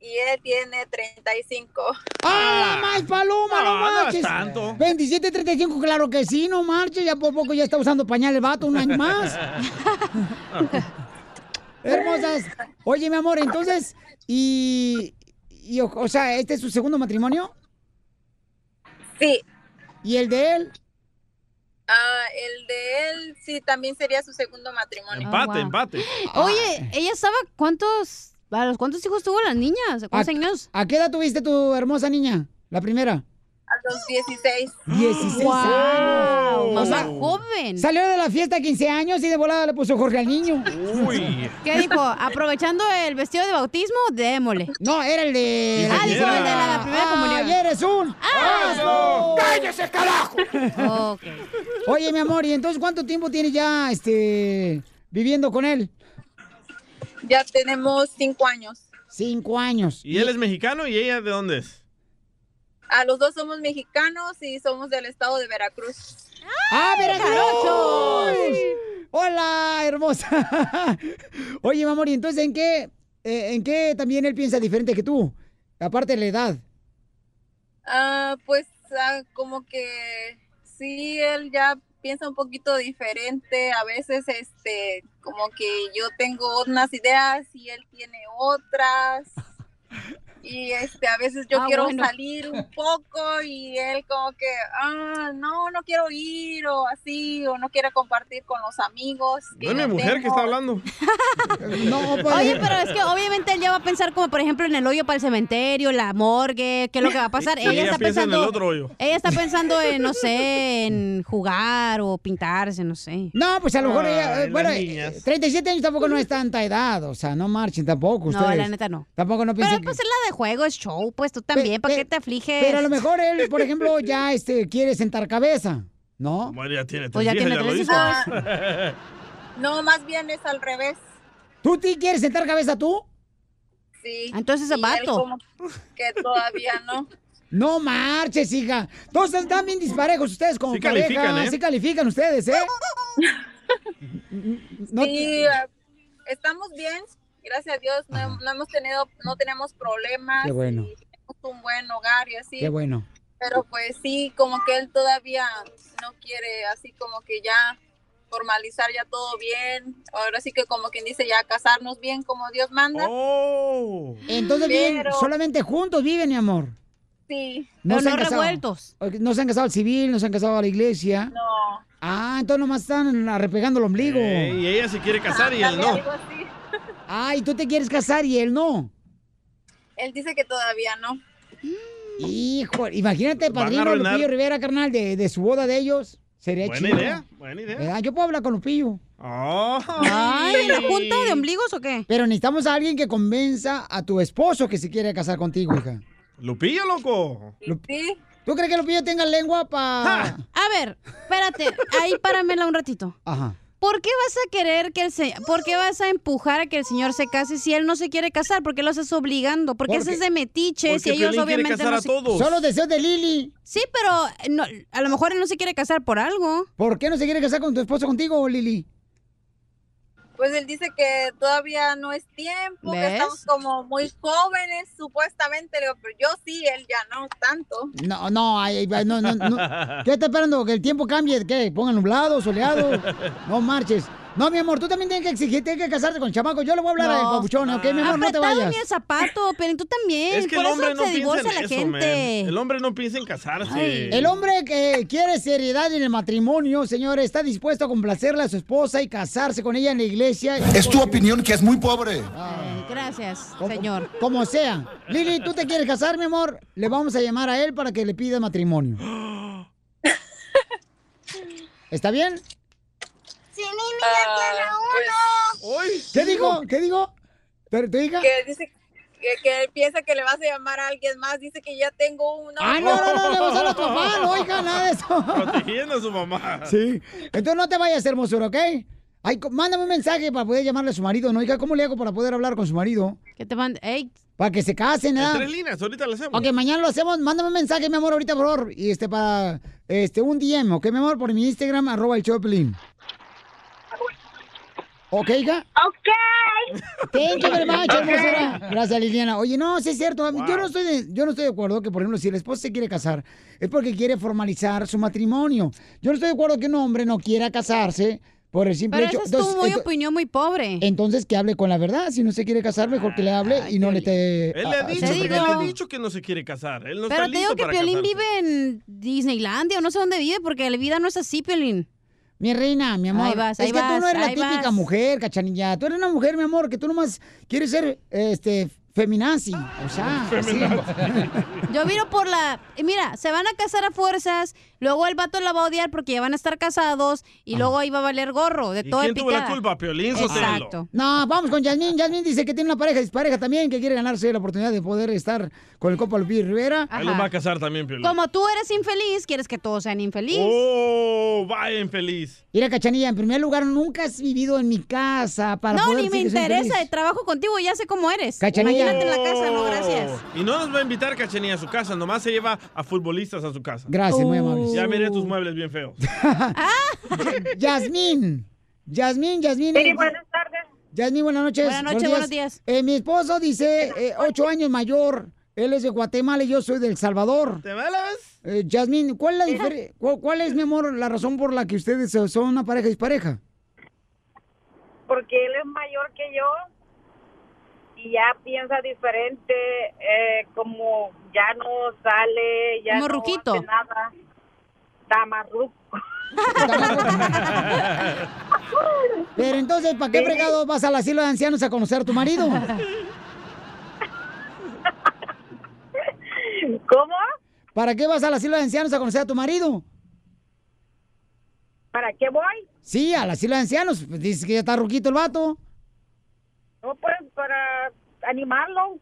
S20: y él tiene 35.
S2: ¡Ah, más paloma, no
S20: Ah, no
S2: marches!
S20: tanto.
S2: 27, 35, claro que sí, no marches. Ya por poco ya está usando pañal el vato un año más.
S17: *laughs*
S2: Hermosas. Oye, mi amor, entonces, y, y, o, o sea, ¿este es su segundo matrimonio?
S20: Sí.
S2: ¿Y el de él?
S20: Ah, el de él sí también sería su segundo matrimonio.
S3: Oh,
S4: empate.
S3: *laughs* Oye, ella estaba, ¿cuántos, a los cuántos hijos tuvo la niña? O sea, ¿Cuántos
S2: ¿A-
S3: años?
S2: ¿A qué edad tuviste tu hermosa niña? La primera.
S20: A los 16.
S2: 16 años.
S3: Ah, O sea, joven.
S2: Salió de la fiesta a 15 años y de volada le puso Jorge al niño. *laughs*
S4: Uy.
S3: ¿Qué dijo? Aprovechando el vestido de bautismo, démole.
S2: No, era el de.
S3: Ah, dijo el de la, la primera comunión.
S2: Ay, eres un. asno!
S20: ¡Cállese, carajo!
S2: Oye, mi amor, ¿y entonces cuánto tiempo tienes ya este, viviendo con él?
S20: Ya tenemos cinco años.
S2: Cinco años.
S4: ¿Y él es mexicano y ella de dónde es?
S20: Ah, los dos somos mexicanos y somos del estado de Veracruz.
S2: ¡Ah, Veracruz! ¡Hola, hermosa! *laughs* Oye, mi amor, ¿y entonces en qué, eh, en qué también él piensa diferente que tú? Aparte de la edad.
S20: Ah, pues ah, como que sí, él ya piensa un poquito diferente. A veces, este, como que yo tengo unas ideas y él tiene otras. Y este, a veces yo
S3: Ah,
S20: quiero
S3: bueno.
S20: salir un poco y él como que, ah, no, no quiero ir o así, o no quiere compartir con los amigos. que
S4: No es mi
S20: yo
S4: mujer que
S20: tengo.
S4: está
S2: *laughs*
S4: hablando.
S2: pues.
S3: Oye, pero es que obviamente él ya va a pensar como, por ejemplo, en el hoyo para el cementerio, la morgue, qué es lo que va a pasar.
S4: Y- y
S3: ella,
S4: ella
S3: está
S4: piensa en
S3: pensando,
S4: el otro hoyo.
S3: ella está pensando en, no sé, en jugar o pintarse, no sé.
S2: No, pues a lo mejor ella, eh,
S3: Ay,
S2: bueno,
S3: las
S2: eh,
S3: niñas.
S2: 37 años tampoco no es tanta edad, o sea, no marchen tampoco
S3: No,
S2: ustedes.
S3: la neta no.
S2: Tampoco no piensen
S3: Pero pues es la de juego, es show, pues tú también, ¿para qué te afliges?
S2: Pero a lo mejor él, por ejemplo, ya este, quiere sentar cabeza, ¿no?
S4: Bueno, ya tiene tres
S2: Pues ya
S4: hijas,
S2: tiene
S4: lo
S2: tres
S4: dijo. *laughs*
S20: No, más bien es al revés.
S2: ¿Tú ti quieres sentar cabeza tú?
S20: Sí.
S2: Entonces,
S20: Y él
S2: vato.
S20: como Que todavía no.
S2: No marches, hija. Entonces están bien disparejos ustedes como
S20: Sí
S2: pareja.
S20: califican, ¿eh?
S2: Sí califican ustedes, ¿eh? No
S20: sí,
S2: te-
S20: ah, estamos bien, gracias a Dios, no, no hemos tenido, no tenemos problemas,
S2: Qué bueno,
S20: tenemos un buen hogar y así.
S2: qué bueno.
S20: Pero pues sí, como que él todavía no quiere así como que ya formalizar ya todo bien, ahora sí que como quien dice ya casarnos bien como Dios manda.
S4: Oh.
S2: Oh. Entonces bien,
S20: Pero-
S2: solamente juntos viven, mi amor.
S20: Sí.
S2: casado. Ok, No se han casado al civil, no se han casado a la iglesia.
S20: No.
S2: Ah, entonces nomás están arrepegando el ombligo.
S4: Eh, y ella se quiere casar y él no.
S2: Ah, y tú te quieres casar y él no.
S20: Él dice que todavía no.
S2: Hijo, imagínate,
S4: Van a
S2: padrino
S4: arruinar.
S2: Lupillo Rivera, carnal, de, de su boda de ellos. Sería
S4: Buena
S2: chido.
S4: idea, buena idea.
S2: ¿Verdad? Eh, ah, Yo puedo hablar con Lupillo.
S3: Ay, ¿una junta de ombligos o qué?
S2: Pero necesitamos a alguien que convenza a tu esposo que se quiere casar contigo, hija.
S4: Lupillo, loco.
S20: Sí.
S2: ¿Tú crees que Lupillo tenga lengua para...?
S3: A ver, espérate, ahí páramela un ratito.
S2: Ajá.
S3: ¿Por qué vas a querer que el se... ¿Por qué vas a empujar a que el señor se case si él no se quiere casar? ¿Por qué lo estás obligando? ¿Por qué
S2: Porque-
S3: haces de metiche si ellos obviamente no se-
S2: Son los deseos de Lili.
S3: Sí, pero eh, no- a lo mejor él no se quiere casar por algo.
S2: ¿Por qué no se quiere casar con tu esposo contigo, Lili?
S20: Pues él dice que todavía no es tiempo, que
S2: ¿Ves?
S20: estamos como muy jóvenes, supuestamente. Le digo, pero yo sí, él ya no tanto.
S2: No, no, ay, ay, no, no, no. ¿Qué está esperando? ¿Que el tiempo cambie? ¿Qué? ¿Pongan nublado, soleado? No marches. No, mi amor, tú también tienes que exigir, tienes que casarte con chamaco. Yo le voy a hablar
S3: No.
S2: al papuchón, ¿ok? Mi amor, no te
S3: Apretado
S2: vayas.
S3: ni el zapato, pero tú también.
S4: Es que
S3: por
S4: el hombre
S3: eso
S4: no
S3: se
S4: piensa
S3: divorcia
S4: en
S3: la
S4: eso, man.
S3: gente.
S4: El hombre no piensa en casarse.
S2: El hombre que quiere seriedad en el matrimonio, señores, está dispuesto a complacerle a su esposa y casarse con ella en la iglesia.
S21: Es tu opinión que es muy pobre.
S3: Eh, gracias, señor.
S2: Como sea. Lili, ¿tú te quieres casar, mi amor? Le vamos a llamar a él para que le pida matrimonio. ¿Está bien? ¿Qué dijo? ¿Qué dijo? ¿Pero tu hija?
S20: Que dice que, que él piensa que le vas a llamar a alguien más. Dice que ya tengo uno.
S2: Ah, no, no, no, le vas a
S20: *laughs*
S2: la papá, no, hija, nada de eso.
S4: Protegiendo a su mamá.
S2: Sí. Entonces no te vayas, hermosura, ¿ok? Ay, co- mándame un mensaje para poder llamarle a su marido, ¿no? Hija, ¿cómo le hago para poder hablar con su marido?
S3: Que te mande. Ey.
S2: Para que se casen, ¿ah?
S4: En
S2: ¿verdad?
S4: tres líneas, ahorita lo hacemos.
S2: Ok, mañana lo hacemos. Mándame un mensaje, mi amor, ahorita, por favor. Y este, para este, un DM, ¿ok, mi amor? Por mi Instagram, arroba el Choplin. ¿Ok, hija?
S14: Ok.
S2: Thank you very much,
S14: Ok.
S2: hermosura. Gracias, Liliana. Oye, no, sí es cierto. A mí- Yo, no estoy de, yo no estoy de acuerdo que, por ejemplo, si el esposo se quiere casar, es porque quiere formalizar su matrimonio. Yo no estoy de acuerdo que un hombre no quiera casarse por el simple
S3: Pero
S2: hecho...
S3: esa es tu muy
S2: ento-
S3: opinión muy pobre.
S2: entonces, que hable con la verdad. Si no se quiere casar, mejor que le hable y no le te...
S4: Él le ha
S2: a- a-
S4: dicho,
S2: se-
S4: él le ha dicho que no se quiere casar. Él no
S3: Pero
S4: está
S3: te digo
S4: listo
S3: que
S4: para
S3: Piolín
S4: casarse.
S3: vive en Disneylandia o no sé dónde vive porque la vida no es así, Piolín.
S2: Mi reina, mi amor.
S3: Ahí vas,
S2: es
S3: ahí
S2: que tú
S3: vas,
S2: no eres la
S3: ahí
S2: típica
S3: vas.
S2: mujer, cachanilla. Tú eres una mujer, mi amor, que tú nomás quieres ser, este, feminazi. O sea, así.
S3: Yo miro por la... y Mira, se van a casar a fuerzas, luego el vato la va a odiar porque ya van a estar casados y luego ahí va a valer gorro de
S4: ¿Y
S3: todo
S4: quién
S3: el
S4: tuvo la culpa? Piolín Sotelo.
S3: Exacto.
S2: No, vamos con Yasmín. Yasmín dice que tiene una pareja dispareja también, que quiere ganarse la oportunidad de poder estar con el Copa Lupillo Rivera.
S4: Él los va a casar también, Piolín.
S3: Como tú eres infeliz, quieres que todos sean infelices.
S4: ¡Oh! ¡Vaya infeliz!
S2: Mira, cachanilla, en primer lugar, nunca has vivido en mi casa para
S3: no,
S2: poder
S3: ni me
S2: decir que soy
S3: interesa,
S2: feliz.
S3: trabajo contigo, ya sé cómo eres.
S2: Cachanilla,
S3: quédate en la casa, no, gracias.
S4: Y no nos va a invitar Cachenía a su casa, nomás se lleva a futbolistas a su casa.
S2: Gracias,
S3: Oh.
S2: muy amables.
S4: Ya miré tus muebles bien feos.
S2: Yasmín. Yasmín, Yasmín.
S11: Sí,
S2: eh,
S11: buenas tardes.
S2: Yasmín, buenas noches.
S11: Buenas noches, buenos días.
S2: Eh, mi esposo dice eh, ocho años mayor. Él es de Guatemala y yo soy de El Salvador.
S4: ¿Te vales?
S2: Eh, Yasmín, ¿cuál es, la difere- cu- cuál es, mi amor, la razón por la que ustedes son una pareja dispareja?
S14: porque él es mayor que yo y ya piensa diferente, eh, como ya no sale, ya
S3: Como
S14: no
S3: ruquito.
S14: hace nada. Está más ruco.
S2: Pero entonces, ¿para qué
S14: Sí.
S2: fregados vas al asilo de ancianos a conocer a tu marido?
S14: ¿Cómo?
S2: ¿Para qué vas al asilo de ancianos a conocer a tu marido?
S14: *laughs* ¿Para qué voy?
S2: Sí, al asilo de ancianos. Pues Dices que ya está ruquito el vato.
S14: No, pues para animarlo.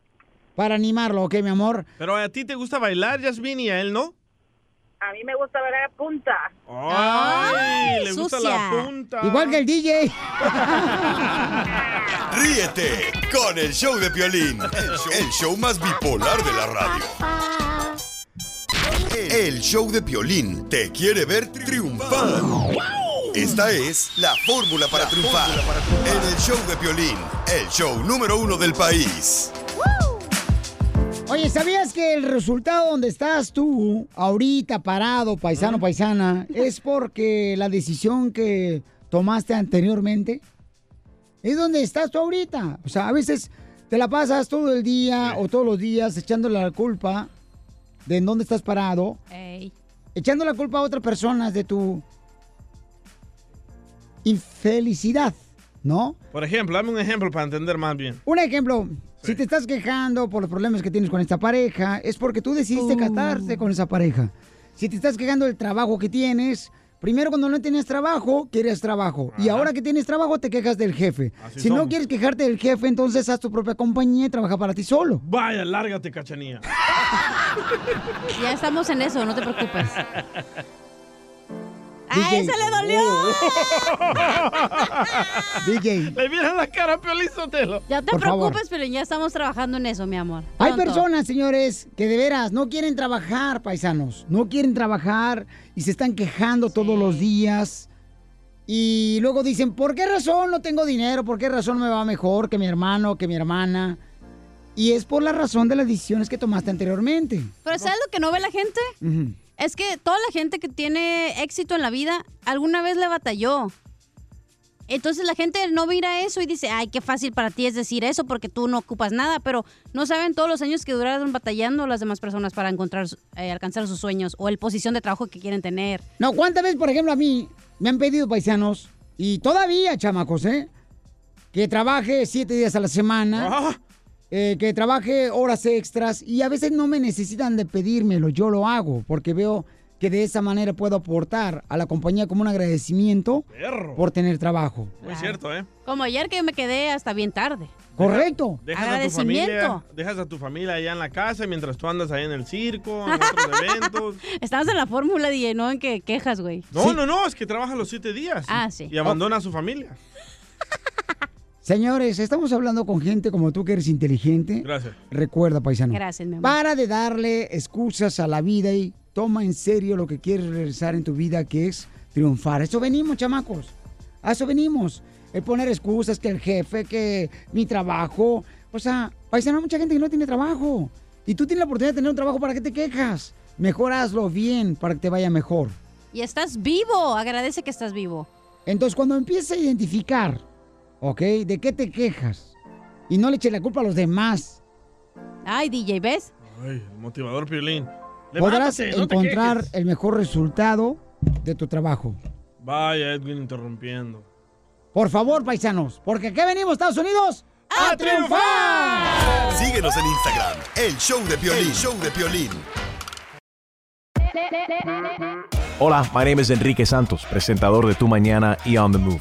S2: Para animarlo, ok, mi amor.
S4: Pero a ti te gusta bailar, Yasmin, y a él no.
S14: A mí me gusta ver a punta.
S4: Ay, le gusta la punta.
S2: Igual que el DJ.
S8: Ríete con el show de Piolín, el show, el show más bipolar de la radio. El show de Piolín te quiere ver triunfar. Esta es la fórmula para triunfar. En el show de Piolín, el show número uno del país.
S2: Oye, ¿sabías que el resultado donde estás tú, ahorita parado, paisano, paisana, es porque la decisión que tomaste anteriormente? Es donde estás tú ahorita. O sea, a veces te la pasas todo el día o todos los días echándole la culpa de en dónde estás parado,
S24: Eh.
S3: Ey.
S2: echando la culpa a otras personas de tu infelicidad, ¿no?
S4: *laughs* Por ejemplo, dame un ejemplo para entender más bien.
S2: Un ejemplo, si te estás quejando por los problemas que tienes con esta pareja, es porque tú decidiste casarte con esa pareja. Si te estás quejando del trabajo que tienes, primero cuando no tenías trabajo, querías trabajo. Y ahora que tienes trabajo, te quejas del jefe.
S4: Así
S2: si
S4: somos.
S2: no quieres quejarte del jefe, entonces haz tu propia compañía y trabaja para ti solo.
S4: Vaya, lárgate, Cachanía.
S3: Ya estamos en eso, no te
S4: *laughs*
S3: preocupes. *laughs* ¡A
S2: DJ.
S3: ese
S4: *laughs*
S2: *laughs*
S3: le dolió!
S2: DJ.
S4: Le miran la cara a Piolín Sotelo.
S3: Ya te
S2: Por favor. Ah.
S3: preocupes, pero ya estamos trabajando en eso, mi amor.
S2: Hay
S3: Pronto.
S2: personas, señores, que de veras no quieren trabajar, paisanos. No quieren trabajar y se están quejando todos los días. Y luego dicen, ¿por qué razón no tengo dinero? ¿Por qué razón me va mejor que mi hermano, que mi hermana? Y es por la razón de las decisiones que tomaste anteriormente.
S3: Pero ¿sabes lo que no ve la gente?
S2: Ujú.
S3: Es que toda la gente que tiene éxito en la vida alguna vez le batalló. Entonces la gente no mira eso y dice, ay, qué fácil para ti es decir eso porque tú no ocupas nada, pero no saben todos los años que duraron batallando las demás personas para encontrar, su- eh, alcanzar sus sueños o el posición de trabajo que quieren tener.
S2: No, ¿cuántas veces, por ejemplo, a mí me han pedido paisanos, y todavía, chamacos, ¿eh? Que trabaje siete días a la
S4: Ah.
S2: semana, eh, que trabaje horas extras, y a veces no me necesitan de pedírmelo, yo lo hago, porque veo que de esa manera puedo aportar a la compañía como un agradecimiento
S4: Perro.
S2: por tener trabajo.
S4: Muy cierto, ¿eh?
S3: Como ayer que me quedé hasta bien tarde.
S2: Correcto.
S4: Dejas a tu familia, dejas a tu familia allá en la casa mientras tú andas ahí en el circo, en otros eventos.
S3: Estamos en la fórmula, DJ, no en que quejas, güey.
S4: No, no, no, es que trabaja los siete días.
S3: Ah, sí.
S4: Y abandona a su familia.
S2: Señores, estamos hablando con gente como tú que eres inteligente.
S4: Gracias.
S2: Recuerda, paisano.
S3: Gracias, mi amor.
S2: Para de darle excusas a la vida y toma en serio lo que quieres realizar en tu vida, que es triunfar. A eso venimos, chamacos. A eso venimos. El poner excusas, que el jefe, que mi trabajo. O sea, paisano, hay mucha gente que no tiene trabajo. Y tú tienes la oportunidad de tener un trabajo, ¿para qué te quejas? Mejor hazlo bien para que te vaya mejor.
S3: Y estás vivo, agradece que estás vivo.
S2: Entonces, cuando empieces a identificar, ¿ok? ¿De qué te quejas? Y no le eches la culpa a los demás.
S3: Ay, DJ, ¿ves?
S4: Ay, el motivador Piolín.
S2: podrás
S4: Levántate, no te
S2: encontrar
S4: quejes.
S2: el mejor resultado de tu trabajo.
S4: Vaya, Edwin interrumpiendo.
S2: Por favor, paisanos, porque aquí venimos, Estados Unidos, a, triunfar.
S8: Síguenos en Instagram, el show de Piolín, el show de Piolín.
S19: Hola, my name is Enrique Santos, presentador de Tu Mañana y On the Move.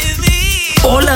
S24: Hola